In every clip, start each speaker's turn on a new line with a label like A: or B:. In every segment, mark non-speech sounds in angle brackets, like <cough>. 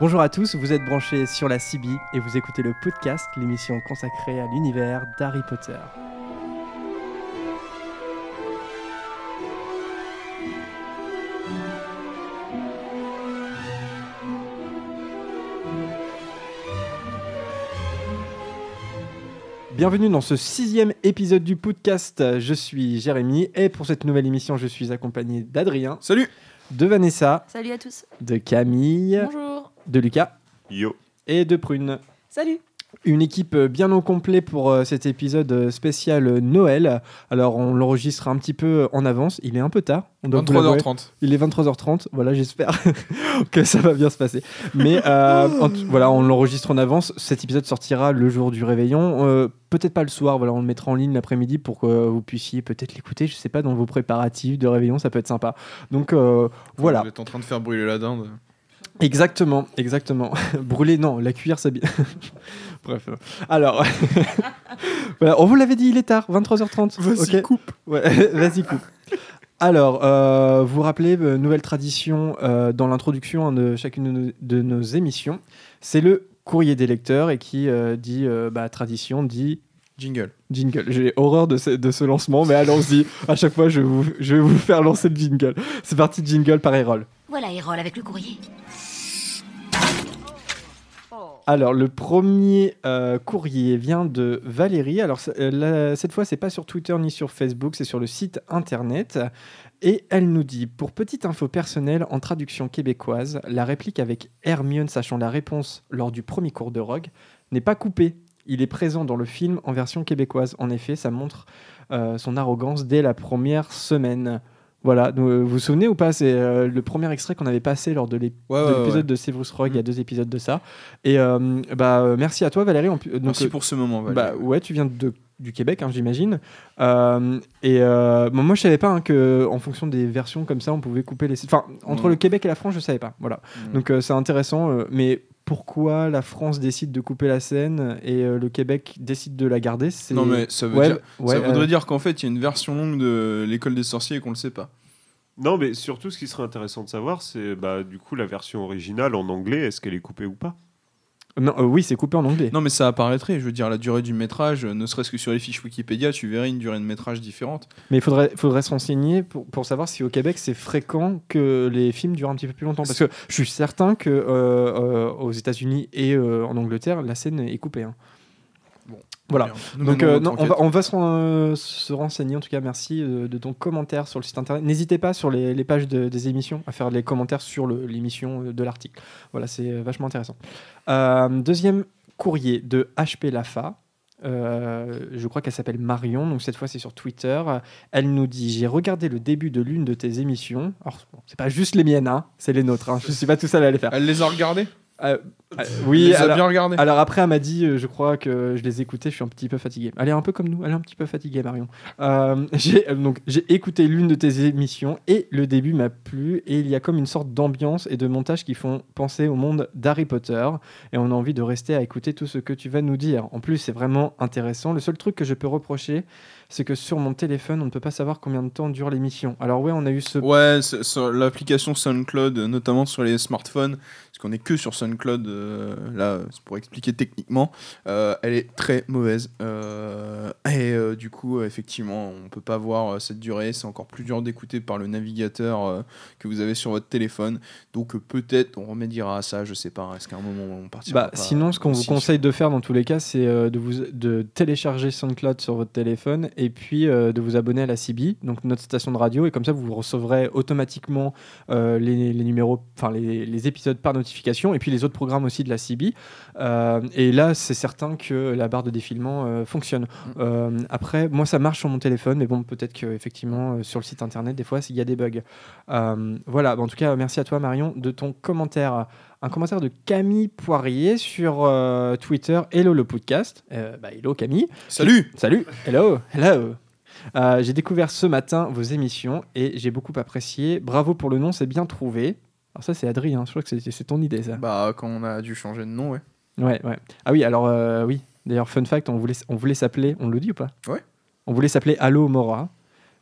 A: Bonjour à tous, vous êtes branchés sur la CB et vous écoutez le podcast, l'émission consacrée à l'univers d'Harry Potter. Bienvenue dans ce sixième épisode du podcast. Je suis Jérémy et pour cette nouvelle émission, je suis accompagné d'Adrien,
B: Salut
A: de Vanessa,
C: Salut à tous.
A: de Camille,
C: Bonjour.
A: de Lucas
B: Yo
A: et de Prune.
C: Salut.
A: Une équipe euh, bien au complet pour euh, cet épisode euh, spécial euh, Noël. Alors on l'enregistre un petit peu en avance. Il est un peu tard. On doit vous l'avouer.
B: 23h30.
A: Il est 23h30. Voilà, j'espère <laughs> que ça va bien se passer. Mais euh, en tout- voilà, on l'enregistre en avance. Cet épisode sortira le jour du réveillon. Euh, peut-être pas le soir. Voilà, on le mettra en ligne l'après-midi pour que vous puissiez peut-être l'écouter. Je sais pas dans vos préparatifs de réveillon, ça peut être sympa. Donc euh, voilà.
B: Vous êtes en train de faire brûler la dinde.
A: Exactement, exactement. <laughs> Brûler, non, la cuillère s'habille. <laughs> Bref. euh, Alors, <laughs> voilà, on vous l'avait dit, il est tard, 23h30. <laughs>
B: Vas-y,
A: coupe. vas-y, coupe. Alors, euh, vous vous rappelez, euh, nouvelle tradition euh, dans l'introduction hein, de chacune de nos, de nos émissions, c'est le courrier des lecteurs et qui euh, dit euh, bah, tradition, dit
B: Jingle.
A: Jingle. J'ai horreur de ce, de ce lancement, mais allons-y. À chaque fois, je vais vous, je vais vous faire lancer le jingle. C'est parti, jingle par Erol.
D: Voilà Erol avec le courrier.
A: Alors, le premier euh, courrier vient de Valérie. Alors, c'est- euh, là, cette fois, c'est pas sur Twitter ni sur Facebook, c'est sur le site internet. Et elle nous dit Pour petite info personnelle, en traduction québécoise, la réplique avec Hermione sachant la réponse lors du premier cours de Rogue n'est pas coupée. Il est présent dans le film en version québécoise. En effet, ça montre euh, son arrogance dès la première semaine. Voilà, Donc, euh, vous vous souvenez ou pas C'est euh, le premier extrait qu'on avait passé lors de l'ép-
B: Ouais,
A: de
B: Ah, ouais,
A: l'épisode
B: ouais.
A: de Severus Rogue, il y a
B: Mm.
A: deux épisodes de ça. Et euh, bah, euh, merci à toi, Valérie. En pu- euh, donc,
B: Merci
A: euh,
B: pour ce moment, Val.
A: bah, ouais, tu viens de, du Québec, hein, j'imagine. Euh, et euh, bon, moi, je savais pas hein, que en fonction des versions comme ça, on pouvait couper les. Enfin, entre
B: Mm.
A: le Québec et la France, je savais pas. Voilà.
B: Mm.
A: Donc, euh, c'est intéressant. euh, mais pourquoi la France décide de couper la scène et euh, le Québec décide de la garder c'est-
B: Non, mais ça, veut
A: ouais,
B: dire-
A: ouais,
B: ça voudrait
A: euh,
B: dire qu'en fait, il y a une version longue de l'école des sorciers et qu'on le sait pas.
E: Non, mais surtout, ce qui serait intéressant de savoir, c'est bah, du coup la version originale en anglais, est-ce qu'elle est coupée ou pas
A: non, euh, oui, c'est coupé en anglais.
B: Non, mais ça apparaîtrait. Je veux dire, la durée du métrage, euh, ne serait-ce que sur les fiches Wikipédia, tu verrais une durée de métrage différente.
A: Mais il faudrait, faudrait se renseigner pour, pour savoir si au Québec c'est fréquent que les films durent un petit peu plus longtemps. Parce que je suis certain que euh, euh, aux États-Unis et euh, en Angleterre, la scène est coupée. hein.
B: Bon.
A: Voilà.
B: Merde. Nous
A: Donc
B: menons
A: euh,
B: notre
A: non, on va,
B: enquête.
A: on va se, ren- euh, se renseigner. En tout cas, merci euh, de ton commentaire sur le site internet. N'hésitez pas sur les, les pages de- des émissions à faire les commentaires sur le- l'émission euh, de l'article. Voilà, c'est euh, vachement intéressant. Euh, deuxième courrier de HP Lafa. Euh, je crois qu'elle s'appelle Marion, donc cette fois c'est sur Twitter. Elle nous dit J'ai regardé le début de l'une de tes émissions. Alors, bon, c'est pas juste les miennes, hein, c'est les nôtres. hein. Je suis pas tout seul à les faire.
B: Elle les a regardés
A: Euh, euh,
B: Elle
A: oui,
B: les a
A: alors,
B: bien regardés.
A: alors après, elle m'a dit, euh, je crois que je les écoutais, je suis un petit peu fatigué. Elle est un peu comme nous, elle est un petit peu fatiguée, Marion. Euh, <laughs> j'ai euh, donc j'ai écouté l'une de tes émissions et le début m'a plu et il y a comme une sorte d'ambiance et de montage qui font penser au monde d'Harry Potter et on a envie de rester à écouter tout ce que tu vas nous dire. En plus, c'est vraiment intéressant. Le seul truc que je peux reprocher, c'est que sur mon téléphone, on ne peut pas savoir combien de temps dure l'émission. Alors ouais, on a eu ce
B: Ouais, c'est- sur l'application SoundCloud, euh, notamment sur les smartphones, parce qu'on est que sur SoundCloud, euh, là, euh, c'est pour expliquer techniquement, euh, elle est très mauvaise. euh, et euh, du coup, euh, effectivement, on peut pas voir euh, cette durée, c'est encore plus dur d'écouter par le navigateur euh, que vous avez sur votre téléphone. Donc euh, peut-être on remédiera à ça, je sais pas, est-ce qu'à un moment on partira
A: Bah,
B: pas
A: sinon, ce qu'on vous
B: aussi
A: conseille de faire dans tous les cas, c'est euh, de, vous, de télécharger SoundCloud sur votre téléphone et puis euh, de vous abonner à la CB, donc notre station de radio, et comme ça vous recevrez automatiquement euh, les, les numéros, enfin les, les épisodes par notification, et puis les autres programmes aussi de la CB. Euh, et là, c'est certain que la barre de défilement euh, fonctionne. Euh, après, moi, ça marche sur mon téléphone, mais bon, peut-être qu'effectivement, sur le site internet, des fois, il y a des bugs. Euh, voilà, Bah, en tout cas, merci à toi, Marion, de ton commentaire un commentaire de Camille Poirier sur euh, Twitter Hello le podcast. Euh, bah, hello Camille.
B: Salut
A: Salut. Hello. Hello. Euh, j'ai découvert ce matin vos émissions et j'ai beaucoup apprécié. Bravo pour le nom, c'est bien trouvé. Alors ça c'est Adrien, hein. je crois que c'est c'est ton idée ça.
B: Bah, quand on a dû changer de nom, ouais.
A: Ouais, ouais. Ah oui, alors euh, oui. D'ailleurs, fun fact, on voulait, on voulait s'appeler, on le dit ou pas
B: Ouais.
A: On voulait s'appeler Allo Mora.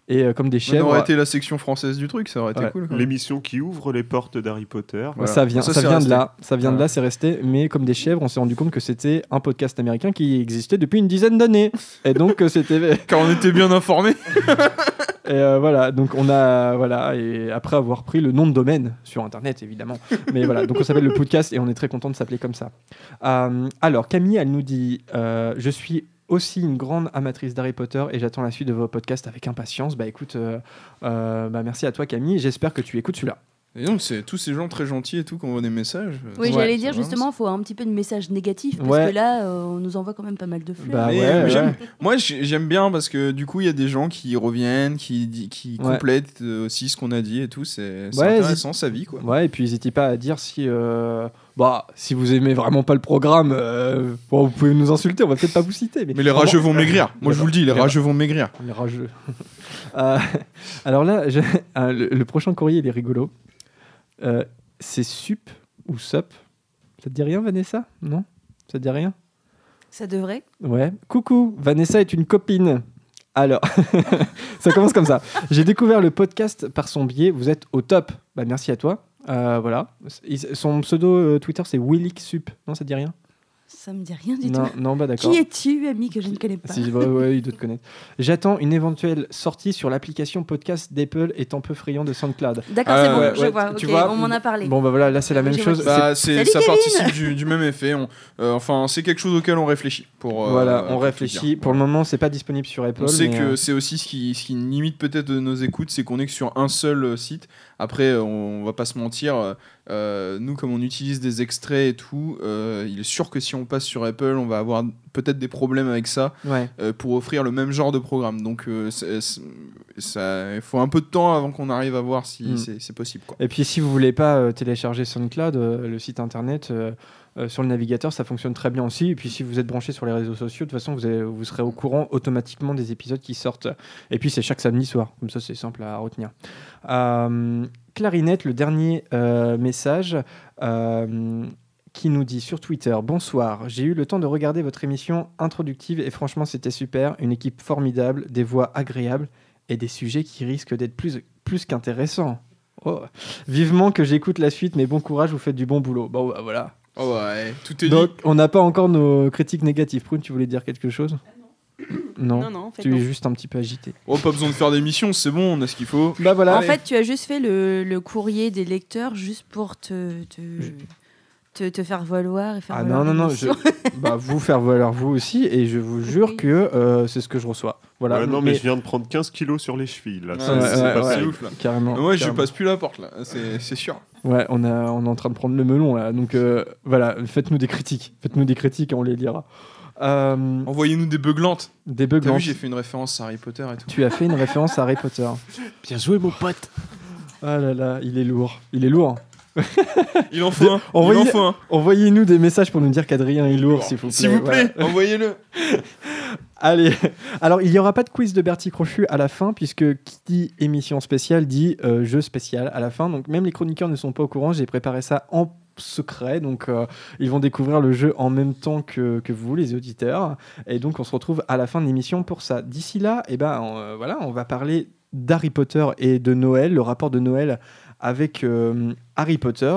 A: et euh, comme des
B: On
A: chèvres.
B: aurait été la section française du truc, ça aurait été
A: Ouais.
B: cool. quoi.
E: L'émission qui ouvre les portes d'Harry Potter.
B: Voilà.
A: Ça vient,
B: Ça,
A: ça,
B: c'est
A: vient de
B: resté.
A: là, ça vient de
B: Voilà.
A: là, c'est resté. Mais comme des chèvres, on s'est rendu compte que c'était un podcast américain qui existait depuis une dizaine d'années. Et donc euh, c'était,
B: Car on était bien informés.
A: Et euh, voilà, donc on a voilà et après avoir pris le nom de domaine sur internet évidemment, mais voilà, donc on s'appelle le podcast et on est très content de s'appeler comme ça. Euh, alors Camille, elle nous dit, euh, je suis aussi une grande amatrice d'Harry Potter et j'attends la suite de vos podcasts avec impatience. Bah écoute, euh, euh, bah merci à toi Camille, j'espère que tu écoutes celui-là.
B: Et donc, c'est tous ces gens très gentils et tout qui envoient des messages.
C: Oui,
B: Ouais,
C: j'allais
B: c'est
C: dire
B: vraiment
C: justement, il faut un petit peu de message négatif parce
A: Ouais.
C: que là, euh, on nous envoie quand même pas mal de
A: Bah
C: fleurs.
B: Mais,
A: ouais,
B: euh,
A: ouais.
B: j'aime- Moi, j'ai- j'aime bien parce que du coup, il y a des gens qui reviennent, qui, di- qui
A: Ouais.
B: complètent euh, aussi ce qu'on a dit et tout. C'est c'est
A: Ouais,
B: intéressant, sa vie, quoi.
A: Ouais, et puis n'hésitez pas à dire si, euh, bah, si vous aimez vraiment pas le programme, euh, bon, vous pouvez nous insulter, on va peut-être pas vous citer. Mais,
B: Mais les rageux vont maigrir. Moi, je vous le dis, les
A: Les
B: rageux vont maigrir.
A: Les rageux. <laughs> Euh, alors là, je- <laughs> euh, le, le prochain courrier, il est rigolo. Euh, c'est sup ou sup Ça te dit rien, Vanessa Non Ça te dit rien
C: Ça devrait.
A: Ouais. Coucou, Vanessa est une copine. Alors, <laughs> ça commence comme ça. J'ai découvert le podcast par son biais. Vous êtes au top. Bah, merci à toi. Euh, voilà. Il- son pseudo euh, Twitter, c'est WillyXup. Non, ça te dit rien
C: Ça me dit rien du
A: non,
C: tout.
A: non, bah d'accord.
C: Qui es-tu, ami, que je ne connais pas
A: Si, ouais, ouais, il doit te connaître. J'attends une éventuelle sortie sur l'application podcast d'Apple étant peu friand de SoundCloud.
C: D'accord,
B: Ah,
C: c'est bon,
B: ouais,
C: je
A: Euh, ouais,
C: vois.
A: tu
C: ok,
A: vois,
C: on m'en a parlé.
A: Bon, bah voilà, là c'est la
C: Moi,
A: même
C: je vois
A: chose.
C: qui
B: Bah, c'est-
C: Salut,
B: ça
C: Kevin
B: participe du, du même effet. On- euh, enfin, c'est quelque chose auquel on réfléchit. Pour, euh,
A: voilà, on
B: pour tout
A: réfléchit.
B: dire.
A: Pour le moment, c'est pas disponible sur Apple.
B: On sait
A: mais,
B: que
A: euh,
B: c'est aussi ce qui, ce qui limite peut-être de nos écoutes, c'est qu'on est que sur un seul euh, site. Après, euh, on, va pas se mentir, euh, euh, nous, comme on utilise des extraits et tout, euh, il est sûr que si on passe sur Apple, on va avoir peut-être des problèmes avec ça
A: ouais.
B: euh, pour offrir le même genre de programme. Donc, euh, c'est- c'est- ça, il faut un peu de temps avant qu'on arrive à voir si
A: Mm.
B: c'est c'est possible. Quoi.
A: Et puis, si vous voulez pas euh, télécharger SoundCloud, euh, le site internet euh, euh, sur le navigateur, ça fonctionne très bien aussi. Et puis, si vous êtes branché sur les réseaux sociaux, de toute façon, vous, avez- vous serez au courant automatiquement des épisodes qui sortent. Et puis, c'est chaque samedi soir. Comme ça, c'est simple à retenir. Euh, Clarinette, le dernier euh, message. euh, qui nous dit sur Twitter Bonsoir, j'ai eu le temps de regarder votre émission introductive et franchement c'était super, une équipe formidable, des voix agréables et des sujets qui risquent d'être plus, plus qu'intéressants. Oh. Vivement que j'écoute la suite, mais bon courage, vous faites du bon boulot. Bon bah, voilà.
B: Oh ouais, tout est dit.
A: Donc on n'a pas encore nos critiques négatives. Prune, tu voulais dire quelque chose non.
D: Non, non, en fait,
A: tu es
D: non.
A: juste un petit peu agité.
B: Oh, pas besoin de faire des missions, c'est bon, on a ce qu'il faut.
A: Bah voilà.
C: en fait, tu as juste fait le, le courrier des lecteurs juste pour te, te, te, te faire valoir et faire
A: Ah
C: valoir
A: non, non, non, je...
C: l'émission.
A: bah, vous faire valoir vous aussi, et je vous jure
C: Oui.
A: que euh, c'est ce que je reçois. Voilà.
E: Ouais, non, mais,
A: Mais-
E: je viens de prendre 15 kilos sur les chevilles. Là.
B: Ouais,
E: Ça, c'est
A: ouais,
E: pas
A: ouais.
B: c'est
E: possible.
B: ouf là.
A: Carrément.
B: Moi, je
A: carrément.
B: passe plus la porte là, c'est c'est sûr.
A: Ouais, on, a, on est en train de prendre le melon là. Donc euh, voilà, faites-nous des critiques. Faites-nous des critiques et on les lira. Euh,
B: Envoyez-nous des beuglantes.
A: des
B: T'as
A: bugs.
B: vu, j'ai fait une référence à Harry Potter et tout.
A: Tu as fait une référence à Harry Potter.
E: Bien joué, mon pote.
A: Ah là là, il est lourd. Il est lourd.
B: <laughs>
A: hein.
B: Il en faut un. Il en
A: envoyez-
B: faut un.
A: Envoyez-nous des messages pour nous dire qu'Adrien est lourd, s'il vous plaît.
B: S'il vous
A: Voilà.
B: plaît, envoyez-le.
A: Allez, <laughs> alors il n'y aura pas de quiz de Bertie Crochu à la fin, puisque qui dit émission spéciale dit euh, jeu spécial à la fin. Donc même les chroniqueurs ne sont pas au courant, j'ai préparé ça en secret. Donc euh, ils vont découvrir le jeu en même temps que, que vous, les auditeurs. Et donc on se retrouve à la fin de l'émission pour ça. D'ici là, eh ben, on, euh, voilà, on va parler d'Harry Potter et de Noël, le rapport de Noël avec euh, Harry Potter.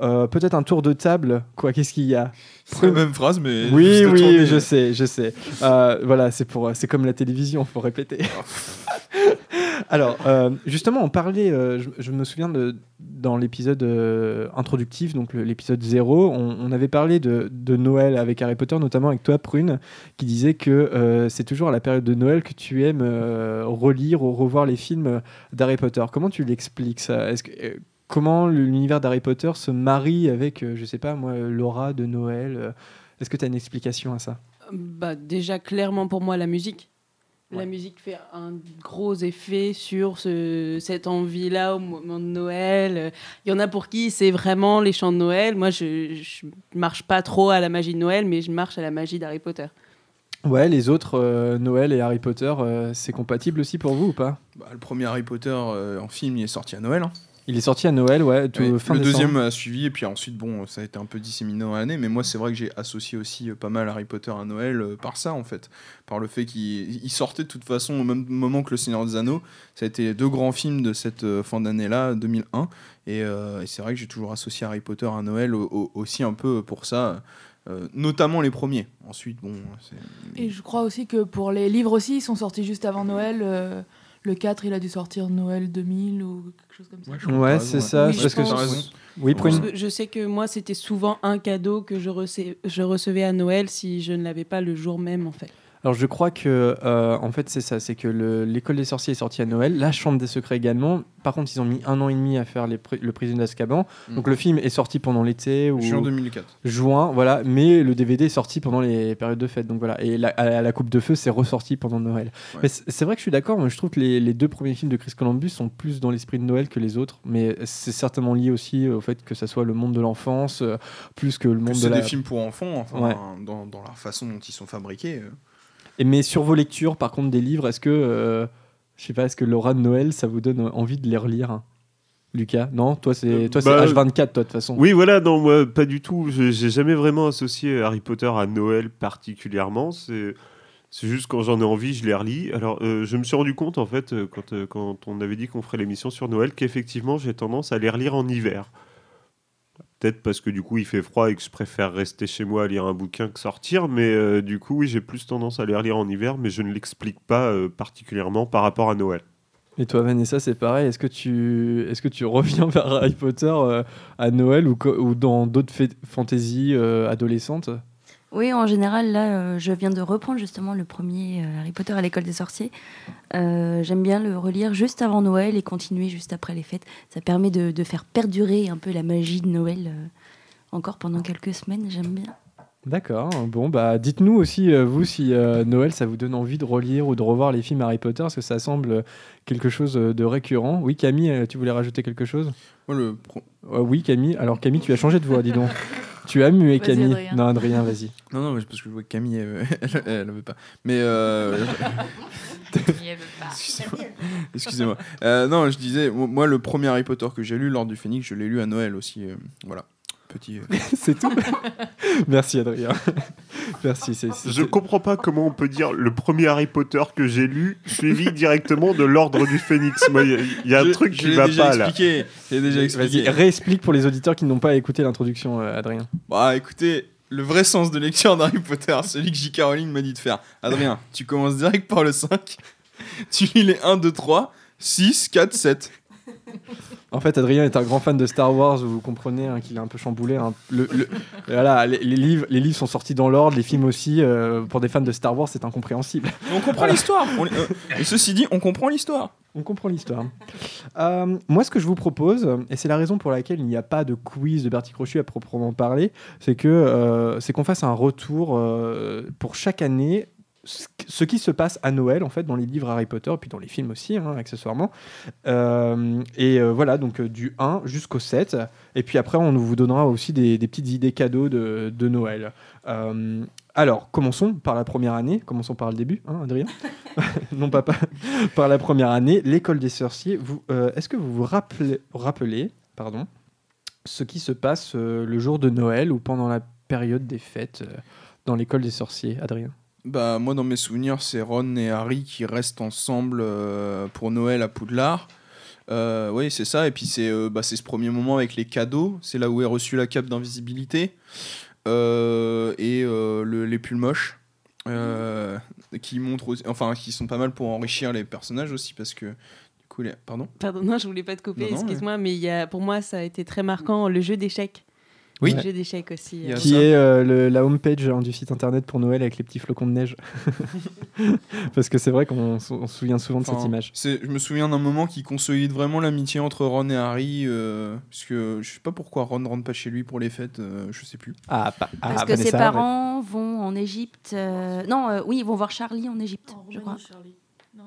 A: Euh, Peut-être un tour de table, quoi, qu'est-ce qu'il y a
B: C'est la même phrase, mais.
A: oui,
B: euh, juste
A: oui,
B: tournée.
A: je sais, je sais. Euh, voilà, c'est pour, c'est comme la télévision, faut répéter. Alors, euh, justement, on parlait, euh, je, je me souviens de, dans l'épisode euh, introductif, donc le- l'épisode 0, on, on avait parlé de, de Noël avec Harry Potter, notamment avec toi, Prune, qui disait que euh, c'est toujours à la période de Noël que tu aimes euh, relire ou revoir les films d'Harry Potter. Comment tu l'expliques ça Est-ce que, euh, Comment l'univers d'Harry Potter se marie avec, euh, je sais pas moi, l'aura de Noël euh, est-ce que tu as une explication à ça
D: Bah, déjà, clairement, pour moi, la musique.
A: Ouais.
D: La musique fait un gros effet sur ce- cette envie-là au moment de Noël. Euh, Il y en a pour qui c'est vraiment les chants de Noël. Moi, je, je marche pas trop à la magie de Noël, mais je marche à la magie d'Harry Potter.
A: Ouais, les autres, euh, Noël et Harry Potter, euh, c'est compatible aussi pour vous ou pas
B: Bah, le premier Harry Potter euh, en film, il est sorti à Noël. hein.
A: Il est sorti à Noël, ouais, tout-
B: Oui,
A: euh, fin
B: le
A: décembre.
B: deuxième a suivi, et puis ensuite, bon, ça a été un peu disséminé dans l'année, mais moi, c'est vrai que j'ai associé aussi euh, pas mal Harry Potter à Noël euh, par ça, en fait. Par le fait qu'il il sortait de toute façon au même moment que Le Seigneur des Anneaux. Ça a été les deux grands films de cette euh, fin d'année-là, 2001. Et, euh, et c'est vrai que j'ai toujours associé Harry Potter à Noël au- au- aussi un peu pour ça, euh, notamment les premiers. Ensuite, bon, c'est.
F: Et je crois aussi que pour les livres aussi, ils sont sortis juste avant Noël. euh, le 4, il a dû sortir Noël 2000 ou quelque chose comme ça.
B: Ouais, je crois que t'as
A: Ouais,
B: raison,
A: c'est ça.
D: Oui,
A: parce
D: je
A: que-
D: pense.
A: Oui,
D: Parce
A: Prune.
D: que Je sais que moi, c'était souvent un cadeau que je, rece- je recevais à Noël si je ne l'avais pas le jour même, en fait.
A: Alors je crois que euh, en fait c'est ça, c'est que le- l'école des sorciers est sortie à Noël, la chambre des secrets également. Par contre ils ont mis un an et demi à faire les pri- le prisonnier d'Azkaban.
B: Mm.
A: Donc le film est sorti pendant l'été ou
B: Juin 2004.
A: juin, voilà. Mais le DVD est sorti pendant les périodes de fête, donc voilà. Et la, à la coupe de feu c'est ressorti pendant Noël.
B: Ouais.
A: Mais c'est c'est vrai que je suis d'accord. moi, Je trouve que les, les deux premiers films de Chris Columbus sont plus dans l'esprit de Noël que les autres, mais c'est certainement lié aussi au fait que ça soit le monde de l'enfance euh, plus que le
B: Que
A: monde de
B: C'est
A: la
B: des films pour enfants, enfin,
A: Ouais.
B: dans, dans la façon dont ils sont fabriqués. euh.
A: Et mais sur vos lectures, par contre, des livres, est-ce que, euh, je sais pas, est-ce que l'aura de Noël, ça vous donne envie de les relire hein Lucas Non Toi, c'est
E: Euh,
A: toi c'est
E: bah,
A: H24, toi, de toute façon.
E: Oui, voilà, non, moi, pas du tout. Je- J'ai jamais vraiment associé Harry Potter à Noël particulièrement. C'est. C'est juste quand j'en ai envie, je les relis. Alors, euh, je me suis rendu compte, en fait, euh, quand, euh, quand on avait dit qu'on ferait l'émission sur Noël, qu'effectivement, j'ai tendance à les relire en hiver. Peut-être parce que du coup, il fait froid et que je préfère rester chez moi à lire un bouquin que sortir. Mais euh, du coup, oui, j'ai plus tendance à les relire en hiver, mais je ne l'explique pas euh, particulièrement par rapport à Noël.
A: Et toi, Vanessa, c'est pareil. Est-ce que, tu... est que tu reviens <laughs> vers Harry Potter euh, à Noël ou, co- ou dans d'autres fé- fantaisies euh, adolescentes
C: Oui, en général, là, euh, je viens de reprendre justement le premier euh, Harry Potter à l'école des sorciers. Euh, J'aime bien le relire juste avant Noël et continuer juste après les fêtes. Ça permet de, de faire perdurer un peu la magie de Noël euh, encore pendant quelques semaines. J'aime bien.
A: D'accord. Bon, bah, dites-nous aussi, euh, vous, si euh, Noël, ça vous donne envie de relire ou de revoir les films Harry Potter, parce que ça semble euh, quelque chose euh, de récurrent. Oui, Camille, euh, tu voulais rajouter quelque chose
B: Moi, le pro-
A: Euh, oui, Camille. Alors, Camille, tu as changé de voix, dis
F: <laughs>
A: donc. Tu as mué,
F: Vas-y,
A: Camille.
F: Adrien.
A: Non, Adrien, vas-y. <laughs>
B: Non, non, mais c'est parce que je vois que Camille, euh, elle, elle veut <laughs> pas. Mais. euh, Excusez-moi. Excusez-moi. Euh, non, je disais, mo- moi, le premier Harry Potter que j'ai lu, L'Ordre du Phénix, je l'ai lu à Noël aussi. euh, voilà. Petit. euh,
A: c'est
F: <laughs>
A: tout. Merci, Adrien. <laughs> Merci. c'est- c'est-
E: Je comprends pas comment on peut dire le premier Harry Potter que j'ai lu suivi directement de l'ordre du Phénix. Moi, il y, a un
B: je-
E: truc
B: je
E: qui
B: l'ai
E: va
B: déjà
E: pas là.
B: expliqué, Je l'ai déjà
A: Vas-y,
B: expliqué.
A: réexplique pour les auditeurs qui n'ont pas écouté l'introduction, euh, Adrien.
B: Bah, écoutez, le vrai sens de lecture d'Harry Potter, <laughs> celui que J. Caroline m'a dit de faire. Adrien, tu commences direct par le 5. <laughs> Tu lis les 1, 2, 3, 6, 4, 7.
A: En fait, Adrien est un grand fan de Star Wars. Vous comprenez hein, qu'il a un peu chamboulé. hein. Le, le- voilà, les, les livres, les livres sont sortis dans l'ordre, les films aussi. euh, pour des fans de Star Wars, c'est incompréhensible.
B: on comprend l'histoire. On- euh, et ceci dit, on comprend l'histoire.
A: On comprend l'histoire. Euh, moi, ce que je vous propose, et c'est la raison pour laquelle il n'y a pas de quiz de Bertie Crochu à proprement parler, c'est que euh, c'est qu'on fasse un retour euh, pour chaque année ce- ce qui se passe à Noël en fait dans les livres Harry Potter puis dans les films aussi hein, accessoirement Euh, et euh, voilà donc euh, du 1 jusqu'au 7 et puis après on vous donnera aussi des, des petites idées cadeaux de, de Noël Euh, alors commençons par la première année commençons par le début hein, Adrien non pas, pas par la première année, l'école des sorciers. Vous, euh, est-ce que vous vous rappelez, rappelez, pardon, ce qui se passe euh, le jour de Noël ou pendant la période des fêtes euh, dans l'école des sorciers, Adrien
B: Bah moi dans mes souvenirs c'est Ron et Harry qui restent ensemble euh, pour Noël à Poudlard. Euh, oui c'est ça et puis c'est euh, bah, c'est ce premier moment avec les cadeaux, c'est là où est reçue la cape d'invisibilité Euh, et euh, le- les pulls moches euh, qui montrent aussi- enfin qui sont pas mal pour enrichir les personnages aussi parce que du coup les... pardon
D: Pardon, non, je voulais pas te couper,
B: Non, non,
D: excuse-moi, mais il y a, pour moi, ça a été très marquant, le jeu d'échecs.
B: Oui.
D: Le jeu d'échecs aussi.
B: Il y a-
D: euh.
A: Qui
B: ça.
A: est euh, le- la homepage hein, du site internet pour Noël avec les petits flocons de neige. <laughs> Parce que c'est vrai qu'on s- on se souvient souvent de cette
B: Enfin,
A: image.
B: c'est- Je me souviens d'un moment qui consolide vraiment l'amitié entre Ron et Harry, euh, parce que je sais pas pourquoi Ron rentre pas chez lui pour les fêtes, euh, je sais plus.
A: Ah, pas- ah,
C: Parce que ses
A: Vanessa, ouais.
C: parents vont en Égypte. euh, Non, euh, oui, ils vont voir Charlie en Égypte, je crois.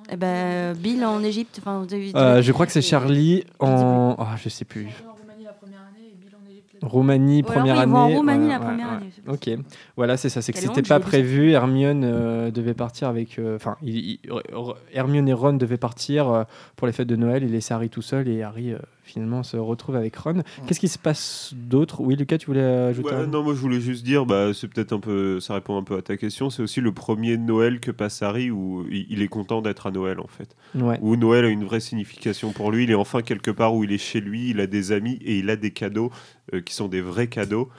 C: Eh ben, Bill en Égypte. Enfin, vous avez-
A: Euh, je crois que c'est Charlie
C: sais
A: en. ah, je sais plus.
F: en Roumanie la première année et Bill en Égypte la
A: Roumanie,
C: Ou alors,
A: première
C: ils
A: année.
C: vont en Roumanie
A: ouais,
C: la
A: ouais,
C: première
A: ouais.
C: année.
A: Ok, voilà, c'est ça, c'est que
C: Quelle
A: c'était
C: honte,
A: pas
C: je l'ai oublié.
A: prévu. Hermione euh, devait partir avec. euh, Enfin, il- il- R- Hermione et Ron devaient partir euh, pour les fêtes de Noël. Il laissait Harry tout seul et Harry euh, finalement se retrouve avec Ron. Qu'est-ce qui se passe d'autre Oui, Lucas, tu voulais ajouter
E: Ouais,
A: un...
E: non, moi je voulais juste dire, bah, c'est peut-être un peu, ça répond un peu à ta question. C'est aussi le premier Noël que passe Harry où il, il est content d'être à Noël en fait.
A: Ouais.
E: Où Noël a une vraie signification pour lui. Il est enfin quelque part où il est chez lui, il a des amis et il a des cadeaux euh, qui sont des vrais cadeaux.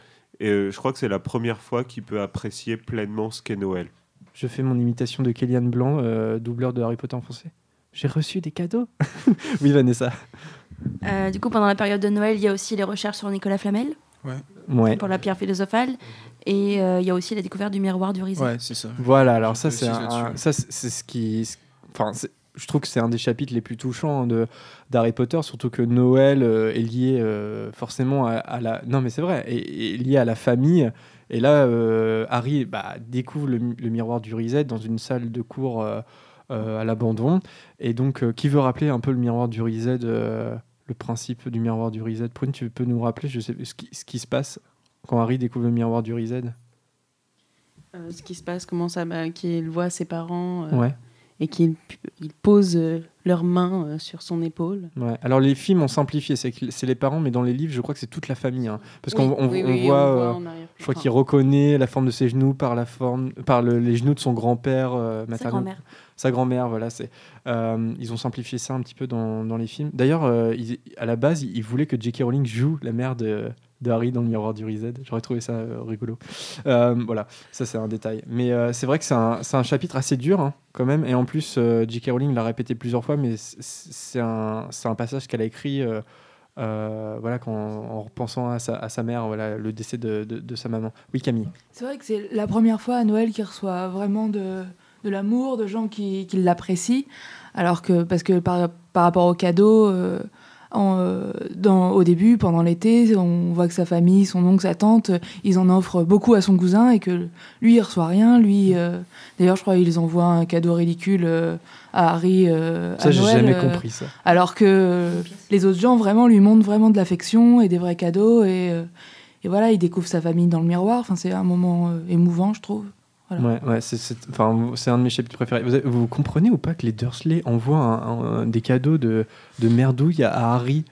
E: Et euh, je crois que c'est la première fois qu'il peut apprécier pleinement ce qu'est Noël.
A: Je fais mon imitation de Kélian Blanc, euh, doubleur de Harry Potter en français. J'ai reçu des cadeaux. <laughs> oui, Vanessa.
C: Euh, du coup, pendant la période de Noël, il y a aussi les recherches sur Nicolas Flamel
A: Ouais.
C: pour la pierre philosophale. Et euh, il y a aussi la découverte du miroir du Rizet.
B: Ouais, c'est ça.
A: Voilà, alors
B: Je
A: ça,
B: peux
A: c'est
B: aussi
A: un-
B: là-dessus.
A: ça, c'est c'est ce qui. ce- Enfin, c'est- je trouve que c'est un des chapitres les plus touchants de d'Harry Potter, surtout que Noël euh, est lié euh, forcément à, à la. Non, mais c'est vrai, est, est lié à la famille. Et là, euh, Harry bah, découvre le, mi- le miroir du Rizet dans une salle de cours euh, euh, à l'abandon. Et donc, euh, qui veut rappeler un peu le miroir du Rizet euh, le principe du miroir du Rizet Prune, tu peux nous rappeler je sais, ce, qui, ce qui se passe quand Harry découvre le miroir du Rizet
D: Euh, ce qui se passe, comment ça, bah, qu'il voit ses parents euh,
A: Ouais.
D: et qu'il il pose euh, leurs mains euh, sur son épaule.
A: Ouais. Alors les films ont simplifié, c'est que c'est les parents, mais dans les livres, je crois que c'est toute la famille, hein. parce qu'on
D: Oui,
A: on-
D: oui,
A: on
D: oui,
A: voit,
D: on
A: euh,
D: en arrière-plan.
A: je crois qu'il reconnaît la forme de ses genoux par la forme, par le- les genoux de son grand-père euh,
C: Sa
A: maternel,
C: grand-mère.
A: Sa grand-mère, voilà. C'est, euh, ils ont simplifié ça un petit peu dans, dans les films. D'ailleurs, euh, ils- à la base, ils, ils voulaient que J.K. Rowling joue la mère de, de Harry dans le miroir du Rizet. J'aurais trouvé ça euh, rigolo. Euh, voilà, ça c'est un détail. Mais euh, c'est vrai que c'est un, c'est un chapitre assez dur hein, quand même. Et en plus, euh, J.K. Rowling l'a répété plusieurs fois, mais c- c'est un, c'est un passage qu'elle a écrit. euh, euh, voilà, quand, en repensant à sa, à sa mère, voilà, le décès de, de- de sa maman. Oui, Camille.
F: C'est vrai que c'est la première fois à Noël qu'il reçoit vraiment de, de l'amour, de gens qui, qui l'apprécient. Alors que, parce que par, par rapport aux cadeaux, euh, en, euh, dans- au début, pendant l'été, on voit que sa famille, son oncle, sa tante, euh, ils en offrent beaucoup à son cousin et que lui, il reçoit rien. Lui, euh, d'ailleurs, je crois qu'ils envoient un cadeau ridicule euh, à Harry. euh,
A: Ça,
F: à
A: j'ai
F: Noël,
A: jamais
F: euh,
A: compris ça.
F: alors que euh, les autres gens, vraiment, lui montrent vraiment de l'affection et des vrais cadeaux. Et, euh, et voilà, il découvre sa famille dans le miroir. Enfin, c'est un moment euh, émouvant, je trouve.
A: Ouais, ouais, c'est- c'est enfin, c'est un de mes chapitres préférés. Vous, avez- vous comprenez ou pas que les Dursley envoient un- un- des cadeaux de, de merdouille à, à Harry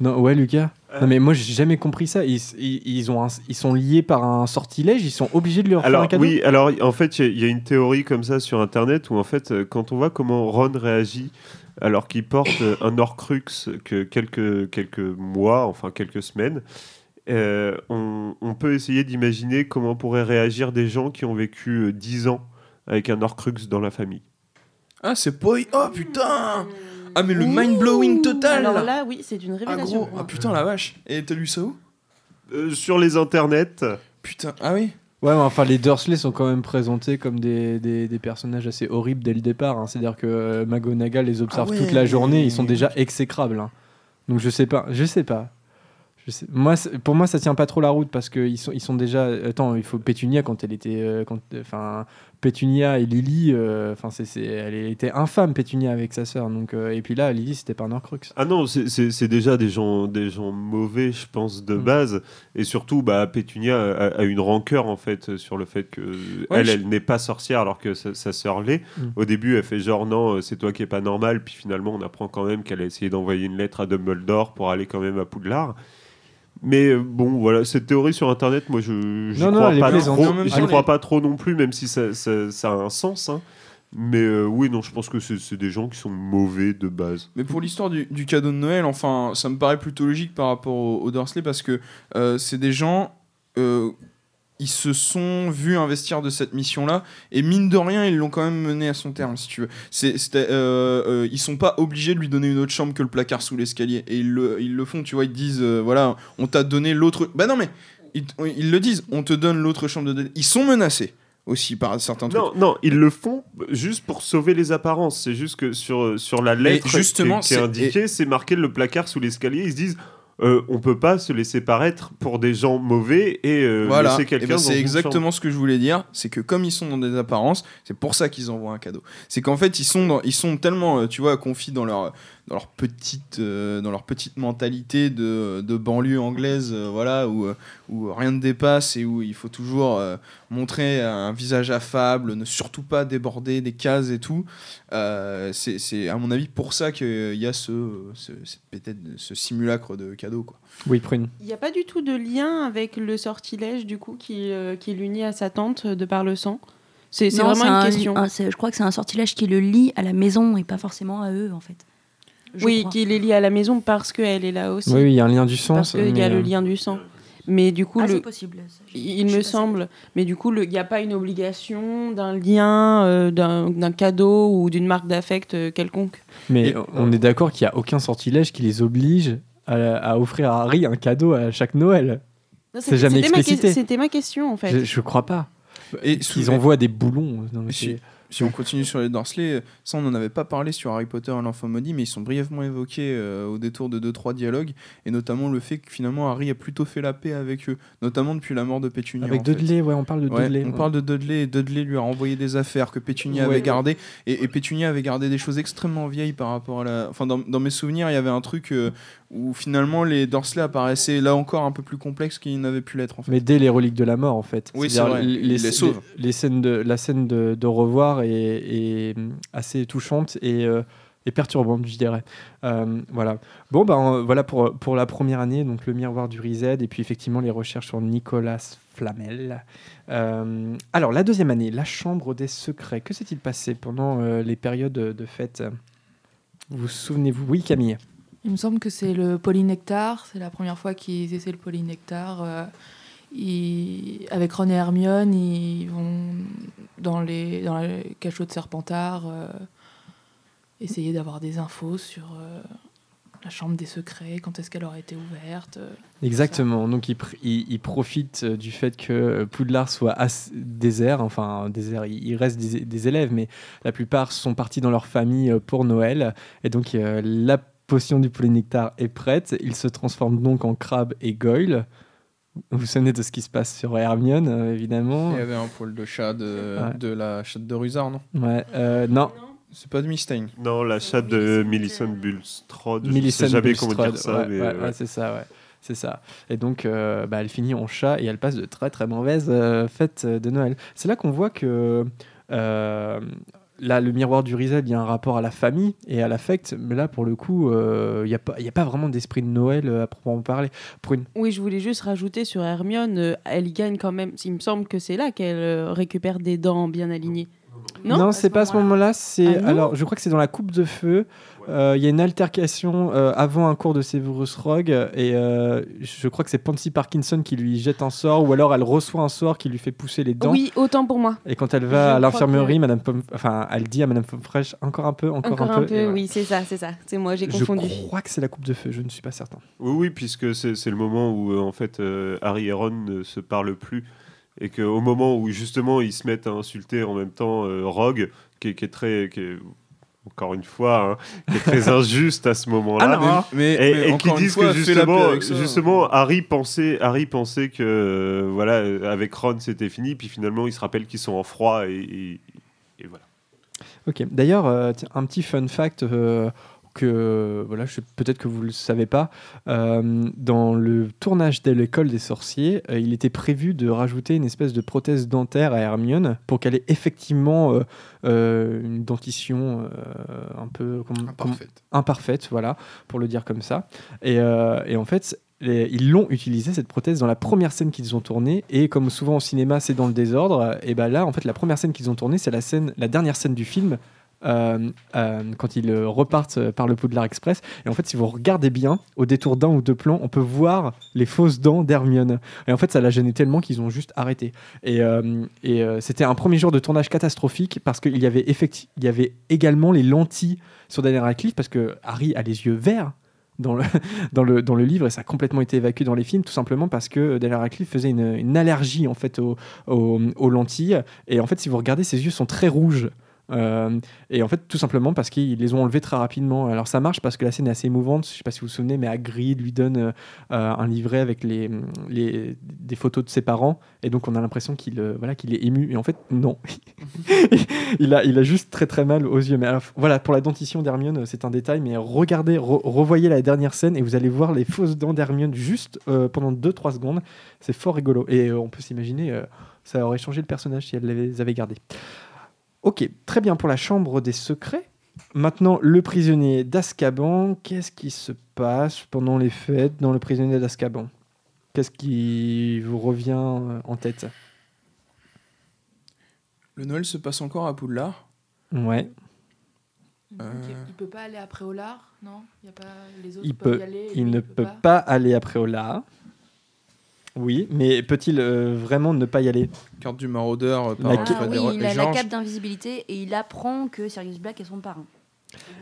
A: non, ouais, Lucas.
E: Euh.
A: Non, mais moi, j'ai jamais compris ça. Ils, ils, ils ont un- ils sont liés par un sortilège, ils sont obligés de leur faire un
E: Alors
A: cadeau.
E: oui, alors en fait, il y a- il y, a une théorie comme ça sur Internet où en fait, euh, quand on voit comment Ron réagit alors qu'il porte euh, un Horcrux que quelques quelques mois, enfin quelques semaines, euh, on, on peut essayer d'imaginer comment pourraient réagir des gens qui ont vécu euh, 10 ans avec un Horcrux dans la famille.
B: Ah, c'est boy. Oh putain Ah, mais le mind blowing total
D: Alors là, oui, c'est une
B: Ah,
D: révélation.
B: gros. Ah, putain, la vache. Et t'as lu ça où
E: Euh, sur les internets,
B: Putain, ah oui
A: Ouais, mais enfin, les Dursley sont quand même présentés comme des, des, des personnages assez horribles dès le départ. hein. C'est-à-dire que euh, McGonagall les observe
B: Ah ouais,
A: toute la journée,
B: mais-
A: ils sont déjà exécrables. hein. Donc je sais pas, je sais pas. Je sais- Moi, c'est- pour moi, ça tient pas trop la route parce qu'ils sont, ils sont déjà. Attends, il faut Pétunia quand elle était. euh, quand- Enfin, Pétunia et Lily, euh, enfin, c'est c'est- elle était infâme, Pétunia, avec sa sœur. Donc, euh, et puis là, Lily, c'était pas un Horcrux.
E: Ah non, c'est- c'est c'est déjà des gens, des gens mauvais, je pense, de
A: Mm.
E: base. Et surtout, bah, Pétunia a, a une rancœur, en fait, euh, sur le fait que euh, elle,
B: je-
E: elle n'est pas sorcière alors que sa, sa sœur l'est.
A: Mm.
E: Au début, elle fait genre, non, euh, c'est toi qui es pas normal. Puis finalement, on apprend quand même qu'elle a essayé d'envoyer une lettre à Dumbledore pour aller quand même à Poudlard. Mais euh, bon, voilà, cette théorie sur Internet, moi, je j'y
A: Non, non,
E: crois,
A: elle est
E: pas,
A: plaisante.
E: trop,
B: En même
E: j'y
B: temps, elle
E: crois
B: est-
E: pas trop non plus, même si ça, ça- ça a un sens. hein. Mais euh, oui, non, je pense que c'est c'est des gens qui sont mauvais de base.
B: Mais pour l'histoire du, du cadeau de Noël, enfin, ça me paraît plutôt logique par rapport aux au Dursley parce que euh, c'est des gens. euh, ils se sont vus investir de cette mission-là et mine de rien, ils l'ont quand même menée à son terme, si tu veux. C'est, c'était, euh, euh, ils sont pas obligés de lui donner une autre chambre que le placard sous l'escalier et ils le, ils le font, tu vois. Ils disent, euh, voilà, on t'a donné l'autre. Bah non, mais ils, t- ils le disent, on te donne l'autre chambre de. Ils sont menacés aussi par certains trucs.
E: Non, non, ils le font juste pour sauver les apparences. C'est juste que sur, sur la lettre qui-
B: justement,
E: qui, est
B: c'est-
E: indiquée, c'est marqué le placard sous l'escalier. Ils se disent euh, on peut pas se laisser paraître pour des gens mauvais et euh,
B: Voilà,
E: laisser
B: Eh ben,
E: quelqu'un. dans
B: c'est
E: une chambre.
B: exactement ce que je voulais dire. C'est que comme ils sont dans des apparences, c'est pour ça qu'ils envoient un cadeau. C'est qu'en fait, ils sont, dans- ils sont tellement, euh, tu vois, confis dans leur, dans leur, petite, euh, dans leur petite mentalité de, de banlieue anglaise, euh, voilà, où, euh, où rien ne dépasse et où il faut toujours euh, montrer un visage affable, ne surtout pas déborder des cases et tout. Euh, c'est, c'est, à mon avis, pour ça qu'il y a ce, ce, cette pétette- ce simulacre de cadeau, quoi.
A: Oui, prune.
D: Il n'y a pas du tout de lien avec le sortilège, du coup, qui, euh, qui l'unit à sa tante euh, de par le sang C'est c'est
C: Non,
D: vraiment une
C: un-
D: question.
C: un- c'est- je crois que c'est un sortilège qui le lie à la maison et pas forcément à eux, en fait. Je
D: oui,
C: crois.
D: qu'il est lié à la maison parce qu'elle est là aussi.
A: Oui, oui, il y a un lien du
D: parce
A: sens.
D: qu'il y
A: mais,
D: a le
A: euh,
D: lien du sang. Mais du coup,
C: Ah,
D: le-
C: c'est possible. ça, j'ai-
D: il
C: je suis pas
D: me semble. Mais du coup, le- il n'y a pas une obligation d'un lien, euh, d'un d'un cadeau ou d'une marque d'affect euh, quelconque.
A: Mais
B: Et-
A: on est d'accord qu'il n'y a aucun sortilège qui les oblige à, à offrir à Harry un cadeau à chaque Noël.
D: Non,
A: C'est jamais
D: c'était ma que-
A: explicité.
D: C'était ma question, en fait.
A: Je, je crois pas.
B: Et
A: Bah, Ils envoient des boulons. euh, Non, mais
B: Si-
A: c'est-
B: Si on continue sur les Dursley, euh, ça on n'en avait pas parlé sur Harry Potter et l'enfant maudit, mais ils sont brièvement évoqués euh, au détour de 2-3 dialogues, et notamment le fait que finalement Harry a plutôt fait la paix avec eux, notamment depuis la mort de Pétunia.
A: Avec
B: en fait.
A: Dudley, ouais, on parle de
B: Ouais,
A: Dudley.
B: on
A: ouais.
B: parle de Dudley et Dudley lui a renvoyé des affaires que Pétunia
A: Ouais.
B: avait gardées et, et Pétunia avait gardé des choses extrêmement vieilles par rapport à la. Enfin, dans, dans mes souvenirs, il y avait un truc euh, où finalement les Dursley apparaissaient là encore un peu plus complexes qu'ils n'avaient pu l'être en fait.
A: Mais dès les reliques de la mort, en fait.
B: Oui,
A: C'est-à-dire
B: c'est vrai.
A: Les,
B: Il les sauve.
A: les scènes de, la scène de, de revoir est, est, hum, assez touchante et, euh, et perturbante, je dirais. Euh, voilà. Bon, ben euh, voilà pour, pour la première année, donc le miroir du Rizet, et puis effectivement les recherches sur Nicolas Flamel. Euh, alors, la deuxième année, la chambre des secrets. Que s'est-il passé pendant euh, les périodes de fête Vous vous souvenez-vous Oui, Camille.
F: Il me semble que c'est le polynectar. C'est la première fois qu'ils essaient le polynectar. euh, ils- avec Ron et Hermione, ils vont dans les, dans les cachots de Serpentard euh, essayer d'avoir des infos sur euh, la chambre des secrets, quand est-ce qu'elle aurait été ouverte. euh.
A: Exactement. Donc, il, pr- il- il profite euh, du fait que euh, Poudlard soit assez- désert. Enfin, désert, il, il reste des, des élèves, mais la plupart sont partis dans leur famille euh, pour Noël. Et donc, euh, la potion du polynectar est prête. Il se transforme donc en crabe et goyle. Vous vous souvenez de ce qui se passe sur Hermione, euh, évidemment.
B: Il y avait un poil de chat de,
A: Ouais.
B: de la chatte de Ruzard, non
A: Ouais, euh, non,
B: C'est pas de Mistein.
E: Non, la chatte de Millicent Bulstrode. Je
A: Millicent
E: sais jamais comment
A: Bulstrode,
E: dire ça,
A: ouais,
E: mais
A: ouais,
E: euh,
A: ouais, c'est ça, ouais. C'est ça. Et donc, euh, bah, elle finit en chat et elle passe de très très mauvaises euh, fêtes euh, de Noël. C'est là qu'on voit que euh, là, le miroir du Rizel, il y a un rapport à la famille et à l'affect, mais là, pour le coup, euh, il n'y a, pas- il y a pas vraiment d'esprit de Noël euh, à proprement parler. Prune.
D: Oui, je voulais juste rajouter sur Hermione, euh, elle gagne quand même. Il me semble que c'est là qu'elle euh, récupère des dents bien alignées. Non,
A: non c'est pas à ce moment-là. C'est
D: Ah non
A: alors, je crois que c'est dans la coupe de feu. Euh, Il y a une altercation euh, avant un cours de Severus Rogue et euh, je crois que c'est Pansy Parkinson qui lui jette un sort ou alors elle reçoit un sort qui lui fait pousser les dents.
D: Oui, autant pour moi.
A: Et quand elle va à
D: Je crois
A: l'infirmerie, Madame Pomme, enfin, elle dit à Madame Pomme Fraîche encore un peu, encore,
D: Encore un peu,
A: et voilà.
D: oui, c'est ça, c'est ça. C'est moi, j'ai
A: Je
D: confondu.
A: crois que c'est la coupe de feu, je ne suis pas certain.
E: Oui, oui, puisque c'est c'est le moment où euh, en fait euh, Harry et Ron ne se parlent plus et qu'au moment où justement ils se mettent à insulter en même temps euh, Rogue, qui, est- qui est très, qui est- encore une fois, hein, qui
B: <laughs>
E: est très injuste à ce moment-là.
B: Ah mais,
E: Et,
B: mais
E: et qui
B: encore une
E: disent
B: fois,
E: que
B: fais la paix
E: justement,
B: avec ça.
E: justement, Harry pensait, Harry pensait que euh, voilà, euh, avec Ron c'était fini, puis finalement il se rappelle qu'ils sont en froid et, et- et voilà.
A: Ok. D'ailleurs, euh, tiens, un petit fun fact euh, que euh, voilà, je sais- peut-être que vous le savez pas. euh, dans le tournage de l'école des sorciers, euh, il était prévu de rajouter une espèce de prothèse dentaire à Hermione pour qu'elle ait effectivement euh, euh, une dentition euh, un peu comme, comme-
B: Parfait.
A: imparfaite, voilà, pour le dire comme ça. Et, euh, et en fait, les- ils l'ont utilisé cette prothèse dans la première scène qu'ils ont tournée. Et comme souvent au cinéma, c'est dans le désordre. Et ben là, en fait, la première scène qu'ils ont tournée, c'est la scène, la dernière scène du film. euh, euh, quand ils euh, repartent euh, par le Poudlard Express. Et en fait, si vous regardez bien, au détour d'un ou deux plans, on peut voir les fausses dents d'Hermione. Et en fait, ça la gênait tellement qu'ils ont juste arrêté. Et, euh, et, euh, c'était un premier jour de tournage catastrophique parce qu'il y, avait effecti- il y avait également les lentilles sur Daniel Radcliffe parce que Harry a les yeux verts dans le, <laughs> dans le, dans le livre et ça a complètement été évacué dans les films tout simplement parce que euh, Daniel Radcliffe faisait une, une allergie en fait aux, aux- aux lentilles et en fait si vous regardez ses yeux sont très rouges Euh, et en fait, tout simplement parce qu'ils les ont enlevés très rapidement. Alors ça marche parce que la scène est assez émouvante. Je sais pas si vous vous souvenez, mais Hagrid lui donne euh, un livret avec les, les, des photos de ses parents. Et donc on a l'impression qu'il euh, voilà, qu'il est ému. Et en fait, non. il, a, il a juste très très mal aux yeux. Mais alors, voilà, pour la dentition d'Hermione, euh, c'est un détail. Mais regardez, re- revoyez la dernière scène et vous allez voir les fausses dents d'Hermione juste euh, pendant 2-3 secondes. C'est fort rigolo. Et euh, on peut s'imaginer, euh, ça aurait changé le personnage si elle les avait gardés. Ok, très bien pour la chambre des secrets. Maintenant, le prisonnier d'Azkaban. Qu'est-ce qui se passe pendant les fêtes dans le prisonnier d'Azkaban Qu'est-ce qui vous revient euh, en tête
B: Le Noël se passe encore à Poudlard.
A: Ouais.
B: Euh.
F: Il peut pas aller après Olar, non Il y a pas les autres
A: Il
F: peuvent
A: peut-
F: y aller.
A: Il ne peut pas aller après Ola. Oui, mais peut-il euh, vraiment ne pas y aller
B: Carte du maraudeur euh, par
A: La
B: euh,
A: Ah,
C: Ah
A: cape-
B: Fred
C: oui,
B: et Ro-
C: il
B: et
C: a la
B: Georges.
C: cape d'invisibilité et il apprend que Sirius Black est son parrain.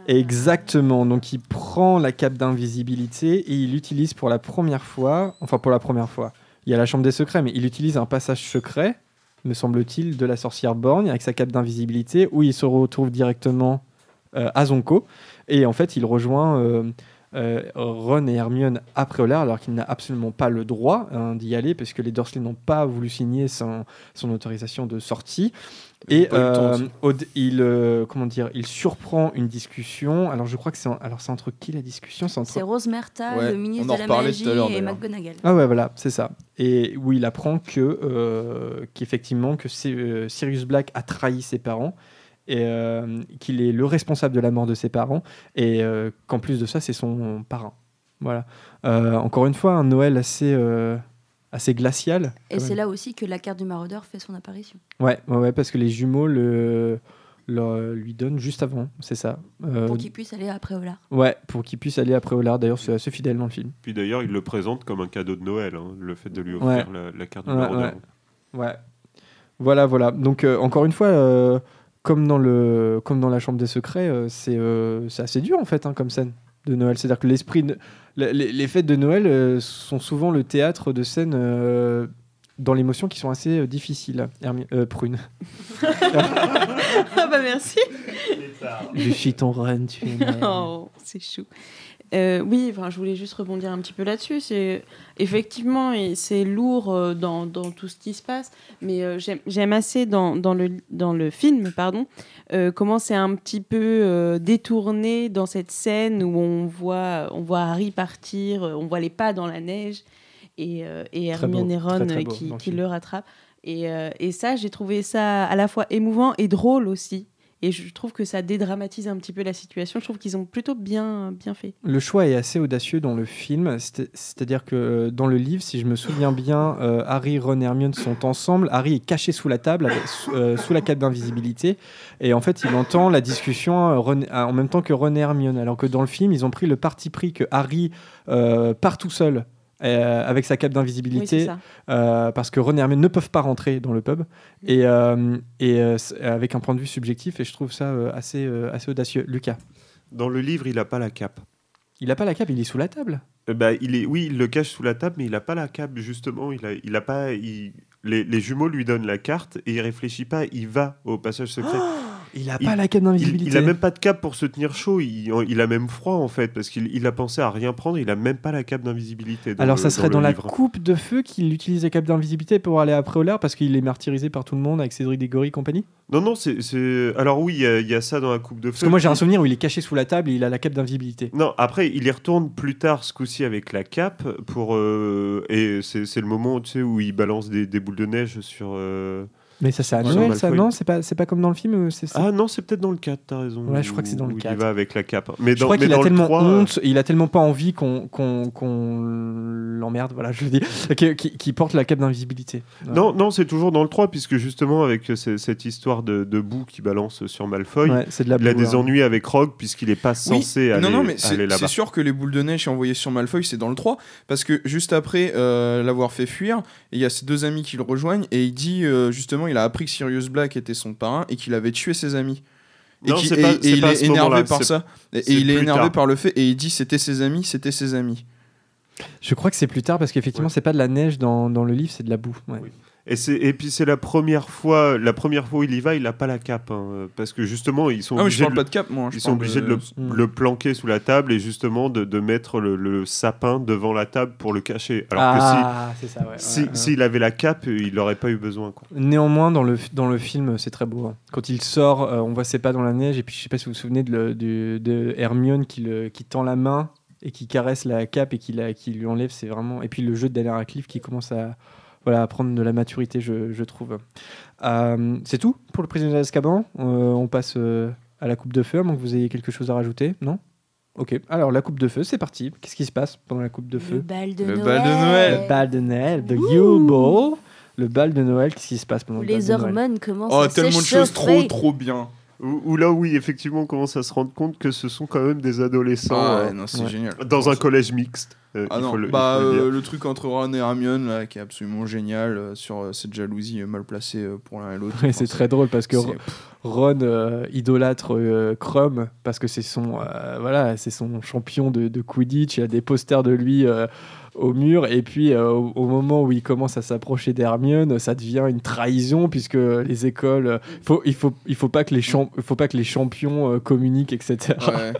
A: Exactement. Donc il prend la cape d'invisibilité et il l'utilise pour la première fois. Enfin, pour la première fois. Il y a la chambre des secrets, mais il utilise un passage secret, me semble-t-il, de la sorcière Borgne avec sa cape d'invisibilité où il se retrouve directement euh, à Zonko. Et en fait, il rejoint euh, euh, Ron et Hermione après Olar alors qu'il n'a absolument pas le droit hein, d'y aller parce que les Dursley n'ont pas voulu signer son, son autorisation de sortie.
B: Ils
A: Et
B: ont pas eu le temps
A: euh,
B: aussi.
A: Aud- il, euh, comment dire, il surprend une discussion. Alors je crois que c'est en- alors c'est entre qui la discussion C'est entre
C: C'est Rose Merta,
B: Ouais,
C: le
B: on
C: ministre
B: en
C: de la
B: reparlait tout
C: magie
B: à l'heure,
C: et
B: d'ailleurs.
C: McGonagall.
A: ah ouais voilà c'est ça et où il apprend que euh, qu'effectivement que c'est, euh, Sirius Black a trahi ses parents et euh, qu'il est le responsable de la mort de ses parents et euh, qu'en plus de ça c'est son parrain voilà Euh, encore une fois un Noël assez euh, assez glacial
C: Et
A: quand
C: c'est
A: même.
C: là aussi que la carte du maraudeur fait son apparition.
A: ouais, ouais ouais, parce que les jumeaux le, le- lui donnent juste avant c'est ça Euh,
C: Pour qu'il puisse aller après Olar.
A: Ouais, pour qu'il puisse aller après Ollard. D'ailleurs, c'est assez fidèle dans le film.
E: Puis d'ailleurs, il le présente comme un cadeau de Noël, hein, le fait de lui offrir la, la carte du
A: Ouais,
E: maraudeur.
A: ouais. Ouais. Voilà, voilà. Donc, euh, encore une fois, euh, comme, dans le, comme dans La Chambre des Secrets, euh, c'est euh, c'est assez dur, en fait, hein, comme scène de Noël. C'est-à-dire que l'esprit. de- la- Les, les fêtes de Noël euh, sont souvent le théâtre de scènes euh, dans l'émotion qui sont assez euh, difficiles. Hermi- euh, prune.
D: Ah bah merci.
A: Lucie, ton run, tu es.
D: Oh, c'est chou. Euh, oui, enfin, je voulais juste rebondir un petit peu là-dessus. C'est effectivement, et c'est lourd euh, dans, dans tout ce qui se passe, mais euh, j'aime- j'aime assez dans, dans le dans le film, pardon, euh, comment c'est un petit peu euh, détourné dans cette scène où on voit on voit Harry partir, euh, on voit les pas dans la neige et, euh, et
A: Très beau,
D: Hermione et Ron
A: très, très
D: euh,
A: beau
D: qui,
A: dans le
D: qui
A: film.
D: le rattrapent. Et, euh, et ça, j'ai trouvé ça à la fois émouvant et drôle aussi. Et je trouve que ça dédramatise un petit peu la situation. Je trouve qu'ils ont plutôt bien, bien fait.
A: Le choix est assez audacieux dans le film, c'est- c'est-à-dire que euh, dans le livre, si je me souviens bien, euh, Harry, Ron et Hermione sont ensemble. Harry est caché sous la table, avec- sous, euh, sous la cape d'invisibilité, et en fait, il entend la discussion euh, Ron- euh, en même temps que Ron et Hermione. Alors que dans le film, ils ont pris le parti pris que Harry euh, part tout seul euh, avec sa cape
D: Oui, c'est
A: d'invisibilité,
D: ça. Mm.
A: euh, parce que Ron et Hermione ne peuvent pas rentrer dans le pub et, euh, et, euh, c'est- avec un point de vue subjectif. Et je trouve ça euh, assez, euh, assez audacieux. Lucas,
E: Dans le livre, il n'a pas la cape.
A: il a pas la cape, il est sous la table.
E: Euh, bah, il est, oui, il le cache sous la table, mais il n'a pas la cape, justement. Il a, il a pas, il- les, les jumeaux lui donnent la carte et il réfléchit pas, il va au passage secret.
A: Ah, Il a
E: Il-
A: pas la cape
E: il,
A: d'invisibilité.
E: il a même pas de cape pour se tenir chaud, il, il a même froid en fait, parce qu'il il a pensé à rien prendre, il a même pas la cape d'invisibilité. dans
A: Alors
E: le-
A: ça serait
E: le
A: dans, la
E: livre.
A: coupe de feu qu'il utilise la cape d'invisibilité pour aller après Olar parce qu'il est martyrisé par tout le monde avec Cédric Diggory et compagnie.
E: Non, non, c'est. c'est- Alors oui, il y, a- il y a ça dans la coupe de feu.
A: Parce que moi j'ai un souvenir où il est caché sous la table et il a la cape d'invisibilité.
E: Non, après, il y retourne plus tard ce coup-ci avec la cape pour. euh, et c'est c'est le moment tu sais, où il balance des, des boules de neige sur. euh,
A: Mais ça c'est à
E: Ouais,
A: Noël
E: Malfoy.
A: ça non C'est pas c'est pas comme dans le film. euh, c'est- c'est-
E: Ah non, c'est peut-être dans le 4, t'as raison.
A: Ouais, je crois que c'est dans
E: où-
A: le
E: où Il
A: 4.
E: va avec la cape. Mais dans,
A: je crois
E: mais
A: qu'il a
E: dans le
A: tellement
E: 3, euh,
A: honte, il a tellement pas envie qu'on qu'on qu'on l'emmerde. Voilà, je le dis, <laughs> qui, qui- qui porte la cape d'invisibilité. Ouais.
E: euh, Non, non, c'est toujours dans le 3, puisque justement, avec euh, c- cette histoire de, de boue qui balance sur Malfoy,
A: Ouais, c'est de la.
E: il a
A: boue,
E: des
A: hein.
E: ennuis avec Rogue, puisqu'il n'est pas censé
B: Oui,
E: aller,
B: non, non, mais
E: aller
B: c'est c'est
E: là-bas.
B: sûr que les boules de neige envoyées sur Malfoy, c'est dans le 3. Parce que juste après euh, l'avoir fait fuir, il y a ses deux amis qui le rejoignent et il dit euh, justement, il a appris que Sirius Black était son parrain et qu'il avait tué ses amis. Et,
E: Non,
B: qui-
E: c'est
B: et-
E: pas-
B: et
E: c'est
B: il
E: pas à
B: est
E: ce moment-là,
B: énervé par
E: c'est-
B: ça. Et, et
E: c'est
B: il est
E: plus
B: énervé
E: tard.
B: par le fait et il dit c'était ses amis, c'était ses amis. Ah,
A: Je crois que c'est plus tard parce qu'effectivement
E: Ouais.
A: c'est pas de la neige dans, dans le livre, c'est de la boue. ouais.
E: Oui. Et, c'est- et puis c'est la première fois, la première fois où il y va, il n'a pas la cape, hein, parce que justement ils sont
B: Ah, mais je
E: obligés
B: parle
E: de
B: pas de cap, moi. je
E: ils sont
B: parle
E: obligés de le,
A: Mm.
E: le planquer sous la table et justement de, de mettre le, le sapin devant la table pour le cacher. Alors
A: ah, c'est ça, ouais.
E: que
A: ouais,
E: si- si- s'il
A: ouais.
E: avait la cape, il n'aurait pas eu besoin. Quoi.
A: Néanmoins, dans le, dans le film, c'est très beau. hein. Quand il sort, euh, on voit ses pas dans la neige, et puis je sais pas si vous vous souvenez de, le- du- de Hermione qui, le, qui tend la main et qui caresse la cape et qui, la, qui lui enlève, c'est vraiment... Et puis le jeu de Daniel Radcliffe qui commence à, voilà, à prendre de la maturité, je, je trouve. Euh, c'est tout pour le prisonnier d'Azkaban. Euh, on passe euh, à la coupe de feu, à moins que vous ayez quelque chose à rajouter, non Ok, alors la coupe de feu, c'est parti. Qu'est-ce qui se passe pendant la coupe de
C: Le
A: feu
C: bal de
B: Le
C: Noël.
B: bal de Noël.
A: Le bal de Noël, the U-Ball. Le bal de Noël, qu'est-ce qui se passe pendant
C: Où
A: le bal
C: les
A: de Noël
C: hormones commencent
B: Oh,
C: à
B: tellement de
C: se
B: choses trop,
C: chauffer.
B: trop bien.
E: Ou, ou là, oui, effectivement, on commence à se rendre compte que ce sont quand même des adolescents
B: Ah,
E: euh,
B: ouais, non, c'est
A: ouais.
B: génial.
E: dans un collège mixte. euh,
B: Ah
E: il
B: non,
E: faut le- il faut
B: bah,
E: le dire.
B: euh, le truc entre Ron et Hermione, là, qui est absolument génial, euh, sur euh, cette jalousie euh, mal placée euh, pour l'un et l'autre.
A: Ouais,
B: Enfin,
A: c'est très drôle parce que
B: c'est-
A: Ron euh, idolâtre euh, Crum parce que c'est son euh, voilà c'est son champion de, de Quidditch. Il y a des posters de lui euh, au mur et puis euh, au, au moment où il commence à s'approcher d'Hermione, ça devient une trahison puisque les écoles euh, faut il faut il faut pas que les champ- faut pas que les champions euh, communiquent etc.
B: <laughs>
A: <laughs>
B: ouais.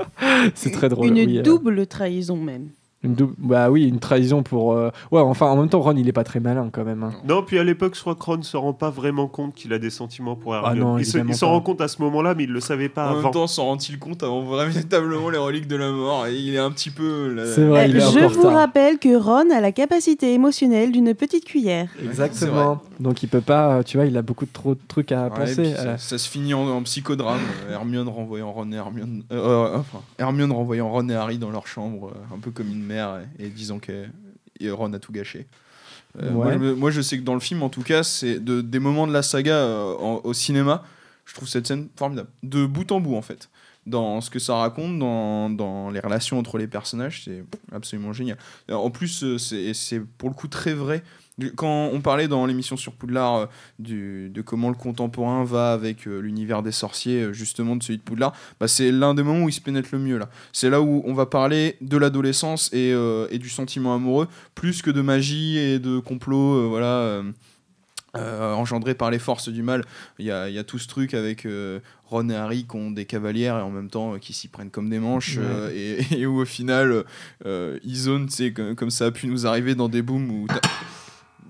A: c'est très drôle.
D: Une
A: oui, euh,
D: double trahison même.
A: une double- bah oui une trahison pour euh, ouais enfin en même temps Ron il est pas très malin quand même.
B: euh,
A: hein.
E: Non, puis à l'époque, je crois que Ron ne se rend pas vraiment compte qu'il a des sentiments pour Hermione.
A: Ah non,
E: il se- il
A: évidemment
E: s'en
A: pas.
E: rend compte à ce moment-là, mais il ne le savait pas
B: En
E: avant.
B: même temps, s'en rend-il compte avant véritablement les reliques de la mort Et Il est un petit peu. là-
A: C'est vrai,
D: Euh,
A: il est
D: je
A: encore
D: vous
A: tard.
D: rappelle que Ron a la capacité émotionnelle d'une petite cuillère.
A: Exactement. Donc il peut pas euh, tu vois il a beaucoup de trop de trucs à
B: Ouais, et
A: penser. euh,
B: puis
A: à
B: ça,
A: la-
B: ça se finit en, en psychodrame. euh, Hermione renvoyant Ron et Hermione, euh, euh, enfin, Hermione renvoyant Ron et Harry dans leur chambre, euh, un peu comme une mère, et, et disant que et Ron a tout gâché. Euh, moi,
A: Ouais.
B: je, me- moi, je sais que dans le film, en tout cas, c'est de- des moments de la saga euh, en- au cinéma. Je trouve cette scène formidable, de bout en bout en fait. Dans ce que ça raconte, dans, dans les relations entre les personnages, c'est absolument génial. Euh, En plus, euh, c'est et c'est pour le coup très vrai. Du- Quand on parlait dans l'émission sur Poudlard euh, du- de comment le contemporain va avec euh, l'univers des sorciers, euh, justement de celui de Poudlard, bah, c'est l'un des moments où il se pénètre le mieux. là. C'est là où on va parler de l'adolescence et, euh, et du sentiment amoureux, plus que de magie et de complot euh, voilà, euh, euh, engendré par les forces du mal. Il y a, il y a tout ce truc avec euh, Ron et Harry qui ont des cavalières et en même temps euh, qui s'y prennent comme des manches,
A: Ouais.
B: euh, et, <laughs> et où au final, euh, ils zonent, tu sais, comme, comme ça a pu nous arriver dans des booms où t'as-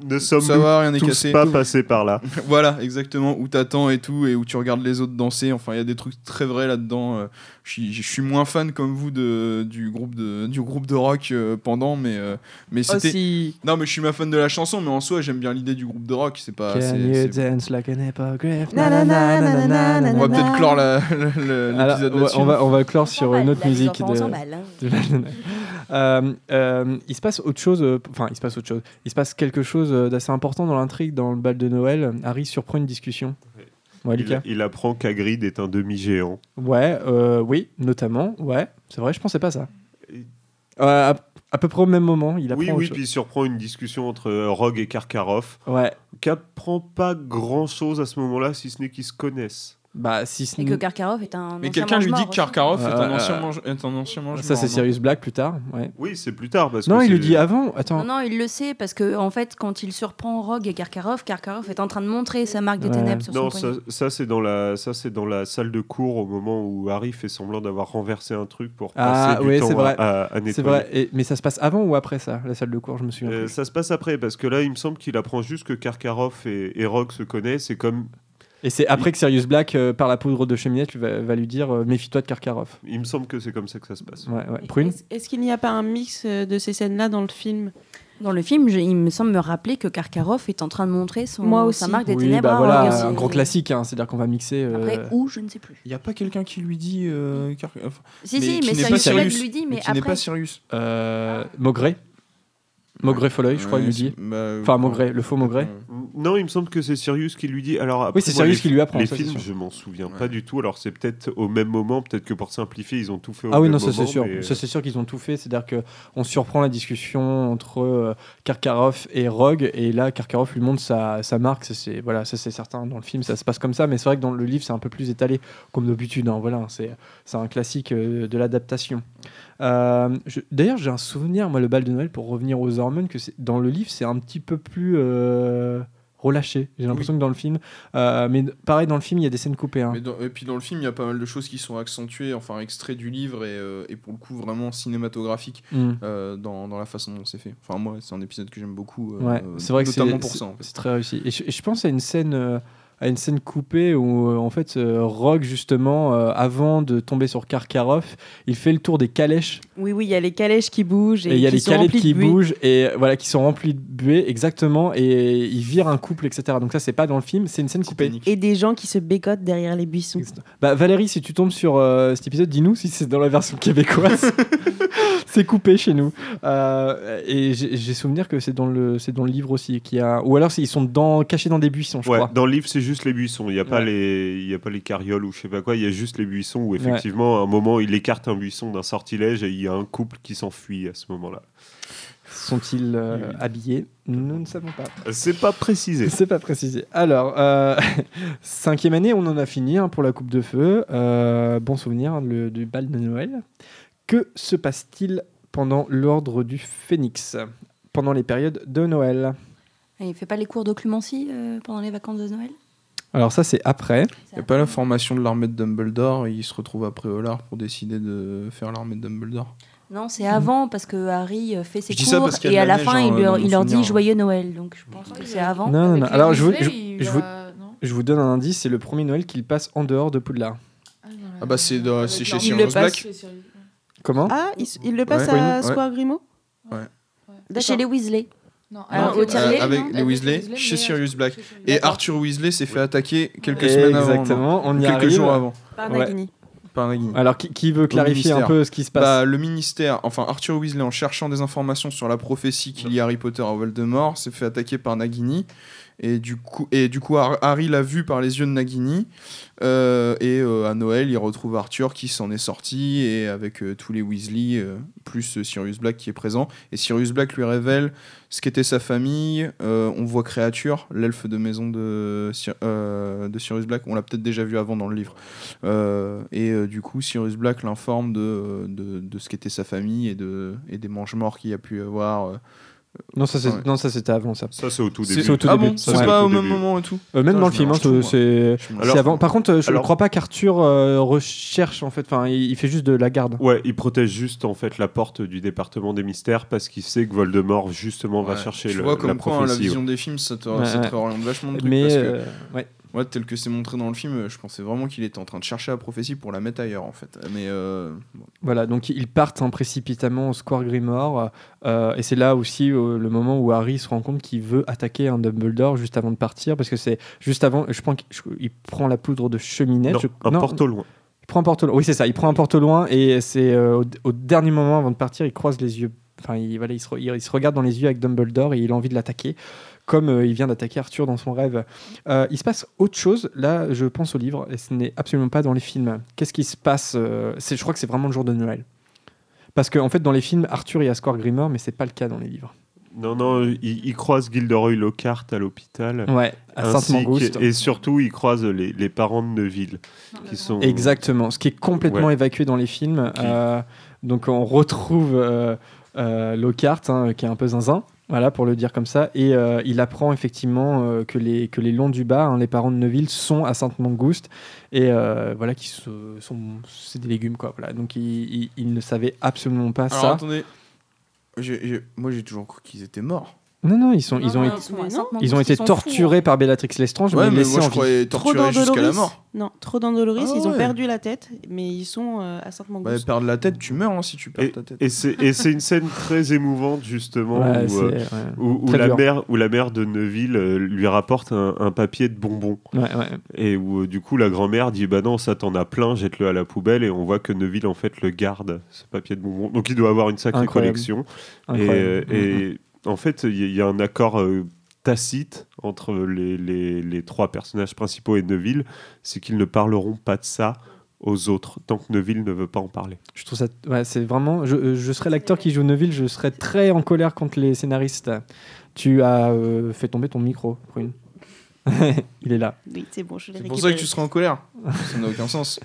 E: Ne sommes
B: ça va, rien n'est
E: tous
B: cassé.
E: pas passés par là.
B: Voilà, exactement, où t'attends et tout, et où tu regardes les autres danser. Enfin, il y a des trucs très vrais là-dedans. Euh, Je suis- je suis moins fan comme vous de, du, groupe de, du groupe de rock euh, pendant, mais, euh, mais c'était.
D: Aussi.
B: Non, mais je suis ma fan de la chanson, mais en soi, j'aime bien l'idée du groupe de rock. C'est pas.
A: Can
B: c'est-
A: you
B: c'est-
A: dance like an hippogriff?
D: Na na na na na na na
B: On va peut-être clore la- <laughs> la- la-
A: Alors,
B: l'épisode
A: ouais,
B: là-dessus.
A: on, va, on va clore
C: On
A: sur
C: s'emballe,
A: une autre
C: là, les
A: musique.
C: enfants,
A: de-
C: on s'emballe, hein.
A: de la- Euh, euh, il se passe autre chose. euh, Enfin, il se passe autre chose. Il se passe quelque chose euh, d'assez important dans l'intrigue, dans le bal de Noël. Harry surprend une discussion. Ouais,
E: Il,
A: Lucas.
E: il apprend qu'Agrid est un demi-géant.
A: Ouais, euh, oui, notamment. Ouais, c'est vrai. Je pensais pas ça.
E: Et-
A: Euh, à, à peu près au même moment, il apprend.
E: Oui,
A: autre
E: oui,
A: chose.
E: puis il surprend une discussion entre euh, Rogue et Karkaroff,
A: Ouais.
E: qu'apprend pas grand-chose à ce moment-là, si ce n'est qu'ils se connaissent.
A: Bah, si ce
C: Et
A: n-
C: que Karkarov est un.
B: Mm. Mais
C: ancien
B: quelqu'un lui dit
C: mange-mort
B: que
C: aussi.
B: Karkaroff est, un
A: Euh,
B: ancien mange- est un ancien mange
A: ça, c'est Sirius Black plus tard. Ouais.
E: Oui, c'est plus tard. Parce
A: Non,
E: que
A: il
E: c'est-
A: le dit avant. Attends.
C: Non, non, il le sait parce que en fait, quand il surprend Rogue et Karkarov, Karkarov est en train de montrer sa marque des
A: Ouais.
C: ténèbres sur
E: Non,
C: son
E: ça,
C: poignet.
E: ça, c'est dans la ça c'est dans la salle de cours au moment où Harry fait semblant d'avoir renversé un truc pour
A: Ah,
E: passer du
A: oui,
E: temps
A: c'est
E: à-
A: vrai.
E: à, à
A: C'est
E: nettoyer.
A: vrai. Et- mais ça se passe avant ou après ça, la salle de cours Je me souviens.
E: Euh,
A: plus.
E: ça se passe après parce que là il me semble qu'il apprend juste que Karkaroff et, et Rogue se connaissent et comme
A: Et c'est après que Sirius Black, euh, par la poudre de cheminette, lui va, va lui dire euh, Méfie-toi de Karkaroff.
E: il me semble que c'est comme ça que ça se passe.
A: Ouais, ouais. Prune
D: Est-ce- Est-ce qu'il n'y a pas un mix euh, de ces scènes-là dans le film
C: Dans le film, je- il me semble me rappeler que Karkarov est en train de montrer son,
D: Moi
C: sa
D: aussi.
C: marque des
A: Oui,
C: ténèbres. Ah,
A: bah
C: à
A: voilà,
C: Rogue.
A: un grand classique, hein, c'est-à-dire qu'on va mixer. euh,
C: Après, où, je ne sais plus.
B: Il n'y a pas quelqu'un qui lui dit. euh, Kark- enfin,
C: Si,
B: Mais qui n'est
C: si, mais
B: pas
C: Sirius Black
B: Sirius,
C: lui dit,
B: mais
C: mais
B: qui n'est pas
C: après.
B: Sirius.
A: euh,
C: Ah.
A: Maugrey Maugrey Folleuil, je crois, il
B: Ouais,
A: lui
B: c'est-
A: dit.
B: bah,
A: Enfin, Maugrey, le faux Maugrey.
B: euh,
E: Non, il me semble que c'est Sirius qui lui dit. Alors après,
A: Oui, c'est
E: moi,
A: Sirius
E: les-
A: qui lui apprend.
E: Les
A: ça, c'est
E: films,
A: sûr.
E: je m'en souviens
B: Ouais.
E: pas du tout. Alors c'est peut-être au même moment, peut-être que pour simplifier, ils ont tout fait au
A: Ah oui,
E: même
A: non,
E: moment.
A: ça c'est sûr.
E: mais- euh,
A: Ça c'est sûr qu'ils ont tout fait. C'est-à-dire que on surprend la discussion entre euh, Karkaroff et Rogue, et là Karkaroff lui montre sa, sa marque. Ça, c'est voilà, ça c'est certain. Dans le film, ça se passe comme ça, mais c'est vrai que dans le livre, c'est un peu plus étalé, comme d'habitude. hein, voilà, c'est c'est un classique euh, de l'adaptation. Euh, je- D'ailleurs, j'ai un souvenir, moi, le bal de Noël, pour revenir aux hormones, que c'est- dans le livre, c'est un petit peu plus euh, relâché. J'ai l'impression que dans le film, euh, mais pareil dans le film, il y a des scènes coupées. hein.
B: Mais dans- et puis dans le film, il y a pas mal de choses qui sont accentuées, enfin extraits du livre et, euh, et pour le coup vraiment cinématographique
A: Mm.
B: euh, dans, dans la façon dont c'est fait. Enfin moi, c'est un épisode que j'aime beaucoup, euh,
A: Ouais,
B: euh,
A: c'est vrai que c'est
B: notamment pour
A: c'est-
B: ça. en fait.
A: c'est très réussi. Et je, et je pense à une scène, euh, à une scène coupée où euh, en fait euh, Rogue justement, euh, avant de tomber sur Karkaroff, il fait le tour des calèches
D: Oui, oui, il y a les calèches qui bougent.
A: et il y a
D: qui
A: les
D: sont
A: calèches
D: remplies de
A: qui
D: buée.
A: bougent et euh, voilà qui sont remplies de buées exactement et il vire un couple etc. Donc ça c'est pas dans le film, c'est une scène coupée.
B: Titanic.
D: Et des gens qui se bécotent derrière les buissons.
A: Bah Valérie, si tu tombes sur euh, cet épisode, dis-nous si c'est dans la version
E: <laughs>
A: québécoise. c'est coupé chez nous. Euh, et j'ai j'ai souvenir que c'est dans le c'est dans le livre aussi qu'il y a ou alors c'est- ils sont dans, cachés dans des buissons, je
E: Ouais,
A: crois.
E: dans le livre, c'est juste les buissons. Il n'y a, pas
A: Ouais.
E: les- il y a pas les carrioles ou je sais pas quoi. Il y a juste les buissons où, effectivement, à un moment, il écarte un buisson d'un sortilège et il y a un couple qui s'enfuit à ce moment-là.
A: Sont-ils euh,
E: Oui.
A: habillés Nous ne savons pas.
E: C'est pas
A: <laughs>
E: précisé.
A: C'est pas précisé. Alors, euh, <laughs> cinquième année, on en a fini hein, pour la Coupe de Feu. Euh, bon souvenir hein, le- du bal de Noël. Que se passe-t-il pendant l'ordre du Phénix Pendant les périodes de Noël
C: Et euh, il fait pas les cours d'occlumency euh, pendant les vacances de Noël
A: Alors, ça, c'est après.
B: Il n'y a pas la formation de l'armée de Dumbledore, il se retrouve après Préolard pour décider de faire l'armée de Dumbledore.
C: Non, c'est avant parce que Harry euh, fait ses
B: Je dis ça
C: cours
B: parce qu'il y a
C: et
B: de
C: à
B: la
C: la
B: neige,
C: fin
B: hein,
C: il,
B: dans
C: leur,
B: mon
C: il leur
B: souvenir.
C: dit joyeux Noël. Donc je pense que c'est avant.
A: Non, non, non.
F: Avec
A: Alors,
F: les
A: je vous-
F: reflets,
A: je-
F: il
A: je
F: aura- non
A: Je vous donne un indice c'est le premier Noël qu'il passe en dehors de Poudlard.
B: Ah bah, c'est dans- c'est chez
F: Il
D: Sirius
F: le passe.
B: Black.
A: Comment
D: Ah, il, s- il le passe
B: Ouais. Oui,
D: à
B: ouais.
D: Square Grimaud
B: Ouais.
F: Bah,
C: Chez les Weasley.
F: Non,
A: Ah,
C: Alors,
F: avec-
C: au tiers-
F: euh,
C: Weasley,
B: avec
F: non
B: les Weasley,
F: Weasley,
B: chez
F: mais-
B: Sirius Black.
F: chez Sirius
B: Et
F: Black.
B: Arthur Weasley s'est fait attaquer quelques
F: Et
B: semaines avant. non
A: Exactement, on y
B: Quelques
A: arrive.
B: jours avant,
D: Par
A: Ouais.
D: Nagini.
B: par un guignol.
A: Alors, qui, qui veut clarifier un
B: ministère.
A: peu ce qui se passe
B: Bah, le ministère, enfin Arthur Weasley, en cherchant des informations sur la prophétie qui lie Harry Potter à Voldemort, s'est fait attaquer par Nagini. Et du coup, et du coup Har- Harry l'a vu par les yeux de Nagini. Euh, et euh, à Noël, il retrouve Arthur qui s'en est sorti, et avec euh, tous les Weasley, euh, plus euh, Sirius Black qui est présent. Et Sirius Black lui révèle ce qu'était sa famille. Euh, on voit Créature, l'elfe de maison de, Sir- euh, de Sirius Black. On l'a peut-être déjà vu avant dans le livre. Euh, et euh, du coup, Cyrus Black l'informe de, euh, de, de ce qu'était sa famille et, de, et des manches morts qu'il y a pu avoir. euh.
A: Non, ça, c'est-
B: Ouais.
A: non, ça, c'était avant ça.
E: Ça, c'est au tout
B: C'est-
E: début.
A: C'est au tout
B: ah
A: début.
B: bon C'est
A: Ouais.
B: pas
E: Au
B: au
E: tout
B: même
E: début.
B: moment et tout
A: Euh, même
B: Putain,
A: dans le
B: je
A: film,
B: mélange
A: hein,
B: tout, moi.
A: c'est.
B: Je me
A: C'est
B: lance.
A: avant. Par contre, euh, je ne
E: Alors-
A: crois pas qu'Arthur euh, recherche en fait. Enfin, il, il fait juste de la garde.
E: Ouais, il protège juste en fait la porte du département des mystères parce qu'il sait que Voldemort justement va
B: Ouais.
E: chercher
B: Tu
E: le,
B: vois,
E: la
B: comme quoi, hein, la
E: prophétie.
B: vision des films, ça te,
A: Ouais,
B: ça te
A: ouais.
B: réoriente vachement de trucs.
A: Mais
B: parce
A: euh, ouais.
B: que, ouais, tel que c'est montré dans le film, euh, je pensais vraiment qu'il était en train de chercher la prophétie pour la mettre ailleurs, en fait. Mais euh, bon.
A: voilà, donc ils partent hein, précipitamment au Square Grimoire, euh, et c'est là aussi euh, le moment où Harry se rend compte qu'il veut attaquer un Dumbledore juste avant de partir, parce que c'est juste avant. Je pense qu'il prend la poudre de cheminée.
E: Non,
A: je-
E: un
A: non,
E: porte au loin.
A: Il prend un porte Oui, c'est ça. Il prend un porte loin et c'est euh, au, au dernier moment avant de partir, il croise les yeux. Enfin, il, voilà, il, se, re- il- il se regarde dans les yeux avec Dumbledore et il a envie de l'attaquer, comme euh, il vient d'attaquer Arthur dans son rêve. Euh, il se passe autre chose. Là, je pense au livre et ce n'est absolument pas dans les films. Qu'est-ce qui se passe euh, c'est- Je crois que c'est vraiment le jour de Noël. Parce qu'en en fait, dans les films, Arthur il y a Square Grimmer, mais c'est pas le cas dans les livres.
E: Non, non, il, il croise Gilderoy Lockhart à l'hôpital.
A: Ouais, à
E: Ainsi
A: Sainte-Mangouste.
E: que- Et surtout, il croise les, les parents de Neville qui sont.
A: Exactement, ce qui est complètement évacué dans les films. Euh, donc on retrouve euh, euh, Lockhart, hein, qui est un peu zinzin, voilà, pour le dire comme ça, et euh, il apprend effectivement euh, que, les, que les Longs du Bas, hein, les parents de Neville, sont à Sainte-Mangouste, et euh, voilà, qui se- sont, c'est des légumes, quoi. Voilà. Donc il, il- il ne savait absolument pas
B: Alors,
A: ça.
B: attendez. J'ai- j'ai- Moi, j'ai toujours cru qu'ils étaient morts.
A: Non, non, ils, sont, ils, ont,
D: non,
A: été-
D: non,
A: ils ont été
D: hein.
A: torturés par Bellatrix Lestrange,
B: Ouais,
A: mais
B: mais
A: laissés
B: moi, je
A: en vie.
B: croyais
D: Trop
B: torturés
D: dans
B: jusqu'à la
D: Doloris.
B: mort.
D: Non, trop dans Doloris,
B: Ah
D: ils ont
B: ouais.
D: perdu la tête, mais ils sont euh, à
B: Bah,
D: Sainte-Mangouste.
B: perdre la tête, tu meurs hein, si tu perds ta tête.
E: Et c'est et c'est une scène très émouvante, justement,
A: Ouais,
E: où, euh,
A: c'est- ouais.
E: où, où
A: Très
E: la
A: dur.
E: mère, où la mère de Neville euh, lui rapporte un, un papier de bonbons.
A: Ouais, ouais.
E: Et où, euh, du coup, la grand-mère dit Bah non, ça t'en a plein, jette-le à la poubelle. Et on voit que Neville, en fait, le garde, ce papier de bonbons. Donc il doit avoir une sacrée
A: Incroyable.
E: collection. Et, euh,
A: Incroyable. Mm,
E: et en fait, il y, a- il y a un accord euh, tacite entre les, les- les trois personnages principaux et Neville c'est qu'ils ne parleront pas de ça aux autres, tant que Neville ne veut pas en parler.
A: Je trouve ça. Ouais, c'est vraiment. Je, euh, je serais l'acteur qui joue Neville, je serais très en colère contre les scénaristes. Tu as euh, fait tomber ton micro, Prune. <laughs> Il est là.
D: Oui, c'est bon, je l'ai
B: C'est pour ça que
D: récupéré.
B: tu seras en colère. Ça n'a aucun sens.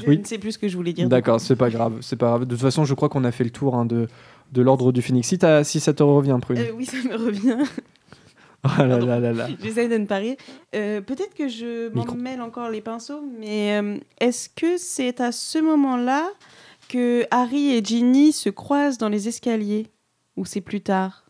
D: Je
A: Oui.
D: ne sais plus ce que je voulais dire.
A: D'accord, c'est pas grave. C'est pas grave. De toute façon, je crois qu'on a fait le Ah,
B: Euh,
A: tour hein, de, de l'ordre du Phoenix. Si, t'as- si ça te revient, Prune.
D: Euh, oui, ça me revient.
A: Ah là là là là.
D: J'essaie de ne pas rire. Euh, Peut-être que je m'en
A: Micro.
D: mêle encore les pinceaux, mais euh, est-ce que c'est à ce moment-là que Harry et Ginny se croisent dans les escaliers Ou c'est plus tard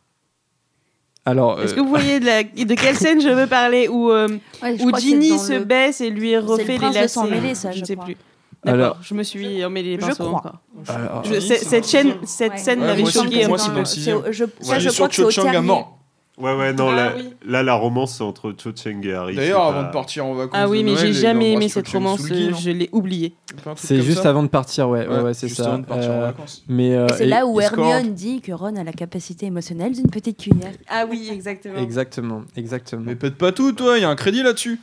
A: Alors,
D: Est-ce
A: euh,
D: que vous voyez de, la- de quelle scène je veux parler Où, euh,
C: Ouais, je
D: où
C: crois que c'est
D: Ginny
C: dans
D: se
C: le-
D: baisse et lui refait les
C: prince de
D: lacets
C: sang mêlé, ça,
D: Je
C: je
D: ne sais
C: crois.
D: plus.
A: Alors-
D: D'accord, je me suis emmêlé les
F: Je
D: pinceaux
F: crois.
D: encore.
B: Ah,
A: alors,
D: Je- c'est- cette chaîne, cette
C: Ouais.
D: scène
B: Ouais,
D: m'avait
B: moi aussi, pour
D: choqué un
B: moi,
D: petit
B: c'est
D: peu.
B: dans le sixième.
C: c'est- je-
B: Ouais,
C: Ça,
B: il
C: je
B: est
C: crois
B: sûr
C: que c'est au
B: que Cho Chang a
C: terme.
B: mort.
E: Ouais, ouais, non,
D: Ah
E: là,
D: oui.
E: là, la romance, c'est entre Cho Chang et Harry.
B: D'ailleurs,
E: c'est
B: avant
E: Bah, pas-
B: de partir en vacances.
D: Ah oui,
B: de
D: mais
B: Noël,
D: j'ai
B: il
D: jamais
B: embrasse
D: aimé cette
B: Chang
D: romance, euh,
B: Sous-Li, non
D: je l'ai oubliée.
B: C'est pas un truc
A: c'est
B: comme
A: juste
B: ça
A: avant de partir, ouais, ouais, ouais, c'est
B: juste
A: ça.
B: avant de partir en
A: Euh,
B: vacances.
A: mais euh,
C: Et c'est
A: et-
C: là où
B: escorte.
C: Hermione dit que Ron a la capacité émotionnelle d'une petite cuillère.
D: Ah oui, exactement.
A: Exactement, exactement.
B: Mais pète pas tout, toi, il y a un crédit là-dessus.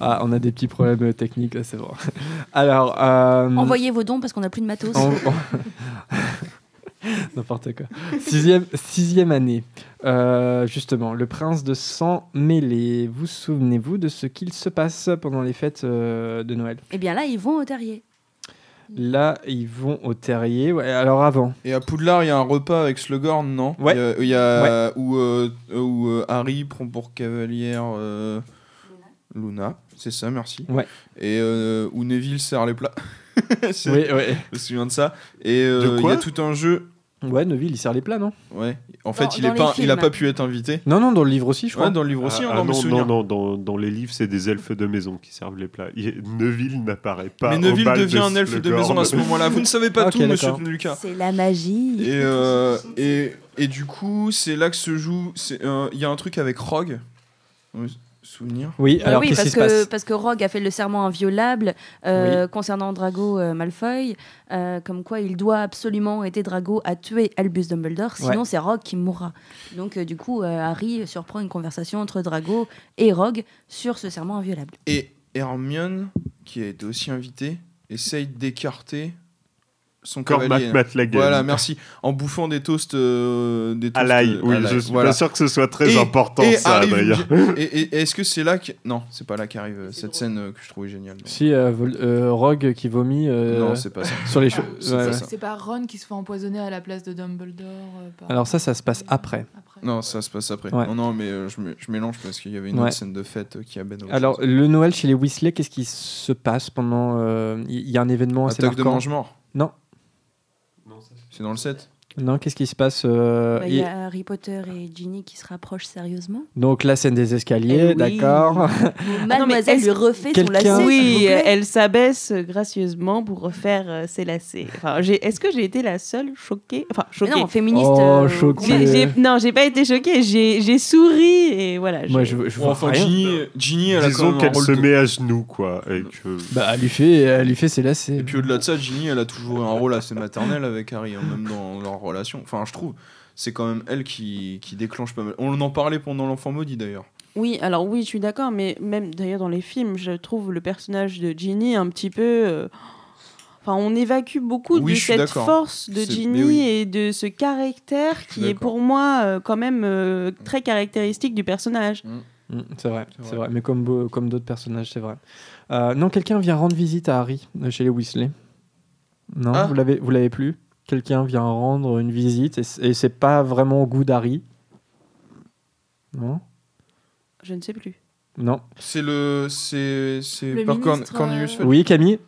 A: Ah, on a des petits problèmes euh, techniques, là, c'est vrai. <laughs> Alors, euh,
C: Envoyez vos dons parce qu'on n'a plus de matos.
A: En- <laughs> N'importe quoi. Sixième, sixième année. Euh, justement, le prince de sang mêlé. Vous souvenez-vous de ce qu'il se passe pendant les fêtes euh, de Noël
C: Et Eh bien là, ils vont au terrier.
A: Là, ils vont au terrier. Ouais, alors avant.
B: Et à Poudlard, il y a un repas avec Slughorn, non
A: Ouais.
B: Il y a- il y a- Où, euh, où, euh, Harry prend pour cavalière euh, Luna. C'est ça, merci.
A: Ouais.
B: Et euh, où Neville sert les plats. <laughs> C'est-
A: Oui, oui.
B: Je me souviens de ça. Et euh, il y
E: quoi
B: a tout un jeu.
A: Ouais, Neville, il sert les plats, non
B: Ouais. En fait,
C: Dans-
B: il
C: dans
B: est pas,
C: les
B: il a
C: films.
B: pas pu être invité.
A: Non, non, dans le livre aussi, je crois.
B: Ouais, dans le livre aussi, hein,
E: Ah, ah,
B: dans mes
E: non, non,
B: souvenirs.
E: non, dans, dans les livres, c'est des elfes de maison qui servent les plats. Il- Neville n'apparaît pas.
B: Mais
E: au
B: Neville
E: bal de
B: devient un elfe de
E: Slughorn.
B: maison à
E: <laughs>
B: ce moment-là. Vous ne savez pas
A: Ah, Ok,
B: tout, monsieur
A: d'accord.
B: Lucas.
C: C'est la magie.
B: Et, euh, et, et du coup, c'est là que se joue. c'est, euh, Il y a un truc avec Rogue. Oui, Souvenir.
A: Oui, alors
C: Bah oui,
A: qu'est-ce qui se
C: parce
A: passe
C: que, parce que Rogue a fait le serment inviolable euh, concernant Drago euh, Malfoy, euh, comme quoi il doit absolument aider Drago à tuer Albus Dumbledore, sinon
A: Ouais.
C: c'est Rogue qui mourra. Donc euh, du coup, euh, Harry surprend une conversation entre Drago et Rogue sur ce serment inviolable.
B: Et Hermione, qui a été aussi invitée, essaye d'écarter son cavalier.
E: Cormac McLaggen.
B: Voilà, merci. En bouffant des toasts. euh, des
E: À
B: toasts,
E: l'ail,
B: euh,
E: oui,
B: à l'ail,
E: je suis
B: voilà.
E: pas sûr que ce soit très
B: Et-
E: important,
B: Et
E: ça,
B: arrive-
E: d'ailleurs.
B: et- et- et est-ce que c'est là que. Non, c'est pas là qu'arrive euh, cette scène euh, que je trouvais géniale.
A: Si, euh, vol- euh, Rogue qui vomit euh,
B: Non, c'est pas ça.
A: sur les choses.
B: c'est pas ça.
F: C'est pas Ron qui se fait empoisonner à la place de Dumbledore. euh, par-
A: Alors ça, ça se passe après.
F: Après.
B: Non, ça se passe après.
A: Ouais.
B: Non, non, mais euh, je, mé- je mélange parce qu'il y avait une
A: Ouais.
B: autre scène de fête euh, qui amène. autre
A: Alors,
B: chose.
A: le Noël chez les Weasley, qu'est-ce qui se passe pendant euh, Il y a un événement assez
B: attaque de
A: marquant.
B: mange-mort.
A: Non.
B: C'est dans le 7
A: Non, qu'est-ce qui se passe euh,
C: Bah,
A: il-
C: Il y a Harry Potter et Ginny qui se rapprochent sérieusement.
A: Donc la scène des escaliers,
D: Eh oui.
A: d'accord.
C: Mademoiselle
D: est-ce
C: lui refait son
A: quelqu'un-
C: lacet.
A: Ah,
D: oui,
C: s'il vous plaît.
D: elle s'abaisse gracieusement pour refaire euh, ses lacets. Enfin, j'ai- Est-ce que j'ai été la seule choquée Enfin,
C: Mais
D: choquée.
C: non, féministe.
A: Oh,
C: euh,
A: choquée.
D: J'ai-
A: Euh.
D: j'ai- non, j'ai pas été choquée. J'ai j'ai souri et voilà.
A: Moi,
D: je-
A: je, je
B: Ou
A: vois
B: enfin,
A: rien.
B: Ginny, euh, Ginny, elle a quand
E: Disons
B: même un
E: qu'elle
B: rôle
E: se
B: de-
E: met à genoux, quoi. Et que...
A: Bah, elle lui fait, elle lui fait ses lacets.
B: Et puis au-delà de ça, Ginny, elle a toujours un rôle assez maternel avec Harry, hein, même dans leur relation. Enfin, je trouve, c'est quand même elle qui, qui déclenche pas mal. On en parlait pendant l'enfant maudit d'ailleurs.
D: Oui, alors oui, je suis d'accord, mais même d'ailleurs dans les films, je trouve le personnage de Ginny un petit peu. euh, Enfin, on évacue beaucoup
B: Oui, je
D: de
B: suis
D: cette
B: d'accord.
D: force de
B: C'est-
D: Ginny
B: mais oui.
D: et de ce caractère
B: suis
D: qui est
B: d'accord.
D: pour moi euh, quand même euh, très caractéristique du personnage.
A: Mm, c'est vrai,
B: C'est
A: c'est
B: vrai.
A: vrai. Mais comme, beau- comme d'autres personnages, c'est vrai. Euh, non, quelqu'un vient rendre visite à Harry euh, chez les Weasley. Non,
B: Ah.
A: vous l'avez, vous l'avez plus. Quelqu'un vient rendre une visite et, c- et c'est pas vraiment au goût d'Harry. Non,
D: Je ne sais plus.
A: non.
B: C'est le. C'est. C'est
F: Le
B: par Corn-
F: ministre,
B: Cornelius
F: euh,
B: Fudge.
A: Oui, Camille.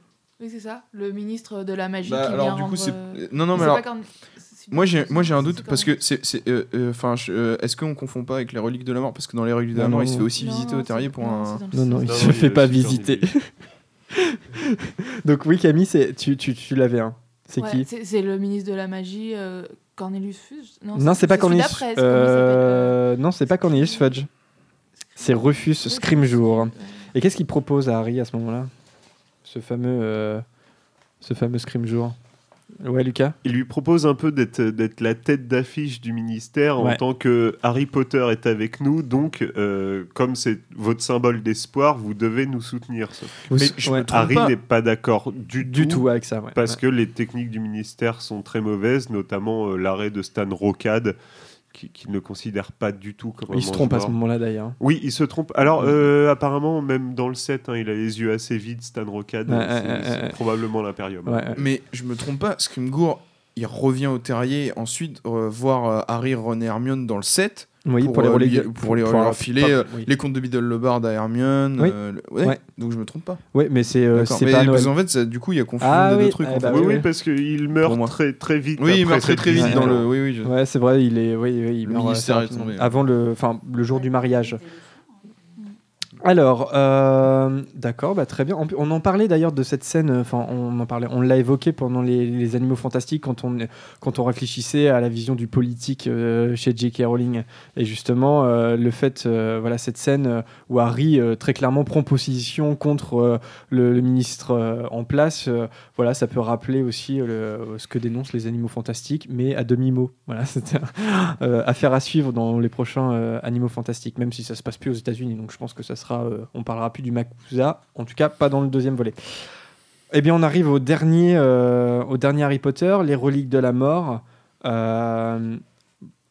F: Oui, c'est ça, le ministre de la magie
B: Bah,
F: qui
B: alors
F: vient
B: du coup,
F: rendre,
B: c'est.
F: euh,
B: Non, non,
F: c'est
B: mais alors.
F: pas quand- c'est-
B: Moi j'ai, moi j'ai un
F: c'est
B: doute
F: quand-
B: parce que c'est, c'est, euh, euh, enfin, je- euh, est-ce qu'on confond pas avec les reliques de la mort Parce que dans les reliques de la
A: Non,
B: mort,
A: non,
B: il se fait
A: non.
B: aussi
F: Non,
B: visiter
F: non,
B: au terrier
F: c'est-
B: pour
F: non,
B: un.
F: c'est dans le
A: Non, non,
F: six.
A: il
E: Non,
A: se
E: non,
A: fait
E: il-
A: pas
E: c'est
A: visiter.
E: terminé.
A: Donc oui, Camille, c'est tu, tu, tu l'avais un. C'est
F: Ouais,
A: qui
F: c'est, c'est le ministre de la magie, euh, Cornelius Fudge
A: Non, c'est pas
F: celui
A: Cornelius.
F: d'après, c'est comment il s'appelle, euh,
A: euh, Non, c'est pas Cornelius Fudge. C'est Rufus
F: euh,
A: Scrimgeour. Et qu'est-ce qu'il propose à Harry à ce moment-là Ce fameux, euh, ce fameux Scrimgeour. Ouais, Lucas.
E: Il lui propose un peu d'être euh, d'être la tête d'affiche du ministère en
A: Ouais.
E: tant que Harry Potter est avec nous, donc euh, comme c'est votre symbole d'espoir, vous devez nous soutenir. Sauf que
A: Vous-
B: Mais je me
A: ouais,
B: trompe
E: Harry
B: pas.
E: n'est pas d'accord du,
A: du tout avec ça. Ouais.
E: parce que les techniques du ministère sont très mauvaises, notamment euh, l'arrêt de Stan Rocade, qui, qui ne considère pas du tout comme un
A: il se trompe à ce
E: mange-mort.
A: moment-là d'ailleurs.
E: Oui, il se trompe. Alors, euh, apparemment, même dans le set, hein, il a les yeux assez vides, Stan Rocade.
A: Ouais,
E: c'est
A: ouais,
E: c'est
A: ouais, ouais.
E: probablement l'impérium.
A: Ouais, ouais.
B: Mais je me trompe pas, Scrimgour, il revient au terrier, ensuite euh, voir euh, Harry, Ron et Hermione dans le set.
A: Oui, pour, les
B: euh,
A: reléguer-
B: lui- pour les
A: leur-
B: leur filer
A: pas-
B: euh,
A: oui.
B: les contes de Biddle le Bard à Hermione.
A: Oui.
B: euh, le- ouais,
A: Ouais.
B: Donc je me trompe pas.
A: Ouais, mais c'est euh,
B: D'accord.
A: c'est
B: Mais
A: pas
B: parce
A: Noël.
B: qu'en fait, ça- du coup, il y a confusion
A: Ah
B: des
A: oui,
B: deux trucs.
A: ah
B: en
A: bah
B: fait.
E: oui,
A: ouais.
E: oui, parce qu'il
B: Pour
E: meurt
B: moi.
E: très, très vite.
B: Oui, il
E: après
B: meurt très
E: cette
B: très vite
E: visite.
B: dans le. Oui, oui, je-
A: Ouais, c'est vrai, il est, oui, oui, il
B: Le
A: meurt, euh,
B: ministère
A: assez
B: est
A: rapidement.
B: tombé.
A: avant le, enfin, le jour du mariage. Alors, euh, d'accord, bah, très bien. On, on en parlait d'ailleurs de cette scène. euh, Enfin, on en parlait, on l'a évoqué pendant les, les Animaux Fantastiques quand on quand on réfléchissait à la vision du politique euh, chez J.K. Rowling. Et justement, euh, le fait, euh, voilà, cette scène euh, où Harry euh, très clairement prend position contre euh, le, le ministre euh, en place. euh, voilà, ça peut rappeler aussi euh, le- ce que dénoncent les Animaux Fantastiques, mais à demi mot. Voilà, <laughs> c'était euh, affaire à suivre dans les prochains euh, Animaux Fantastiques, même si ça se passe plus aux États-Unis. Donc je pense que ça sera, euh, on parlera plus du Makusa, en tout cas pas dans le deuxième volet. Eh bien, on arrive au dernier, euh, au dernier Harry Potter, les reliques de la mort. Euh,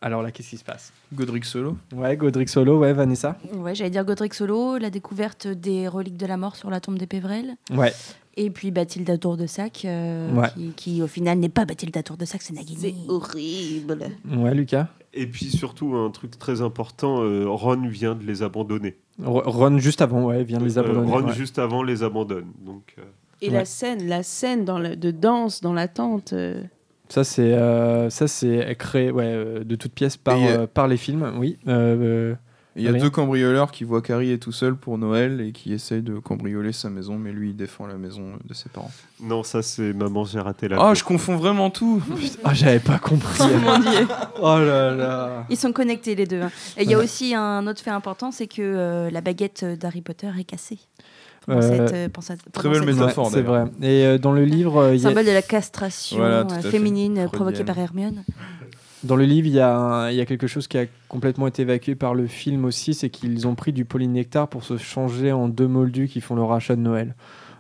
A: alors là, qu'est-ce qui se passe
B: Godric Solo.
A: Ouais, Godric Solo, ouais, Vanessa.
C: Ouais, j'allais dire Godric Solo, la découverte des reliques de la mort sur la tombe des Pévrel.
A: Ouais.
C: Et puis Bathilda Tour de Sac, euh,
A: Ouais.
C: qui, qui, au final n'est pas Bathilda Tour de Sac, c'est Nagini.
D: horrible.
A: Ouais, Lucas.
E: Et puis surtout, un truc très important, euh, Ron vient de les abandonner.
A: R- Ron juste avant, ouais, vient de les
E: Euh,
A: abandonner.
E: Ron,
A: ouais.
E: juste avant, les abandonne. Donc, euh,
D: Et
A: Ouais.
D: la scène, la scène dans la- de danse dans la tente. euh,
A: Ça c'est euh, ça c'est créé ouais, euh, de toutes pièces par
B: Et, euh,
A: euh, par les films, oui. Euh, euh,
B: Il y a
A: Rien.
B: deux cambrioleurs qui voient Carrie est tout seul pour Noël et qui essayent de cambrioler sa maison, mais lui, il défend la maison de ses parents.
E: non, ça c'est maman, j'ai raté la.
B: Ah,
E: peau.
B: je confonds vraiment tout.
A: Ah j'avais pas compris. oh là là.
C: Ils sont connectés les deux. hein. Et il y a aussi un autre fait important, c'est que euh, la baguette d'Harry Potter est cassée. Pendant
A: Euh,
C: cette, euh, pendant cette- pendant
B: belle
C: cette-
B: métaphore.
A: Ouais, c'est vrai. Et
B: d'ailleurs.
A: euh, dans le livre, euh, il y a-
C: Symbole de la castration
B: Voilà, tout
C: euh,
B: à fait.
C: féminine euh,
B: Freudienne.
C: provoquée par Hermione.
A: dans le livre, il y a un- il y a quelque chose qui a complètement été évacué par le film aussi, c'est qu'ils ont pris du polynectar pour se changer en deux moldus qui font leur achat de Noël.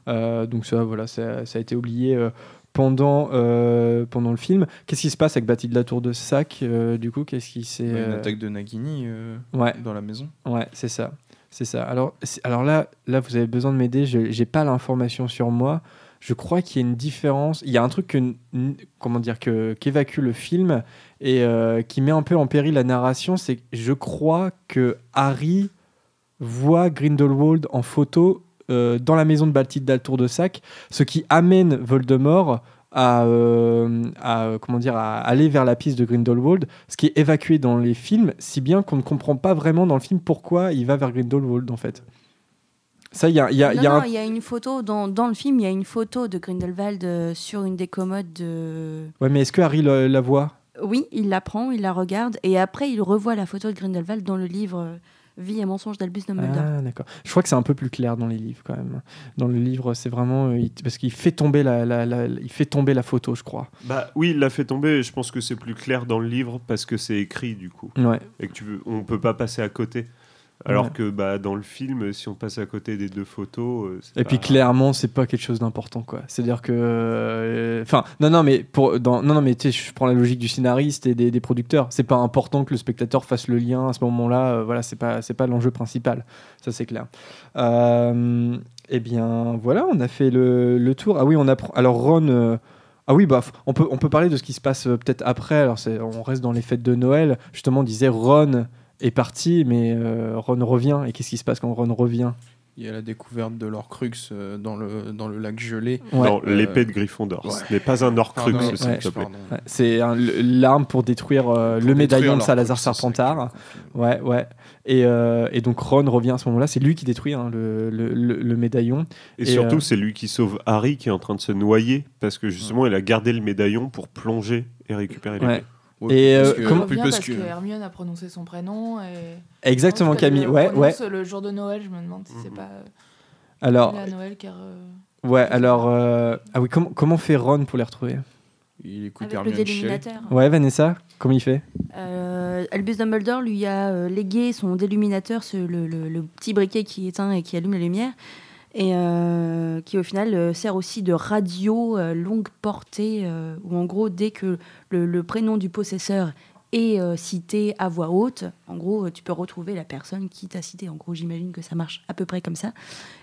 A: Euh, donc ça voilà, ça, ça a été oublié. euh, pendant, euh, pendant le film, qu'est-ce qui se passe avec Bathilda Tour de Sac euh, Du coup, qu'est-ce qui s'est.
B: Il y a Une
A: euh,
B: attaque de Nagini euh,
A: Ouais,
B: dans la maison.
A: Ouais, c'est ça. C'est ça. Alors, c'est- alors là, là, vous avez besoin de m'aider. Je j'ai pas l'information sur moi. Je crois qu'il y a une différence. Il y a un truc que, n- n- comment dire, que qu'évacue le film et euh, qui met un peu en péril la narration. C'est que je crois que Harry voit Grindelwald en photo euh, dans la maison de Bathilda Tour de Sac, ce qui amène Voldemort à, euh, à, euh, comment dire, à aller vers la piste de Grindelwald, ce qui est évacué dans les films, si bien qu'on ne comprend pas vraiment dans le film pourquoi il va vers Grindelwald en fait. Ça, il y a, il y a- il
C: non,
A: y a
C: non,
A: un-
C: il y a une photo dans, dans le film, il y a une photo de Grindelwald euh, sur une des commodes de.
A: Ouais, mais est-ce que Harry le- la voit
C: Oui, il la prend, il la regarde, et après il revoit la photo de Grindelwald dans le livre euh, Vie et mensonges d'Albus Dumbledore.
A: Ah, d'accord. Je crois que c'est un peu plus clair dans les livres quand même. Dans le livre, c'est vraiment euh, il- parce qu'il fait tomber la, la- la- il fait tomber la photo, je crois.
E: Bah oui, il l'a fait tomber. et Je pense que c'est plus clair dans le livre parce que c'est écrit du coup
A: Ouais.
E: et que tu veux- on peut pas passer à côté. Alors
A: Ouais.
E: que bah dans le film, si on passe à côté des deux photos. euh, c'est
A: Et puis
E: pas-
A: clairement, c'est pas quelque chose d'important, quoi. C'est-à-dire que, euh, enfin, non, non, mais pour, dans, non, non, mais tu sais, je prends la logique du scénariste et des, des producteurs. C'est pas important que le spectateur fasse le lien à ce moment-là. euh, voilà, c'est pas, c'est pas l'enjeu principal. Ça, c'est clair. Euh, eh bien, voilà, on a fait le, le tour. Ah oui, on apprend. Alors Ron. euh, ah oui, bah, f- on, peut, on peut parler de ce qui se passe euh, peut-être après. Alors, c'est- on reste dans les fêtes de Noël. Justement, on disait Ron est parti, mais euh, Ron revient. Et qu'est-ce qui se passe quand Ron revient
B: Il y a la découverte de leur crux euh, dans, le, dans le lac gelé.
A: Ouais.
E: Non,
B: Ouais.
E: l'épée de Gryffondor.
B: Ouais.
E: Ce n'est pas un Horcrux,
B: Pardon,
E: s'il
A: ouais.
E: te plaît.
B: pardon.
A: Ouais, C'est un- le- l'arme pour détruire euh,
B: Pour
A: le médaillon
B: détruire
A: de
B: leur
A: Salazar
B: crux, c'est ça que
A: Serpentard.
B: je confirme.
A: Ouais, ouais. Et, euh, et donc Ron revient à ce moment-là. C'est lui qui détruit hein, le, le- le- le médaillon.
E: Et,
A: Et,
E: surtout,
A: euh,
E: c'est lui qui sauve Harry qui est en train de se noyer parce que justement, il a gardé le médaillon pour plonger et récupérer l'épée.
A: Ouais.
B: Ouais,
A: Et,
B: parce
A: euh,
B: que-
F: Je
A: comment-
F: reviens
B: parce
F: parce que...
B: que-
F: Hermione a prononcé son prénom et
A: Exactement,
F: Non, parce qu'elle
A: Camille.
F: le
A: Ouais, ouais.
F: prononce Le jour de Noël, je me demande si c'est
E: Mhm.
F: pas
A: Alors,
F: la Noël car euh,
A: ouais, alors. euh, Ah oui, comment, comment fait Ron pour les retrouver
B: Il écoute
C: Avec
B: Hermione
C: le
B: chialer.
C: déliminateur.
A: Ouais, Vanessa, comment il fait
C: Euh, Albus Dumbledore lui a euh, légué son déluminateur, ce- le, le- le petit briquet qui éteint et qui allume la lumière, et euh, qui au final euh, sert aussi de radio euh, longue portée, euh, où en gros, dès que le, le prénom du possesseur est euh, cité à voix haute, en gros, euh, tu peux retrouver la personne qui t'a cité. En gros, j'imagine que ça marche à peu près comme ça.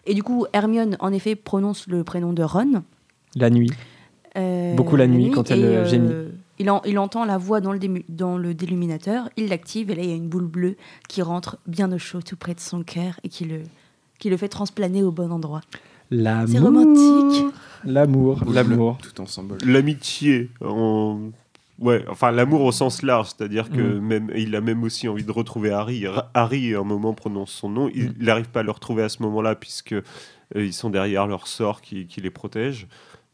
C: Et du coup, Hermione, en effet, prononce le prénom de Ron.
A: La nuit.
C: Euh,
A: Beaucoup la nuit, quand elle,
C: et,
A: euh, gémit.
C: Il, en- il entend la voix dans le, dému- dans le déluminateur, il l'active et là il y a une boule bleue qui rentre bien au chaud tout près de son cœur et qui le, qui le fait transplaner au bon endroit.
A: L'amour.
C: C'est romantique.
A: L'amour,
B: Boule
A: l'amour.
B: bleue, Tout en symbole.
E: L'amitié, en- ouais, enfin l'amour au sens large, c'est-à-dire que
A: Mm.
E: même il a même aussi envie de retrouver Harry. Ra- Harry, à un moment, prononce son nom.
A: Mm.
E: Il n'arrive pas à le retrouver à ce moment-là puisque euh, ils sont derrière leur sort qui, qui les protège.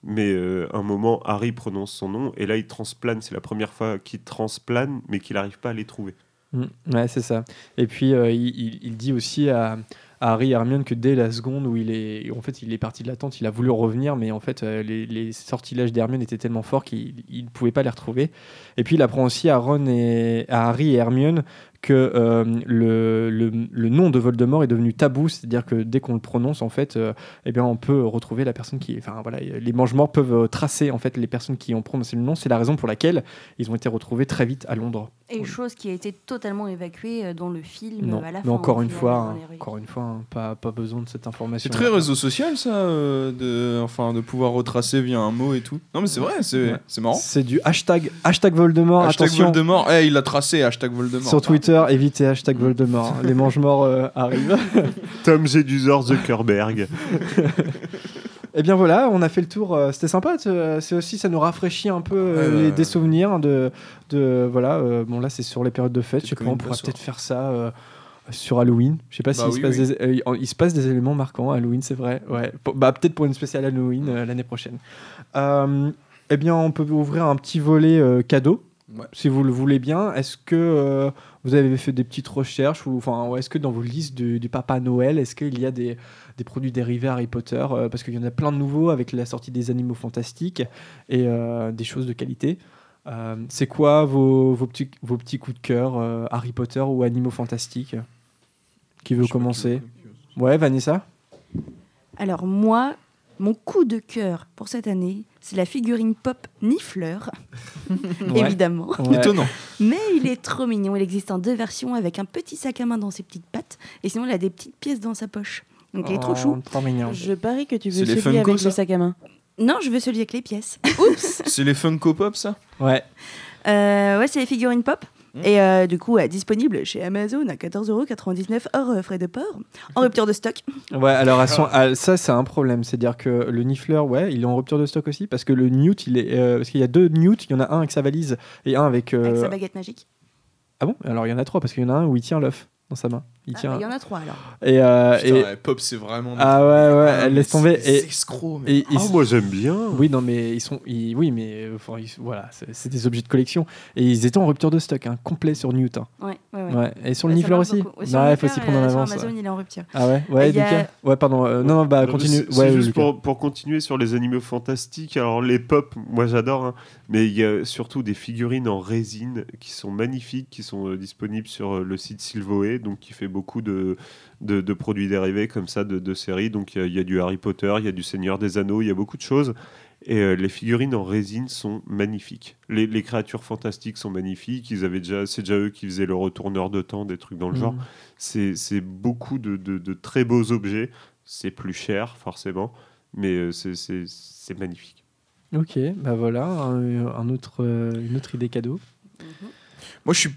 E: Mais euh, à un moment, Harry prononce son nom et là, il transplane. C'est la première fois qu'il transplane, mais qu'il n'arrive pas à les trouver.
A: Mm, Ouais, c'est ça. Et puis, euh, il, il- il dit aussi à, à Harry et Hermione que dès la seconde où il est, en fait, il est parti de la tente, il a voulu revenir, mais en fait, euh, les, les sortilèges d'Hermione étaient tellement forts qu'il il ne pouvait pas les retrouver. Et puis, il apprend aussi à Ron et à Harry et Hermione que euh, le, le- le nom de Voldemort est devenu tabou, c'est-à-dire que dès qu'on le prononce, en fait, euh, eh bien, on peut retrouver la personne qui, enfin voilà, les mange-morts peuvent euh, tracer en fait les personnes qui ont prononcé le nom. C'est la raison pour laquelle ils ont été retrouvés très vite à Londres.
C: Et une chose qui a été totalement évacuée euh, dans le film
A: Non,
C: euh, à la
A: mais
C: fin.
A: encore
C: hein,
A: une
C: finalement,
A: fois,
C: dans
A: hein,
C: les rues.
A: encore une fois, hein, pas, pas besoin de cette information.
B: C'est très réseau social, ça, euh, de, enfin, de pouvoir retracer via un mot et tout. Non, mais c'est vrai, c'est
A: Ouais.
B: c'est marrant.
A: C'est du hashtag, hashtag Voldemort,
B: Hashtag
A: attention.
B: Voldemort, eh, il l'a tracé, hashtag Voldemort.
A: Sur Twitter, évitez hashtag
B: <laughs>
A: Voldemort. Les mange-morts euh, arrivent.
E: Tom Jedusor Zuckerberg.
A: Et Eh bien voilà, on a fait le tour. euh, C'était sympa. euh, C'est aussi, ça nous rafraîchit un peu euh,
B: Ouais, ouais,
A: les-
B: ouais.
A: des souvenirs de, de voilà. euh, bon là, c'est sur les périodes de fête.
B: Peut-être
A: Je sais pas,
B: comme
A: on
B: une
A: pourra
B: passoire.
A: peut-être faire ça. euh, sur Halloween, je sais pas
B: Bah
A: s'il
B: oui,
A: se passe
B: oui.
A: des, euh, il- il se passe des éléments marquants. à Halloween, c'est vrai. Ouais. Pour- bah peut-être pour une spéciale Halloween euh, l'année prochaine. Euh, eh bien, on peut ouvrir un petit volet euh, cadeau,
B: Ouais.
A: si vous le voulez bien. Est-ce que euh, vous avez fait des petites recherches ou enfin, ouais, est-ce que dans vos listes du, du Papa Noël, est-ce qu'il y a des, des produits dérivés Harry Potter euh, Parce qu'il y en a plein de nouveaux avec la sortie des Animaux Fantastiques et euh, des choses de qualité. Euh, c'est quoi vos, vos, petits, vos petits coups de cœur euh, Harry Potter ou Animaux Fantastiques Qui veut commencer Ouais, Vanessa
C: Alors moi, mon coup de cœur pour cette année, c'est la figurine pop Nifleur,
A: Ouais.
C: évidemment.
A: Ouais.
B: Ah, Étonnant.
C: Mais il est trop mignon. Il existe en deux versions avec un petit sac à main dans ses petites pattes et sinon il a des petites pièces dans sa poche. Donc il est trop
A: Oh,
C: chou.
A: Trop mignon.
D: Je parie que tu
B: C'est
D: veux
B: les
D: celui
B: Funko,
D: avec
B: ça
D: le sac à main.
C: Non, je veux celui avec les pièces. <laughs>
B: C'est les Funko Pop, ça
A: Ouais.
C: Euh, ouais, c'est les figurines pop.
B: Mm.
C: Et euh, du coup, euh, disponible chez Amazon à 14,99€ hors euh, frais de port, en rupture de stock.
A: Ouais, alors à son- à- ça, c'est un problème. C'est-à-dire que le Nifleur, ouais, il est en rupture de stock aussi parce que le Newt, il est, euh, parce qu'il y a deux Newt, il y en a un avec sa valise et un avec. euh,
C: Avec sa baguette magique.
A: ah bon Alors il y en a trois parce qu'il y en a un où il tient l'œuf dans sa main. Il
C: Ah,
A: tient.
C: bah, Il y en a trois alors.
A: et, euh,
B: Putain,
A: et-
B: ouais, Pop, c'est vraiment.
A: ah ouais, ouais,
B: Ah, mais
A: laisse tomber.
B: c'est- C'est
A: Et,
B: escroc, mais.
A: et, ils-
E: Ah, moi j'aime bien.
A: oui, non, mais ils sont, ils- oui, mais euh, enfin, ils- voilà, c'est c'est des objets de collection et ils étaient en rupture de stock, hein, complet sur Newt. hein.
C: Ouais, ouais, ouais.
A: Ouais. Et sur le
C: Ça
A: Nifleur
C: marche
A: aussi.
C: beaucoup.
A: Ouais,
C: Sur
A: il
C: le
A: faut
C: Nifleur,
A: s'y prendre en
C: euh, sur
A: avance.
C: Amazon,
A: ouais.
C: il est en rupture.
A: Ah ouais, ouais,
C: Il y a-
A: Lucas. Ouais, pardon. euh, non, non, bah continue.
E: C'est- c'est
A: Ouais,
E: juste
A: Lucas.
E: pour, pour continuer sur les animaux fantastiques, alors les pop, moi j'adore, hein, mais il y a surtout des figurines en résine qui sont magnifiques, qui sont euh, disponibles sur euh, le site Silvoé, donc qui fait beaucoup de, de, de produits dérivés comme ça, de, de séries. Donc il y a- il y, a du Harry Potter, il y a du Seigneur des Anneaux, il y a beaucoup de choses. Et euh, les figurines en résine sont magnifiques. Les, les créatures fantastiques sont magnifiques. Ils avaient déjà, c'est déjà eux qui faisaient le retourneur de temps, des trucs dans le genre.
A: Mm.
E: C'est c'est beaucoup de, de- de très beaux objets. C'est plus cher, forcément, mais euh, c'est- c'est c'est magnifique.
A: Ok, bah voilà, un, un autre, euh, une autre idée cadeau.
B: Moi, je suis.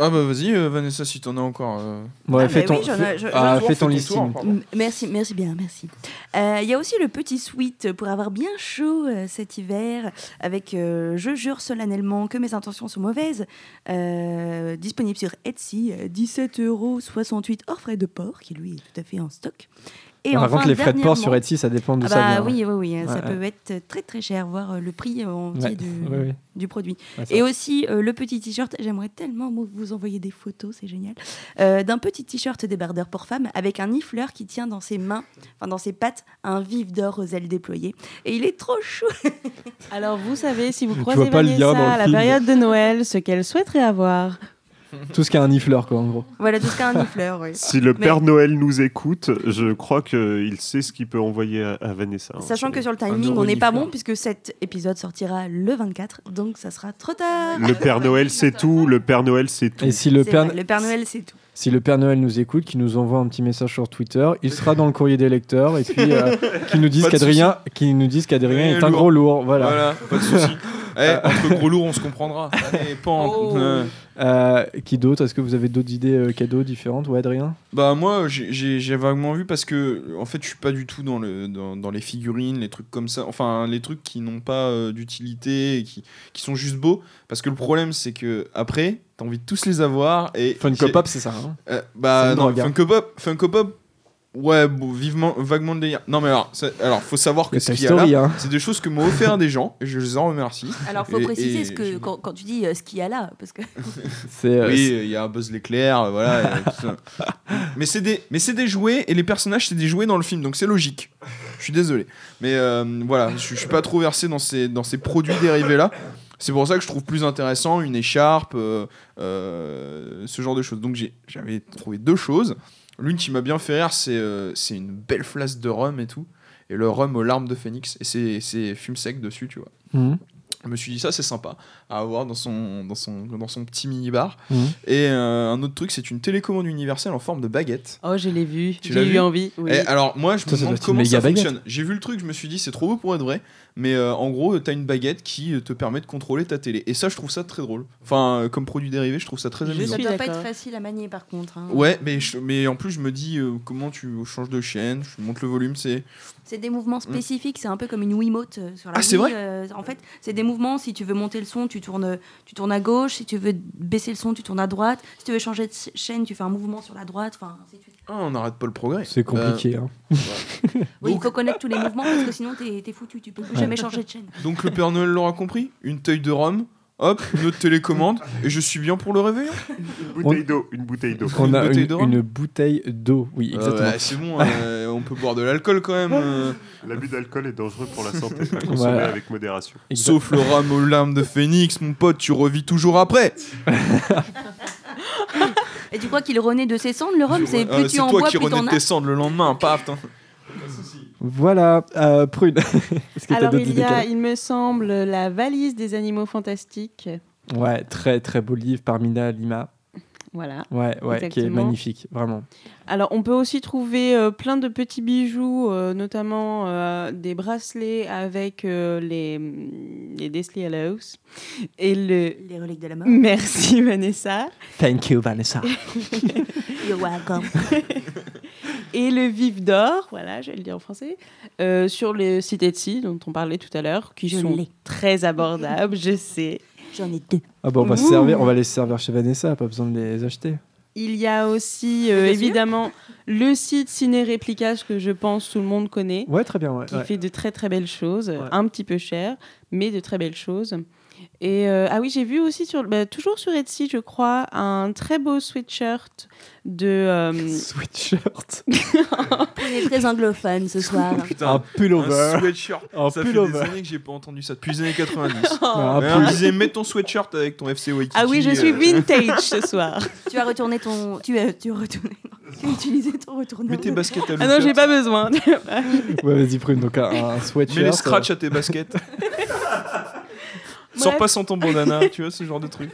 B: Ah bah vas-y, euh, Vanessa, si t'en as encore. euh.
A: Ouais,
C: Ah,
A: fais
C: bah
A: ton,
C: oui, j'en ai-
A: fais-
C: je-
A: ah,
B: Toujours,
A: fais ton
B: tour,
A: listing.
B: pardon.
C: M- Merci, merci bien, merci. Euh, Il y a aussi le petit sweat pour avoir bien chaud euh, cet hiver avec euh, Je jure solennellement que mes intentions sont mauvaises. euh, disponible sur Etsy, euh, 17,68 euros hors frais de port, qui lui est tout à fait en stock. Et
A: Par
C: enfin,
A: contre, Bah, les frais de port sur
C: dernièrement-
A: Etsy, ça dépend d'où
C: Ah
A: ça vient.
C: bah oui, oui, oui, euh, ça
A: Ouais,
C: peut être très très cher, voire euh, le prix en
A: Ouais,
C: du,
A: ouais, ouais.
C: du produit.
A: Ouais, ça-
C: Et aussi euh, le petit t-shirt, j'aimerais tellement moi, vous envoyer des photos, c'est génial, Euh, d'un petit t-shirt débardeur pour femme avec un nifleur qui tient dans ses mains, enfin dans ses pattes, un vif d'or aux ailes déployées. Et il est trop chou. <laughs>
D: Alors vous savez, si vous
A: Tu
D: croisez
A: vois pas le lien dans le
D: Vanessa à la
A: film.
D: période de Noël, ce qu'elle souhaiterait avoir,
A: Tout ce qui a un nifleur, quoi, en gros.
C: Voilà, tout ce qu'un nifleur. oui.
E: Si le
C: Mais-
E: Père Noël nous écoute, je crois qu'il sait ce qu'il peut envoyer à, à Vanessa. hein.
C: Sachant que sur le
B: Un
C: timing,
B: euro
C: on n'est pas
B: nifleur.
C: bon puisque cet épisode sortira le 24, donc ça sera trop tard.
E: Le Père Noël, c'est tout. Le Père Noël, c'est tout.
A: Et si le,
C: C'est
A: Père,
C: vrai, le Père Noël, c'est tout.
A: si le Père Noël nous écoute, qu'il nous envoie un petit message sur Twitter, il sera dans le courrier des lecteurs et puis euh, qu'il nous dise
B: Pas de
A: qu'Adrien qu'il nous dise qu'Adrien
B: Et
A: est un
B: lourd.
A: gros lourd. Voilà. <laughs>
B: Voilà, pas de soucis. Eh, entre gros lourds, on se comprendra. Allez, pan.
D: Oh.
B: Euh,
A: Euh, qui d'autre Est-ce que vous avez d'autres idées euh, cadeaux différentes Ouais, Adrien
B: Bah moi j'ai- j'ai j'ai vaguement vu parce que en fait je suis pas du tout dans, le, dans, dans les figurines, les trucs comme ça, enfin les trucs qui n'ont pas euh, d'utilité, et qui, qui sont juste beaux, parce que le problème c'est que après t'as envie de tous les avoir et...
A: Funko
B: j'ai-
A: Pop, c'est hein. ça. hein
B: euh, Bah
A: Ça me
B: non,
A: regarde.
B: Funko Pop, Funko Pop, ouais bon, vivement, vaguement de délire. Non mais alors, ça- alors faut savoir que
A: Le
B: ce
A: Toy
B: qu'il y a là,
A: Story, hein.
B: c'est des choses que m'ont offert des gens, et je les en remercie.
C: Alors, faut
B: Et-
C: préciser
B: et
C: ce que,
B: je-
C: quand, quand tu dis euh, ce qu'il y a là, parce que
A: C'est euh,
B: Oui, il y a un Buzz l'éclair, euh, voilà. euh,
A: <laughs>
B: tout ça. mais c'est des, mais c'est des jouets et les personnages c'est des jouets dans le film, donc c'est logique. Je suis désolé, mais euh, voilà, je je suis pas trop versé dans ces dans ces produits dérivés là. C'est pour ça que je trouve plus intéressant une écharpe, euh, euh, ce genre de choses. Donc j'ai- j'avais trouvé deux choses. L'une qui m'a bien fait rire, c'est euh, c'est une belle flasque de rhum et tout, et le rhum aux larmes de phénix et c'est c'est fume sec dessus, tu vois.
A: c'est- Mhm.
B: Je me suis dit ça c'est sympa à avoir dans son dans son dans son petit mini bar.
A: Mhm.
B: Et euh, un autre truc, c'est une télécommande universelle en forme de baguette.
D: Oh, je l'ai vu.
B: Tu l'as
D: J'ai
B: vu
D: eu envie. Oui.
A: Eh,
B: Et alors moi, je
A: Ça, ça
B: me
A: doit
B: demande
A: être une
B: comment
A: méga
B: ça
A: baguette.
B: fonctionne. J'ai vu le truc, je me suis dit c'est trop beau pour être vrai, mais euh, en gros, t'as une baguette qui euh, te permet de contrôler ta télé. Et ça, je trouve ça très drôle. Enfin, euh, comme produit dérivé, je trouve ça très
D: Je
B: amusant.
C: ça
D: suis
C: doit pas
D: d'accord.
C: être facile à manier par contre. hein.
B: Ouais, mais je- mais en plus, je me dis euh, comment tu changes de chaîne, je monte le volume, c'est
C: C'est des mouvements spécifiques, c'est un peu comme une Wiimote euh, sur la
B: Mm. Ah, c'est vrai
C: Wii, euh, en fait, c'est des mouvements, si tu veux monter le son, tu tournes, tu tournes à gauche, si tu veux baisser le son, tu tournes à droite, si tu veux changer de ch- chaîne, tu fais un mouvement sur la droite, enfin, ainsi de suite.
B: Ah, on n'arrête pas le progrès.
A: c'est compliqué.
B: Euh,
A: hein.
C: Oui, il
B: Donc-
C: faut connaître tous les mouvements parce que sinon t'es t'es foutu, tu peux plus
A: Ouais.
C: jamais changer de chaîne.
B: Euh, donc le Père Noël l'aura compris, une taille de rhum, hop, une autre télécommande, et je suis bien pour le réveillon.
E: Une bouteille d'eau, une bouteille d'eau.
A: On a
B: bouteille
A: une,
B: d'or
A: une bouteille d'eau, oui,
B: Ah
A: exactement.
B: ouais, c'est bon, euh, on peut boire de l'alcool quand même. euh.
E: L'abus d'alcool est dangereux pour la
A: <laughs>
E: santé, à consommer
A: Voilà.
E: avec modération.
A: Exact-
B: Sauf le rame aux larmes de Phénix, mon pote, tu revis toujours après.
C: Et tu crois qu'il renaît de ses cendres, le
D: Oh,
C: rhum C'est
B: Euh,
C: plus tu en bois,
B: qui
C: plus
B: renais
C: t'en
B: de
C: as.
B: tes cendres le lendemain,
A: <laughs>
B: paf. putain.
A: Voilà, euh, Prune. <laughs> Est-ce que t'as
D: Alors,
A: d'autres
D: il
A: idées
D: y a,
A: Calais
D: il me semble, la valise des animaux fantastiques.
A: Ouais, très très beau livre par Mina Lima.
D: Voilà.
A: Ouais, ouais, qui est
D: Exactement.
A: magnifique, vraiment.
D: Alors, on peut aussi trouver euh, plein de petits bijoux, euh, notamment euh, des bracelets avec euh, les, les Deathly Hallows. Et le. <laughs>
C: Les reliques de la mort.
B: Mm.
D: Merci Vanessa.
A: Thank you, Vanessa.
C: You're welcome.
D: Et le vif d'or, voilà, je vais le dire en français, euh, sur les sites Etsy dont on parlait tout à l'heure, qui
C: Je
D: sont
C: l'ai.
D: très abordables, je sais.
C: J'en ai deux.
A: Ah bon, on va, se
D: Ouh.
A: servir, on va les servir chez Vanessa, pas besoin de les acheter.
D: Il y a aussi, euh,
C: Bien sûr.
D: évidemment, le site Ciné Réplicage que je pense tout le monde connaît.
A: Ouais, très bien, ouais.
D: qui
A: ouais.
D: fait de très très belles choses, un petit peu cher, mais de très belles choses. Et euh, ah oui, j'ai vu aussi sur bah, toujours sur Etsy, je crois, un très beau sweatshirt
A: <laughs>
D: de euh,
A: Sweatshirt,
C: On est très anglophone
B: <laughs>
C: ce soir.
A: un
B: Putain, un
A: pullover,
B: sweatshirt.
A: un
B: Ça fait des
A: pullover.
B: années que j'ai pas entendu ça, depuis les années 90.
A: <laughs> Un
B: Mais on
A: pull-
B: disait, mets ton sweatshirt avec ton FC Waikiki.
D: ah oui, je
B: Oh. euh,
D: suis vintage ce soir.
C: tu as retourné ton. Tu as, tu as retourné. Tu as utilisé ton retourneur.
B: Mets tes baskets à
D: Ah non, j'ai
B: l'ouverture.
D: pas besoin.
A: Ouais, vas-y, Prune, donc un, un sweatshirt.
B: Mets
A: euh.
B: les scratchs à
A: <laughs>
B: tes baskets. Sors
D: Bref.
B: pas sans ton bandana, tu vois, ce genre
A: <laughs>
B: de truc.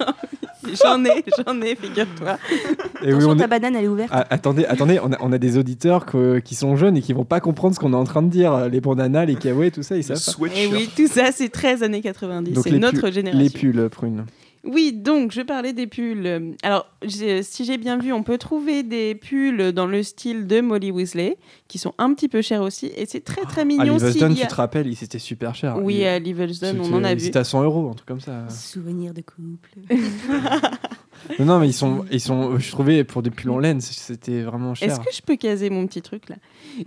D: j'en ai, j'en ai, figure-toi.
B: Eh
A: euh, Et oui,
C: Attention,
A: on
C: ta
A: est-
C: banane, elle est ouverte.
A: Ah, attendez, attendez, on a, on a des auditeurs que- qui sont jeunes et qui vont pas comprendre ce qu'on est en train de dire. Les bandanas, les kawaii, tout ça, ils savent
B: Le
A: pas.
D: Et
B: sweatshirt.
D: Eh oui, tout ça, c'est 13 années 90,
A: Donc
D: c'est
A: les
D: notre
A: Les
D: génération.
A: pulls, euh, Prune.
D: Oui, donc je parlais des pulls. Alors, j'ai- si j'ai bien vu, on peut trouver des pulls dans le style de Molly Weasley, qui sont un petit peu chers aussi, et c'est très très
A: Ah,
D: mignon. s'il
A: Leavesden,
D: y
A: tu
D: a-
A: te rappelles, il- c'était super cher.
D: Oui,
A: Il-
D: à Leavelston, on
A: Ah, c'était-
D: en a vu.
A: C'était à 100 euros, un truc comme
B: Ah.
A: ça.
C: Souvenir de couple.
A: Non, non, mais ils sont, ils sont, euh, je trouvais pour des pulls en laine, c- c'était vraiment cher.
D: Est-ce que je peux caser mon petit truc là
A: Ouais,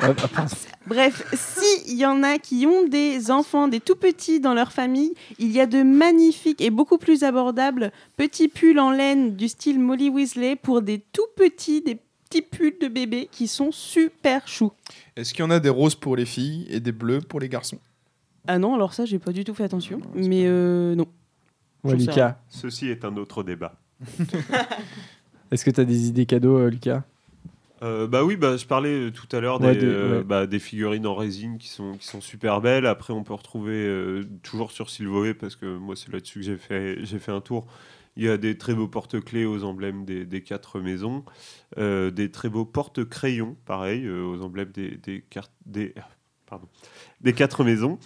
A: bah, enfin, c'est-
D: Bref, s'il y en a qui ont des enfants, des tout petits dans leur famille, il y a de magnifiques et beaucoup plus abordables petits pulls en laine du style Molly Weasley pour des tout petits, des petits pulls de bébé qui sont super choux.
B: Est-ce qu'il y en a des roses pour les filles et des bleus pour les garçons
D: Ah non, alors ça, j'ai pas du tout fait attention.
B: Non, c'est
D: Mais euh, non.
A: Ouais,
D: J'en sais
A: Lucas,
E: Ceci est un autre débat.
A: est-ce que tu as des idées cadeaux, euh, Lucas
E: Euh, bah oui, bah, je parlais euh, tout à l'heure des,
A: Ouais, des-
E: euh,
A: ouais.
E: bah, des figurines en résine qui sont, qui sont super belles. Après, on peut retrouver euh, toujours sur Silvoé, parce que moi, c'est là-dessus que j'ai fait, j'ai fait un tour. Il y a des très beaux porte-clés aux emblèmes des, des quatre maisons, euh, des très beaux porte-crayons, pareil, euh, aux emblèmes des, des cartes. Des... pardon, des quatre maisons.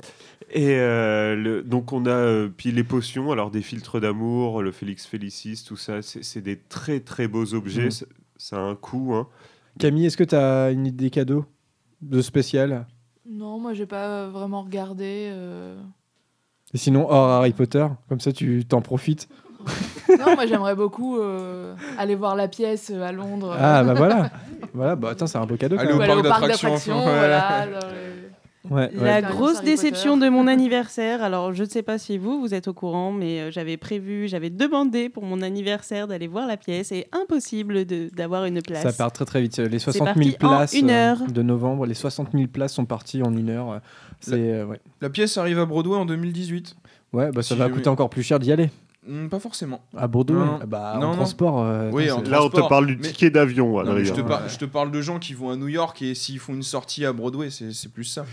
E: Et euh, le- donc on a euh, puis les potions, alors des filtres d'amour, le Félix Félicis, tout ça, c'est c'est des très très beaux objets.
A: Mhm.
E: Ça- Ça a un coût. hein.
A: Camille, est-ce que tu as une idée cadeau de spécial
F: Non, moi j'ai pas euh, vraiment regardé. euh.
A: Et sinon, hors Harry Potter, comme ça tu t'en profites.
F: Non, moi j'aimerais beaucoup euh, aller voir la pièce euh, à Londres.
A: Ah bah voilà Voilà, bah attends, c'est un beau cadeau quand
B: Allez
F: Ou
B: au
A: même.
F: aller
B: parc d'attractions, enfin,
F: voilà, euh. dans les-
A: Ouais, ouais.
D: La
F: Ouais. Harry
D: grosse
F: Potter.
D: déception de mon anniversaire. Alors, je ne sais pas si vous, vous êtes au courant, mais euh, j'avais prévu, j'avais demandé pour mon anniversaire d'aller voir la pièce et impossible de- d'avoir une place.
A: Ça part très très vite. Les 60
D: parti
A: 000
D: en
A: places
D: une
A: euh,
D: heure.
A: de novembre, les 60 000 places sont parties en une heure. C'est euh, ouais,
B: La pièce arrive à Broadway en 2018.
A: ouais bah, ça
B: Si
A: va
B: j'ai-
A: coûter encore plus cher d'y aller.
B: Hmm, pas forcément.
A: À Bordeaux,
B: Non.
A: euh, bah en
B: Non, non.
A: transport. euh,
B: Oui,
A: attends,
B: en
A: c'est-
E: Là, on te
B: transport,
E: parle du
B: mais-
E: ticket d'avion.
B: Non, mais je,
E: Adrien.
B: te
A: ouais.
B: par- je te parle de gens qui vont à New York et s'ils font une sortie à Broadway, c'est c'est plus ça.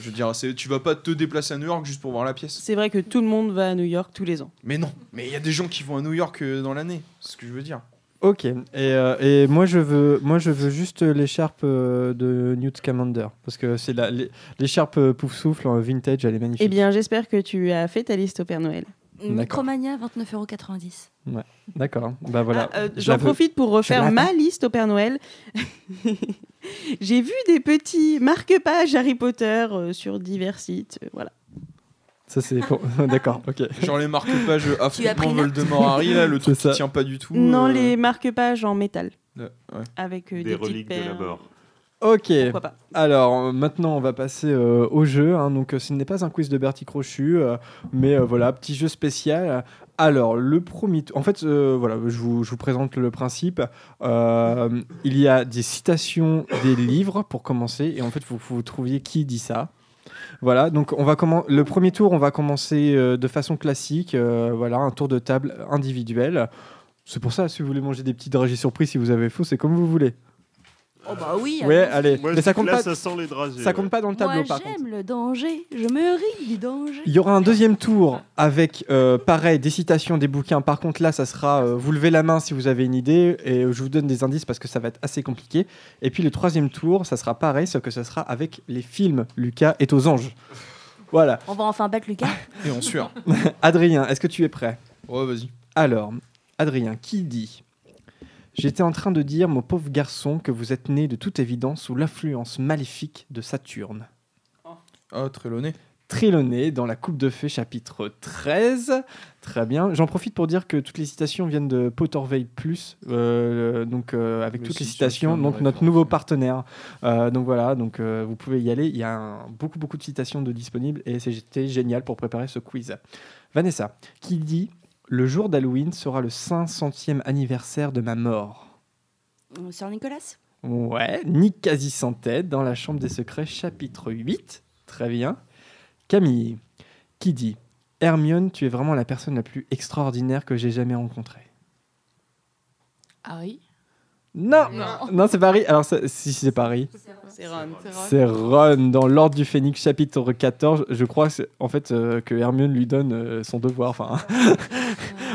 B: Je veux dire, c'est- tu vas pas te déplacer à New York juste pour voir la pièce.
D: C'est vrai que tout le monde va à New York tous les ans.
B: Mais non, mais il y a des gens qui vont à New York euh, dans l'année, c'est ce que je veux dire.
A: Ok. Et, euh, et moi je veux, moi je veux juste l'écharpe euh, de Newt Scamander parce que c'est la l'é- l'écharpe euh, pouf souffle en vintage, elle est magnifique.
D: Eh bien, j'espère que tu as fait ta liste au Père Noël.
A: D'accord.
C: Micromania, 29,90€.
A: D'accord. Bah voilà.
D: Ah, euh,
A: Je
D: J'en
A: la veux.
D: profite pour refaire
A: l'attends.
D: ma liste au Père Noël. <laughs> J'ai vu des petits marque-pages Harry Potter euh, sur divers sites. euh, voilà.
A: Ça c'est pour. <laughs> D'accord. Ok.
B: Genre les marque-pages
A: <laughs>
C: pris
B: affrontement
C: note
B: Voldemort Harry, là, le
A: C'est
B: truc
A: ça.
B: qui tient pas du tout.
D: non,
B: euh,
D: les marque-pages en métal
B: euh, ouais.
D: avec euh,
E: Des,
D: des, petites
E: reliques de la
D: perles.
E: mort.
A: Ok.
D: Pourquoi pas
A: Alors euh, maintenant on va passer euh, au jeu. hein. Donc euh, ce n'est pas un quiz de Bertie Crochu, euh, mais euh, voilà petit jeu spécial. Alors le premier, t- en fait euh, voilà je vous, je vous présente le principe. Euh, il y a des citations des livres pour commencer et en fait faut que vous trouviez qui dit ça. Voilà, donc on va commen- le premier tour, on va commencer euh, de façon classique, euh, voilà, un tour de table individuel. C'est pour ça, si vous voulez manger des petits dragées surprises, si vous avez faux, c'est comme vous voulez.
C: Oh bah oui
A: Ouais, allez,
E: Moi,
A: mais ça compte
E: là,
A: pas.
E: ça sent les dragées.
A: Ça compte pas dans le tableau,
C: Moi
A: par contre.
C: j'aime le danger, je me ris du danger.
A: Il y aura un deuxième tour avec, euh, pareil, des citations, des bouquins. Par contre, là, ça sera euh, vous levez la main si vous avez une idée et je vous donne des indices parce que ça va être assez compliqué. Et puis le troisième tour, ça sera pareil, sauf que ça sera avec les films. Lucas est aux anges. Voilà.
C: On va enfin battre Lucas.
B: Et on sueur.
A: Adrien, est-ce que tu es prêt
B: Ouais, vas-y.
A: Alors, Adrien, qui dit J'étais en train de dire, mon pauvre garçon, que vous êtes né de toute évidence sous l'influence maléfique de Saturne.
B: Ah, Trelawney.
A: Trélonné dans la Coupe de Feu chapitre 13. Très bien. J'en profite pour dire que toutes les citations viennent de Potterveil Plus, euh, donc euh, avec
B: Mais
A: toutes les
B: si, tu as
A: citations,
B: fait une
A: donc notre
B: référence,
A: nouveau
B: ouais.
A: partenaire. Euh, donc voilà, donc euh, vous pouvez y aller. Il y a un- beaucoup beaucoup de citations de disponibles et c'était génial pour préparer ce quiz. Vanessa, qui dit le jour d'Halloween sera le 500e anniversaire de ma mort.
C: Euh, Sur Nicolas
A: Ouais, Nick quasi sans tête dans la chambre des secrets chapitre 8. Très bien. Camille, qui dit Hermione, tu es vraiment la personne la plus extraordinaire que j'ai jamais rencontrée.
F: Harry
A: Non,
F: Non.
A: non, c'est Paris. Alors ça- si c'est Paris,
D: C'est Ron.
A: c'est Ron dans l'ordre du Phénix chapitre 14. Je crois que c'est- en fait euh, que Hermione lui donne euh, son devoir. Enfin,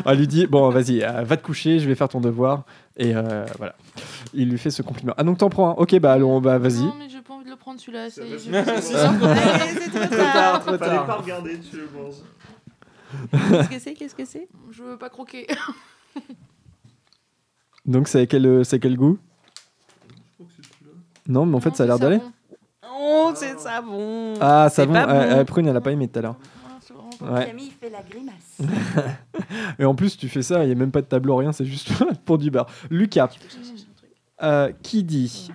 A: elle lui dit bon, vas-y, euh, va te coucher, je vais faire ton devoir. Et euh, voilà, il lui fait ce compliment. Ah donc t'en prends un. Ok, bah allons, bah vas-y.
F: Non, mais j'ai pas envie de le prendre celui-là. ça y est,
E: Ça
F: j'ai
E: va-
F: plus-
B: <laughs>
E: Si,
D: Allez, c'est trop
A: <laughs>
D: tard.
A: Trop
E: Fallait
A: tard.
E: pas regarder dessus, je pense.
D: Qu'est-ce que c'est Qu'est-ce que c'est
F: Je veux pas croquer.
A: Donc c'est quel, euh, c'est quel goût Non, mais en fait,
F: Non,
A: ça a
F: c'est
A: l'air d'aller.
F: savon.
D: Oh, c'est savon.
A: Ah, ça
D: C'est
A: va.
D: pas
A: euh,
D: bon.
A: euh, Prune, elle a pas aimé tout à l'heure.
F: Ah, c'est vraiment pas-
A: Ouais.
C: Camille fait la grimace.
A: Et en plus, tu fais ça, il n'y a même pas de tableau, rien, c'est juste <laughs> pour du bar. Lucas, euh, qui dit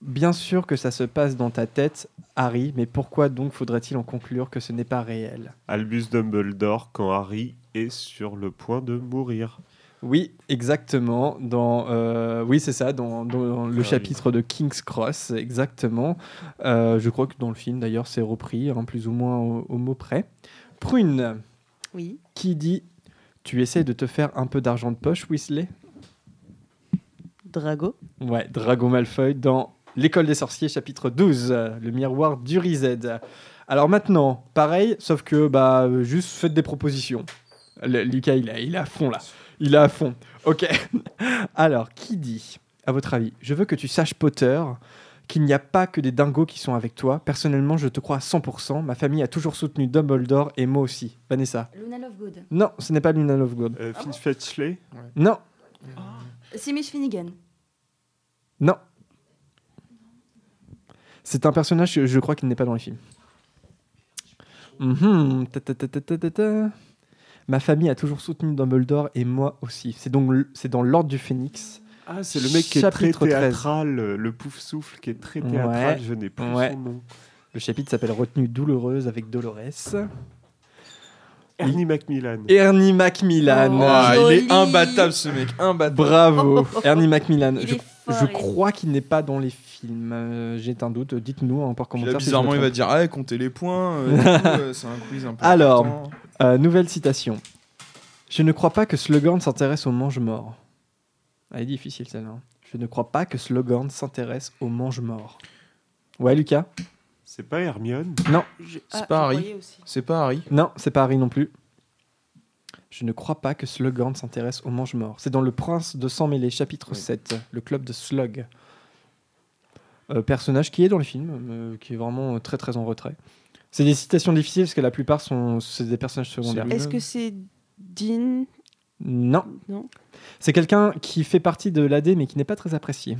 A: Bien sûr que ça se passe dans ta tête, Harry, mais pourquoi donc faudrait-il en conclure que ce n'est pas réel
E: Albus Dumbledore quand Harry est sur le point de mourir.
A: Oui, exactement. Dans, euh, oui, c'est ça, dans, dans le
E: Ah,
A: chapitre de King's Cross, exactement. Euh, je crois que dans le film, d'ailleurs, c'est repris, hein, plus ou moins au, au mot près. Prune,
D: Oui.
A: qui dit Tu essaies de te faire un peu d'argent de poche, Weasley
D: Drago.
A: Ouais, Dragon Malfoy dans L'école des sorciers, chapitre 12, euh, le miroir du Rized. Alors maintenant, pareil, sauf que bah euh, juste faites des propositions. Le- Lucas, il est il est à fond là. Il est à fond. <laughs> Ok. Alors, qui dit, à votre avis, je veux que tu saches, Potter, qu'il n'y a pas que des dingos qui sont avec toi. Personnellement, je te crois à 100%. Ma famille a toujours soutenu Dumbledore et moi aussi. Vanessa.
C: Luna Lovegood.
A: Non, ce n'est pas Luna Lovegood.
E: Euh, Finch Fletchley
A: Non,
C: C'est Mitch Finnegan.
A: non. C'est un personnage, je, je crois, qu'il n'est pas dans les films. Mhm, ta, ta, ta, ta, ta, ta, ta. Ma famille a toujours soutenu Dumbledore et moi aussi. C'est donc l- c'est dans l'ordre du Phénix.
E: Ah, c'est le mec qui est très
A: Chapitre 13.
E: théâtral, euh, le pouf souffle qui est très théâtral,
A: Ouais.
E: je n'ai plus
A: Ouais.
E: son nom.
A: Le chapitre s'appelle Retenue douloureuse avec Dolores.
E: Ernie Macmillan.
A: Ernie Macmillan.
C: Oh.
B: Ah, il
C: Joli.
B: est imbattable ce mec, imbattable.
C: <laughs>
A: Bravo, Ernie Macmillan.
C: Il
A: Je,
C: est fort,
A: je
C: il est-
A: crois qu'il n'est pas dans les films. Euh, J'ai un doute. Dites-nous en par
B: Puis
A: commentaire.
B: là,
A: si je
B: bizarrement,
A: me
B: il va
A: trompe.
B: dire Ah, comptez les
A: <laughs>
B: points. euh, du coup, euh, c'est un quiz un peu.
A: Alors.
B: important.
A: Euh, nouvelle citation. Je ne crois pas que Slogan s'intéresse aux mange-morts. Elle est difficile celle-là. hein. Je ne crois pas que Slogan s'intéresse aux mange-morts. Ouais, Lucas
E: C'est pas
A: <laughs>
E: Hermione
D: Je-
B: C'est
D: ah,
B: pas
D: je
B: Harry.
D: croyais aussi.
B: c'est pas Harry.
A: Non, c'est pas Harry non plus. Je ne crois pas que Slogan s'intéresse aux mange-morts. C'est dans Le Prince de Sang Mêlé, chapitre 7, le club de Slug. Euh, personnage qui est dans le film, euh, qui est vraiment euh, très très en retrait. C'est des citations difficiles parce que la plupart sont c'est des personnages secondaires.
B: lui.
D: Est-ce que c'est Dean
A: Non,
D: Non.
A: c'est quelqu'un qui fait partie de l'AD mais qui n'est pas très apprécié.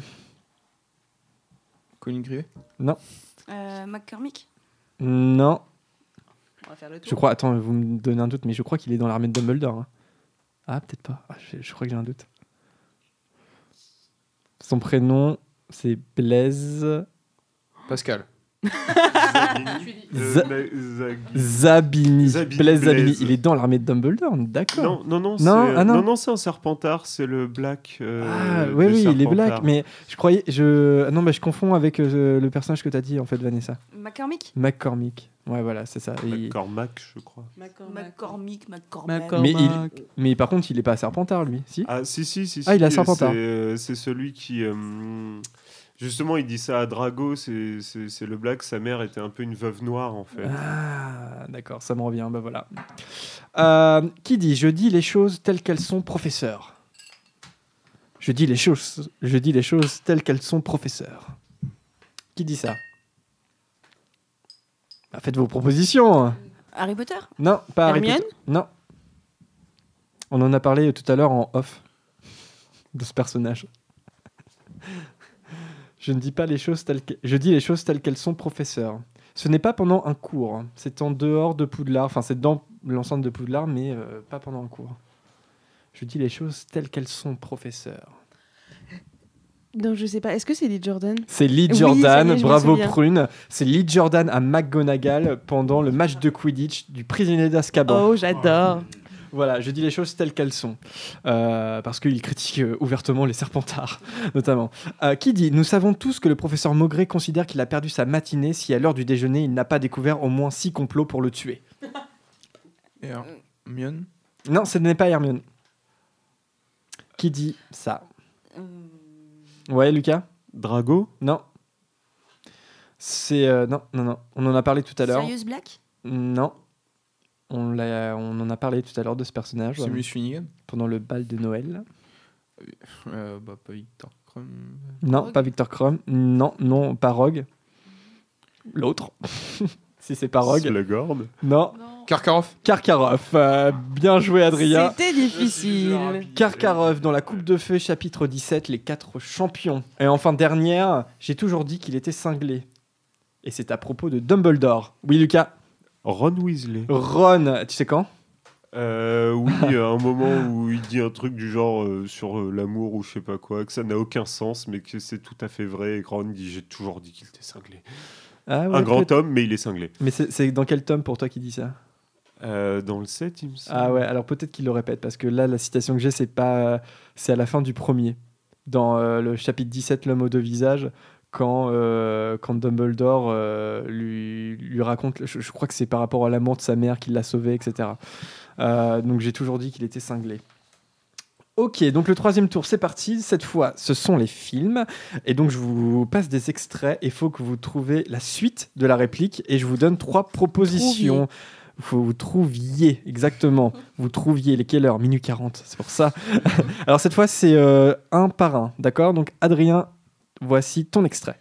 B: Colin Grivet.
C: Euh, McCormick.
A: Non,
D: On va faire le tour.
A: je crois. Attends, vous me donnez un doute, mais je crois qu'il est dans l'armée de Dumbledore. hein. Ah, peut-être pas. Ah, je, je crois que j'ai un doute. Son prénom, c'est Blaise.
B: Pascal.
E: Zabini.
A: Za-
E: Na- Euh, Zag-
A: Zabini.
E: Zabini,
A: Blaise Zabini.
E: Blaise.
A: Il est dans l'armée de Dumbledore, d'accord.
E: Non, non, non,
A: Non,
E: c'est- euh,
A: ah non.
E: non, non, c'est un serpentard, c'est le black. euh,
A: Ah, oui, oui, il est black, mais je croyais. Je... ah Non, mais je confonds avec euh, le personnage que t'as dit, en fait, Vanessa.
C: McCormick.
A: McCormick. Ouais, voilà, c'est ça. Et il- Hmm.
E: Cormac, je crois.
C: McCormick, McCormack.
D: McCormack.
A: Mais il- Mais par contre, il est pas serpentard, lui, si
E: Ah, si, si, si.
A: Ah,
E: si,
A: il a
E: euh,
A: Serpentard.
E: c'est, euh, C'est celui qui. euh, justement, il dit ça à Drago, c'est c'est- c'est le black, sa mère était un peu une veuve noire, en fait.
A: Ah, d'accord, ça me revient, bah voilà. Euh, qui dit Je dis les choses telles qu'elles sont, professeur. Je dis les choses, je dis les choses telles qu'elles sont, professeur. Qui dit ça Bah, Faites vos propositions.
C: Harry Potter.
A: Non, pas Harry
D: Hermione
A: Potter. Non. On en a parlé tout à l'heure en off de ce personnage. <laughs> Je ne dis pas les choses telles que... je dis les choses telles qu'elles sont, professeur. Ce n'est pas pendant un cours. C'est en dehors de Poudlard. Enfin, c'est dans l'ensemble de Poudlard, mais euh, pas pendant un cours. Je dis les choses telles qu'elles sont, professeur.
D: Non, je sais pas. Est-ce que c'est Lee Jordan
A: C'est Lee
D: Oui,
A: Jordan,
D: ça y est, je me
A: bravo
D: souviens.
A: Prune. C'est Lee Jordan à McGonagall pendant le match de Quidditch du prisonnier d'Azkaban.
D: Oh, j'adore.
A: Voilà, je dis les choses telles qu'elles sont. Euh, parce qu'il critique euh, ouvertement les serpentards, <laughs> notamment. Euh, qui dit Nous savons tous que le professeur Maugret considère qu'il a perdu sa matinée si, à l'heure du déjeuner, il n'a pas découvert au moins six complots pour le tuer.
B: Hermione.
A: Non, ce n'est pas Hermione. Qui dit ça
C: Euh,
A: Ouais, Lucas
E: Drago
A: Non. C'est. euh, non, non, non. On en a parlé tout à l'heure.
C: Sirius Black.
A: Non. On, l'a- on en a parlé tout à l'heure de ce personnage
B: C'est
A: euh,
B: Miss Finnegan.
A: pendant le bal de Noël.
B: Euh, bah, pas Victor Crumb.
A: Non,
F: Rogue.
A: pas Victor Crumb. Non, non, pas Rogue. L'autre. <laughs> si c'est pas Rogue.
E: Slughorn.
A: Non,
B: Karkaroff.
A: Karkaroff. Euh, bien joué, Adria.
D: C'était difficile.
A: Karkaroff dans la Coupe de Feu, chapitre 17, les quatre champions. Et enfin, dernière, j'ai toujours dit qu'il était cinglé. Et c'est à propos de Dumbledore. Oui, Lucas.
E: Ron Weasley.
A: Ron, tu sais quand <laughs>
E: Euh, oui, à un moment où il dit un truc du genre euh, sur euh, l'amour ou je sais pas quoi, que ça n'a aucun sens, mais que c'est tout à fait vrai. Et que Ron dit J'ai toujours dit qu'il était cinglé.
A: Ah ouais,
E: un grand
A: peut-être.
E: homme, mais il est cinglé.
A: Mais c'est c'est dans quel tome pour toi qui dit ça
E: Euh, dans le 7, il me semble.
A: Ah ouais, alors peut-être qu'il le répète, parce que là, la citation que j'ai, c'est pas, euh, c'est à la fin du premier, dans euh, le chapitre 17, l'homme aux deux visages, quand, euh, quand Dumbledore euh, lui, lui raconte, je, je crois que c'est par rapport à l'amour de sa mère qui l'a sauvé, etc. Euh, donc j'ai toujours dit qu'il était cinglé. Ok, donc le troisième tour, c'est parti. Cette fois, ce sont les films. Et donc, je vous passe des extraits. Il faut que vous trouviez la suite de la réplique. Et je vous donne trois propositions. Faut que vous trouviez, exactement. Vous trouviez les quelle heure Minute 40, c'est pour ça. Alors, cette fois, c'est euh, un par un, d'accord Donc, Adrien, voici ton extrait.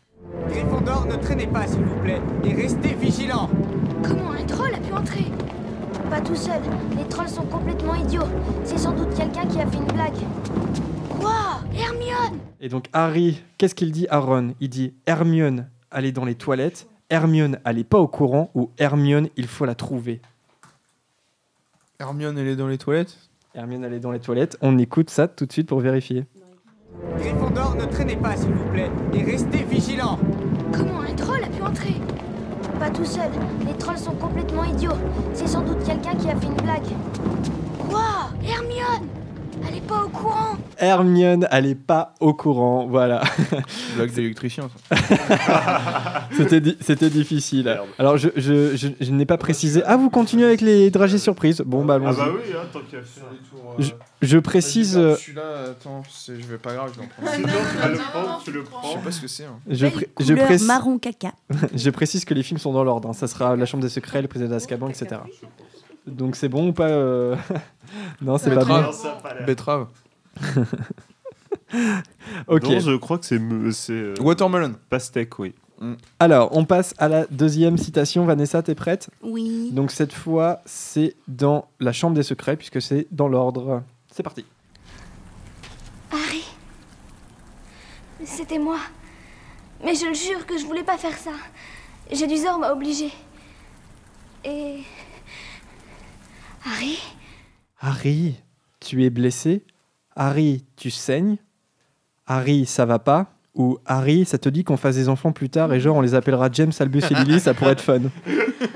G: Gryffondor, ne traînez pas, s'il vous plaît, et restez vigilants.
H: Comment un troll a pu entrer
I: Pas tout seul. Les trolls sont complètement idiots. C'est sans doute quelqu'un qui a fait une blague.
H: Quoi Hermione
A: Et donc Harry, qu'est-ce qu'il dit à Ron Il dit Hermione, allez dans les toilettes. Hermione, allez pas au courant. Ou Hermione, il faut la trouver.
B: Hermione, elle est dans les toilettes
A: Hermione, allez dans les toilettes. On écoute ça tout de suite pour vérifier.
G: Gryffondor, ne traînez pas, s'il vous plaît, et restez vigilants.
H: Comment un troll a pu entrer
I: Pas tout seul. Les trolls sont complètement idiots. C'est sans doute quelqu'un qui a fait une blague.
H: Quoi Hermione Elle est pas au courant
A: Hermione, elle est pas au courant. Voilà. <laughs>
B: Blague d'électricien, ça.
A: C'était di- c'était difficile. Alors, je, je- je- je n'ai pas précisé. Ah, vous continuez avec les dragées surprises. Bon, bah,
E: Ah
A: allons-y.
E: bah oui, hein, tant qu'il y a ça.
A: Je précise. euh,
B: Euh, Celui-là, attends, c'est- je vais pas grave, je vais en prendre.
E: C'est
D: non,
E: toi qui vas
D: non,
E: le
D: non,
E: prendre,
D: non,
E: tu le
B: Je sais
E: prends.
B: pas ce que c'est.
E: bah,
B: hein.
A: Je,
C: Belle
A: pré- je
C: couleur
A: précise-
C: marron caca.
A: <laughs> je précise que les films sont dans l'ordre. hein. Ça sera La Chambre des Secrets, Le Président d'Azkaban, etc. Donc c'est bon ou pas euh, <laughs> Non, c'est
B: Le
A: pas
B: train.
A: bon.
E: Non, ça a pas l'air.
B: Betterave.
A: Ok.
E: Non, je crois que c'est me- c'est euh,
B: Watermelon.
E: pastèque, <laughs> oui.
A: Alors, on passe à la deuxième citation. Vanessa, t'es prête
C: Oui.
A: Donc cette fois, c'est dans La Chambre des Secrets, puisque c'est dans l'ordre. C'est parti.
I: Harry C'était moi. Mais je le jure que je voulais pas faire ça. Gédusor m'a obligée. Et. Harry
A: Harry, tu es blessé Harry, tu saignes Harry, ça va pas Ou Harry, ça te dit qu'on fasse des enfants plus tard et genre on les appellera James, Albus et Lily, ça pourrait être fun.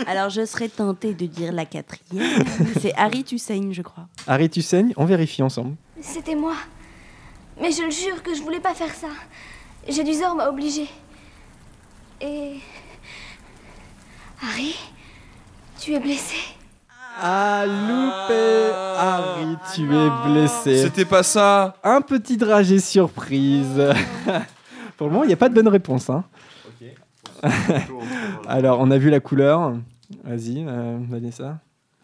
C: Alors je serais tentée de dire
A: <laughs>
C: la quatrième. C'est Harry Tussain, je crois.
A: Harry, tu saignes On vérifie ensemble.
I: C'était moi. Mais je le jure que je voulais pas faire ça. Gédusor m'a obligée. Et. Harry Tu es blessé
A: Ah, loupé Harry, tu es blessé.
B: C'était pas ça
A: Un petit dragé surprise. <laughs> Pour le moment, il n'y a pas de bonne réponse. hein. Alors, on a vu la couleur. Vas-y, euh, Vanessa.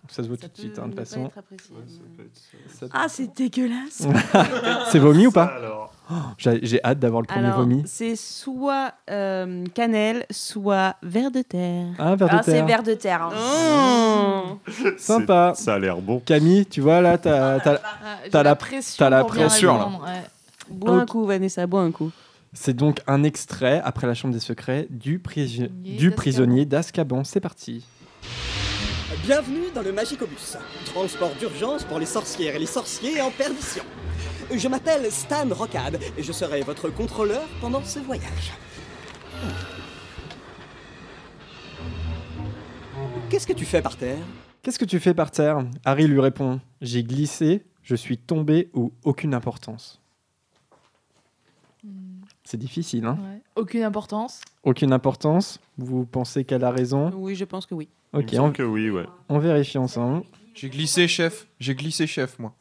A: Ça se voit tout de suite, hein, de toute façon.
C: Ah, c'est dégueulasse.
A: C'est vomi ou pas
E: Alors,
A: J'ai j'ai hâte d'avoir le premier
D: Alors,
A: vomi.
D: c'est soit euh, cannelle, soit verre de terre.
A: Ah, un verre de
J: Ah, c'est
A: terre.
J: vers de terre. hein.
A: Sympa.
E: c'est- Ça a l'air bon.
A: Camille, tu vois, là, t'as- t'as- T'as la-
F: pression.
A: t'as la
F: pour bien hein.
B: pression, là.
F: répondre, ouais.
D: Bois un
A: Ok.
D: coup, Vanessa, bois un coup.
A: c'est donc un extrait, après la Chambre des Secrets, du, prisi-
F: Prisonnier
A: du
F: d'Azkaban.
A: prisonnier d'Azkaban. C'est parti.
G: Bienvenue dans le Magicobus, transport d'urgence pour les sorcières et les sorciers en perdition. Je m'appelle Stan Rocade et je serai votre contrôleur pendant ce voyage. Qu'est-ce que tu fais par terre
A: Qu'est-ce que tu fais par terre Harry lui répond J'ai glissé, je suis tombé ou aucune importance.
F: Mm,
A: C'est difficile, hein
F: ouais. Aucune importance.
A: Aucune importance Vous pensez qu'elle a raison
D: Oui, je pense que oui.
A: Ok,
E: Il me
A: on,
E: semble que oui, ouais.
A: on vérifie ensemble.
B: J'ai glissé, chef. J'ai glissé, chef, moi.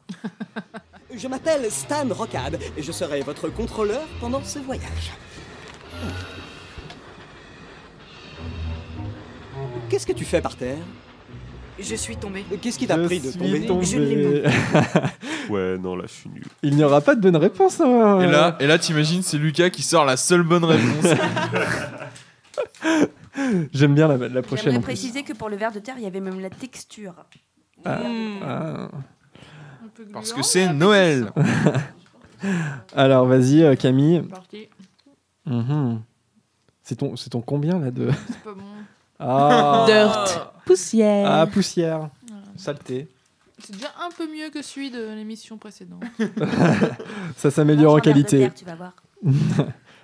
G: Je m'appelle Stan Rocade et je serai votre contrôleur pendant ce voyage. Qu'est-ce que tu fais par terre
J: Je suis tombée.
G: Qu'est-ce qui t'a
A: Je
G: pris de
A: suis
G: tomber
A: tombé.
J: Je l'ai
E: Ouais, non, là, je suis nul.
A: Il n'y aura pas de bonne réponse. hein.
B: Et là, et là t'imagines, c'est Lucas qui sort la seule bonne réponse.
A: J'aime bien la, la prochaine.
J: J'aimerais
A: en plus.
J: préciser que pour le verre de terre, il y avait même la texture.
A: Ah.
B: Parce que c'est Noël.
A: <laughs> Alors, vas-y, euh, Camille.
F: Parti.
A: Mhm. C'est ton, c'est ton combien, là, de...
F: C'est pas bon.
J: <laughs>
A: Ah.
D: Dirt. Poussière.
A: Ah, poussière. Saleté.
F: C'est déjà un peu mieux que celui de l'émission précédente.
A: Ça s'améliore en
C: Mange un verre de
A: qualité.
C: terre, tu vas voir.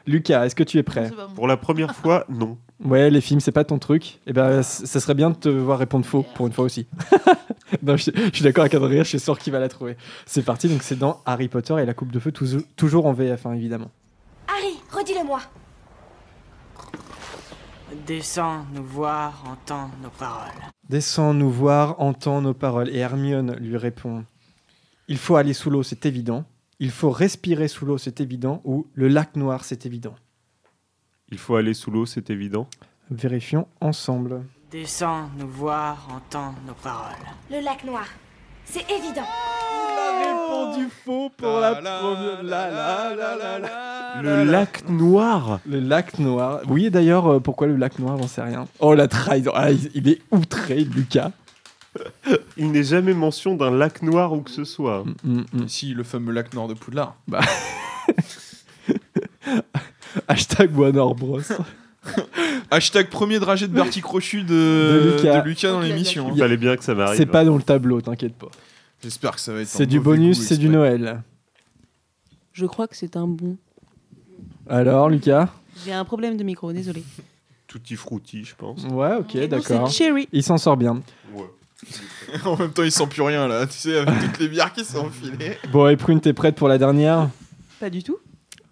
A: Lucas, est-ce que tu es prêt
F: C'est pas bon.
E: Pour la <laughs> première fois, non.
A: Ouais, les films, c'est pas ton truc. Eh ben, c- ça serait bien de te voir répondre faux pour une fois aussi. <laughs> non, je, je suis d'accord avec Adrien, je suis sûr qu'il va la trouver. C'est parti, donc c'est dans Harry Potter et la Coupe de Feu, touzou- toujours en VF, hein, évidemment.
I: Harry, redis-le-moi
G: Descends nous voir, entends nos paroles.
A: Descends nous voir, entends nos paroles. Et Hermione lui répond Il faut aller sous l'eau, c'est évident. Il faut respirer sous l'eau, c'est évident. Ou le lac noir, c'est évident.
E: Il faut aller sous l'eau, c'est évident.
A: Vérifions ensemble.
G: Descends nous voir, entends nos paroles.
I: Le lac noir. C'est évident.
A: répondu faux <laughs> pour
B: La la la la la la.
E: Le lac noir
A: Le lac noir. Oui, et d'ailleurs, euh, pourquoi le lac noir J'en sais rien. Oh, la trahison. Ah, il, il est outré, Lucas.
E: Il n'est jamais mention d'un lac noir ou que ce soit.
A: Mm, mm, mm.
B: Si, le fameux lac noir de Poudlard.
A: Hashtag Boisnord Bros.
B: Hashtag premier dragé de Bertie Crochu de,
A: De Lucas.
B: de dans l'émission. hein.
E: Il fallait bien que ça m'arrive.
A: C'est pas dans le tableau, t'inquiète pas.
B: J'espère que ça va être.
A: hein. C'est
B: un
A: du
B: mauvais
A: bonus,
B: goût
A: c'est du
B: exprès.
A: Noël.
D: Je crois que c'est un bon.
A: Alors, Lucas
D: J'ai un problème de micro, désolé.
E: Tutti frutti, je pense.
A: Ouais, ok,
D: C'est
A: d'accord.
D: Cherry.
A: Il s'en sort bien.
B: <laughs> en même temps, il sent plus rien là, tu sais, avec toutes les bières qui sont enfilées.
A: Bon, et Prune, t'es prête pour la dernière
D: Pas du tout.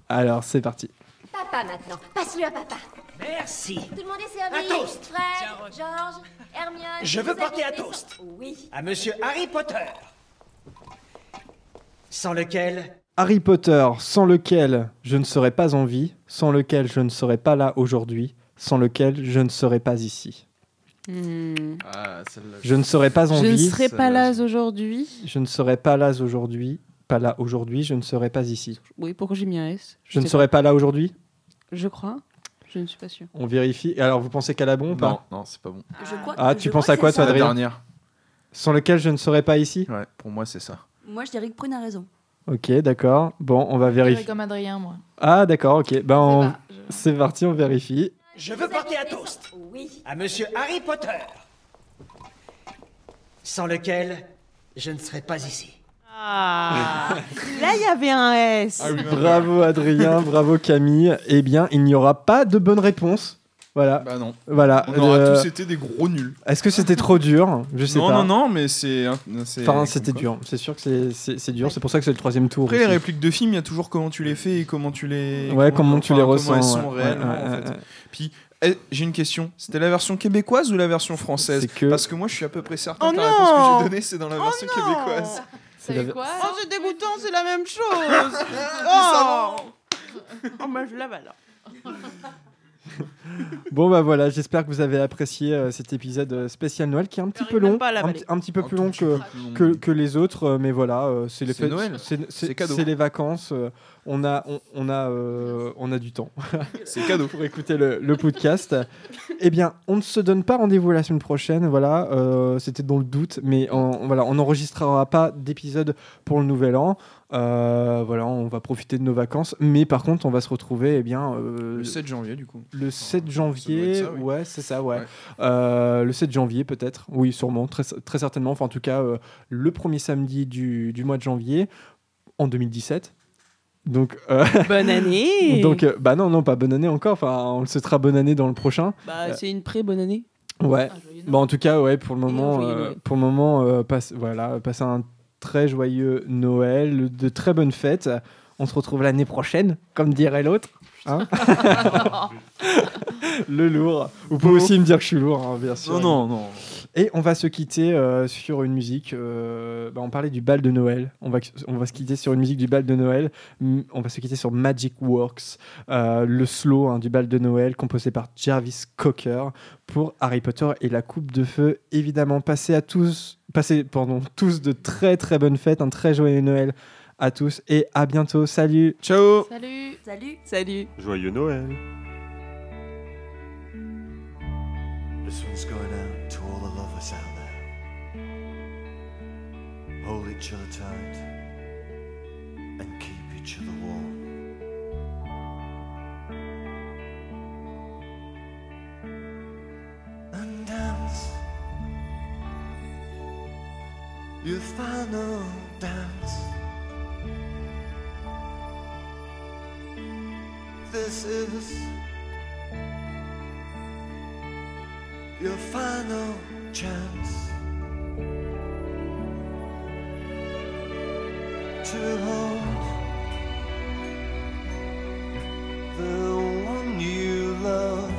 A: Alors, c'est parti.
I: Papa maintenant. Passe-le à papa.
G: Merci.
I: Tout le monde est servi.
G: Un toast.
I: Fred, Georges, Hermione.
G: Je veux
I: vous avez
G: porter un
I: des-
G: toast.
I: Oui.
G: À Monsieur Harry Potter. Sans lequel
A: Harry Potter, sans lequel je ne serais pas en vie, sans lequel je ne serais pas là aujourd'hui, sans lequel je ne serais pas ici.
B: Ah, celle-là.
A: Je ne serais pas en
D: Je ne
A: vie,
D: serai
B: ça
D: pas
B: va.
D: là
A: Euh,
D: aujourd'hui.
A: je ne serais pas là aujourd'hui, pas là aujourd'hui, je ne serais pas ici.
D: Oui, pourquoi j'ai mis un S
A: Je ne
D: sais
A: serais pas là aujourd'hui
D: pas. Je crois. Je ne suis pas sûre.
A: On vérifie. Et Alors, vous pensez qu'à la hein, bon ou pas
B: Non, non, c'est pas bon.
J: Je crois-
A: Ah,
J: je
A: tu
J: crois
A: penses à
J: que
A: quoi,
J: c'est
A: toi,
J: ça.
B: La
A: Adrien
B: dernière.
A: Sans lequel je ne serais pas ici
B: Ouais, pour moi, c'est ça.
J: Moi, je dirais que Prune a raison.
A: Ok, d'accord. Bon, on va
F: Je dirais
A: vérifier.
F: comme Adrien, moi.
A: Ah, d'accord, ok. Ben, on-
F: Ça va, je-
A: c'est parti, on vérifie.
G: je veux porter un toast
I: Oui.
G: à Monsieur Harry Potter. Sans lequel je ne serais pas ici.
D: Ah Là, il y avait un S.
B: Ah
A: Bravo Adrien, bravo Camille. Eh bien, il n'y aura pas de bonne réponse. Voilà,
B: Bah non.
A: voilà.
B: On aura
A: Euh,
B: tous été des gros nuls.
A: Est-ce que c'était trop dur Je sais
B: Non,
A: pas.
B: non, non, mais c'est. c'est-
A: Enfin,
B: comme
A: c'était
B: quoi.
A: dur. C'est sûr que c'est- c'est c'est dur. C'est pour ça que c'est le troisième tour.
B: Après, les
A: aussi.
B: répliques de films, il y a toujours comment tu les fais et comment tu les.
A: Ouais, comment tu
B: enfin,
A: les ressens
B: Comment elles sont
A: ouais.
B: réellement,
A: Ouais,
B: en
A: ouais,
B: fait.
A: ouais.
B: Eh, J'ai une question. C'était la version québécoise ou la version française
A: C'est que-
B: Parce que moi, je suis à peu près certain
D: Oh
B: que la
D: non
B: réponse que j'ai donnée, c'est dans la version québécoise.
A: C'est
F: C'est
A: la-
F: quoi
D: Oh, c'est dégoûtant, c'est la même chose. oh,
B: savant.
D: oh bah, je l'avale.
A: Bon bah voilà, j'espère que vous avez apprécié euh, cet épisode euh, spécial Noël qui est un petit
D: J'arrive
A: peu long,
D: même pas à
A: un,
D: l'avaler.
A: petit- un petit peu
B: Un
A: plus
B: tout
A: long
B: petit
A: que,
B: peu plus long.
A: que, que les autres, euh, mais voilà, euh, c'est les
B: C'est
A: fêtes,
B: Noël.
A: c'est-
B: C'est
A: c'est
B: cadeau.
A: c'est les vacances, euh, on a on, on a euh, on a du temps
B: C'est cadeau.
A: pour écouter le, le podcast. eh bien, on ne se donne pas rendez-vous la semaine prochaine. Voilà, euh, c'était dans le doute, mais on, voilà, on n'enregistrera pas d'épisode pour le nouvel an. Euh, voilà, on va profiter de nos vacances, mais par contre, on va se retrouver, eh bien, euh,
B: Le 7 janvier, du coup.
A: le 7
B: doit
A: janvier,
B: être ça, oui.
A: ouais, c'est ça, ouais.
B: Ouais.
A: Euh, le 7 janvier, peut-être, oui, sûrement, très, très certainement. Enfin, en tout cas, euh, le premier samedi du, du mois de janvier en 2017. Donc, euh,
D: Bonne année.
A: donc euh, bah non, non, pas bonne année encore. Enfin, on le souhaitera bonne année dans le prochain.
D: bah, c'est une très bonne année.
A: Ouais.
F: Ah,
A: Bah, en tout cas, ouais, pour le moment,
D: joyeux
A: euh,
D: Noël.
A: pour le moment, euh, passe, voilà, passez un très joyeux Noël, de très bonnes fêtes. On se retrouve l'année prochaine, comme dirait l'autre. hein. le lourd. Vous pouvez aussi me dire que je suis lourd, hein, bien sûr.
B: Non, non, non.
A: Et on va se quitter euh, sur une musique. euh, bah, on parlait du bal de Noël. On va, on va se quitter sur une musique du bal de Noël. Mm, On va se quitter sur Magic Works, euh, le slow hein, du bal de Noël, composé par Jarvis Cocker pour Harry Potter et la Coupe de Feu. Évidemment, passez à tous, passez, pardon, tous de très très bonnes fêtes, un très joyeux Noël à tous et à bientôt. Salut!
B: Ciao
F: <laughs> Salut
J: Salut
D: Salut.
E: Joyeux Noël.
G: This one's going out to all the lovers out there. Hold each other tight and keep each other warm. And dance your final dance. This is. your final chance to hold the one you love.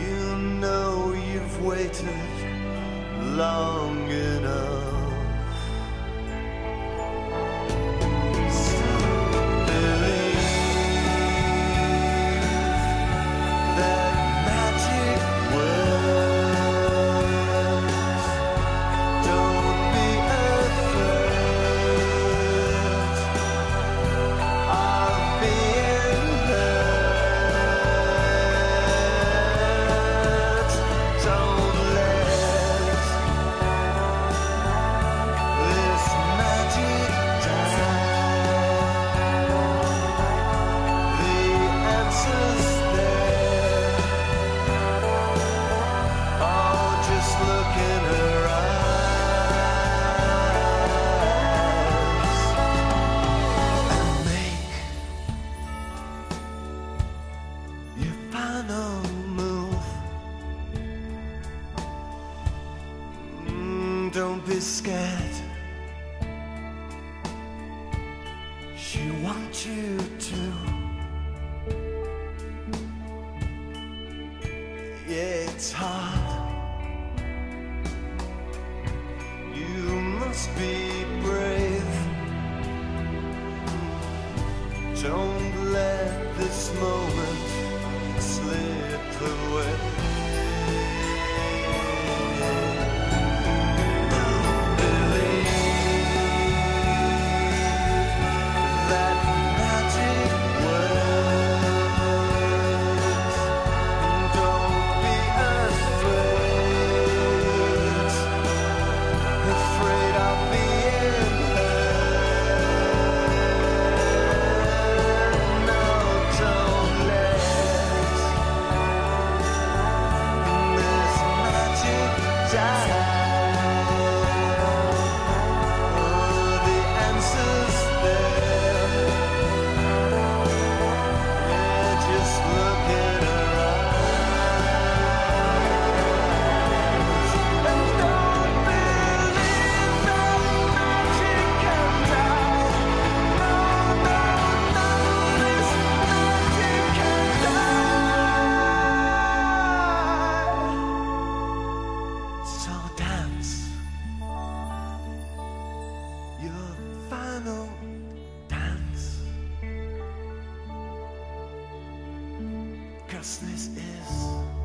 G: You know you've waited long enough. Still believe. That magic words. Don't be afraid. Mm, biscuit. She wants you to. Yeah, it's hard. You must be brave. Don't let this moment slip away. That magic word. Don't be afraid, afraid of being hurt. No, don't let this magic die. Oh, the answer's there. Yeah, just look in her eyes and don't believe that magic can die. No, no, no, this magic can die. So dance your final dance. Cause this is.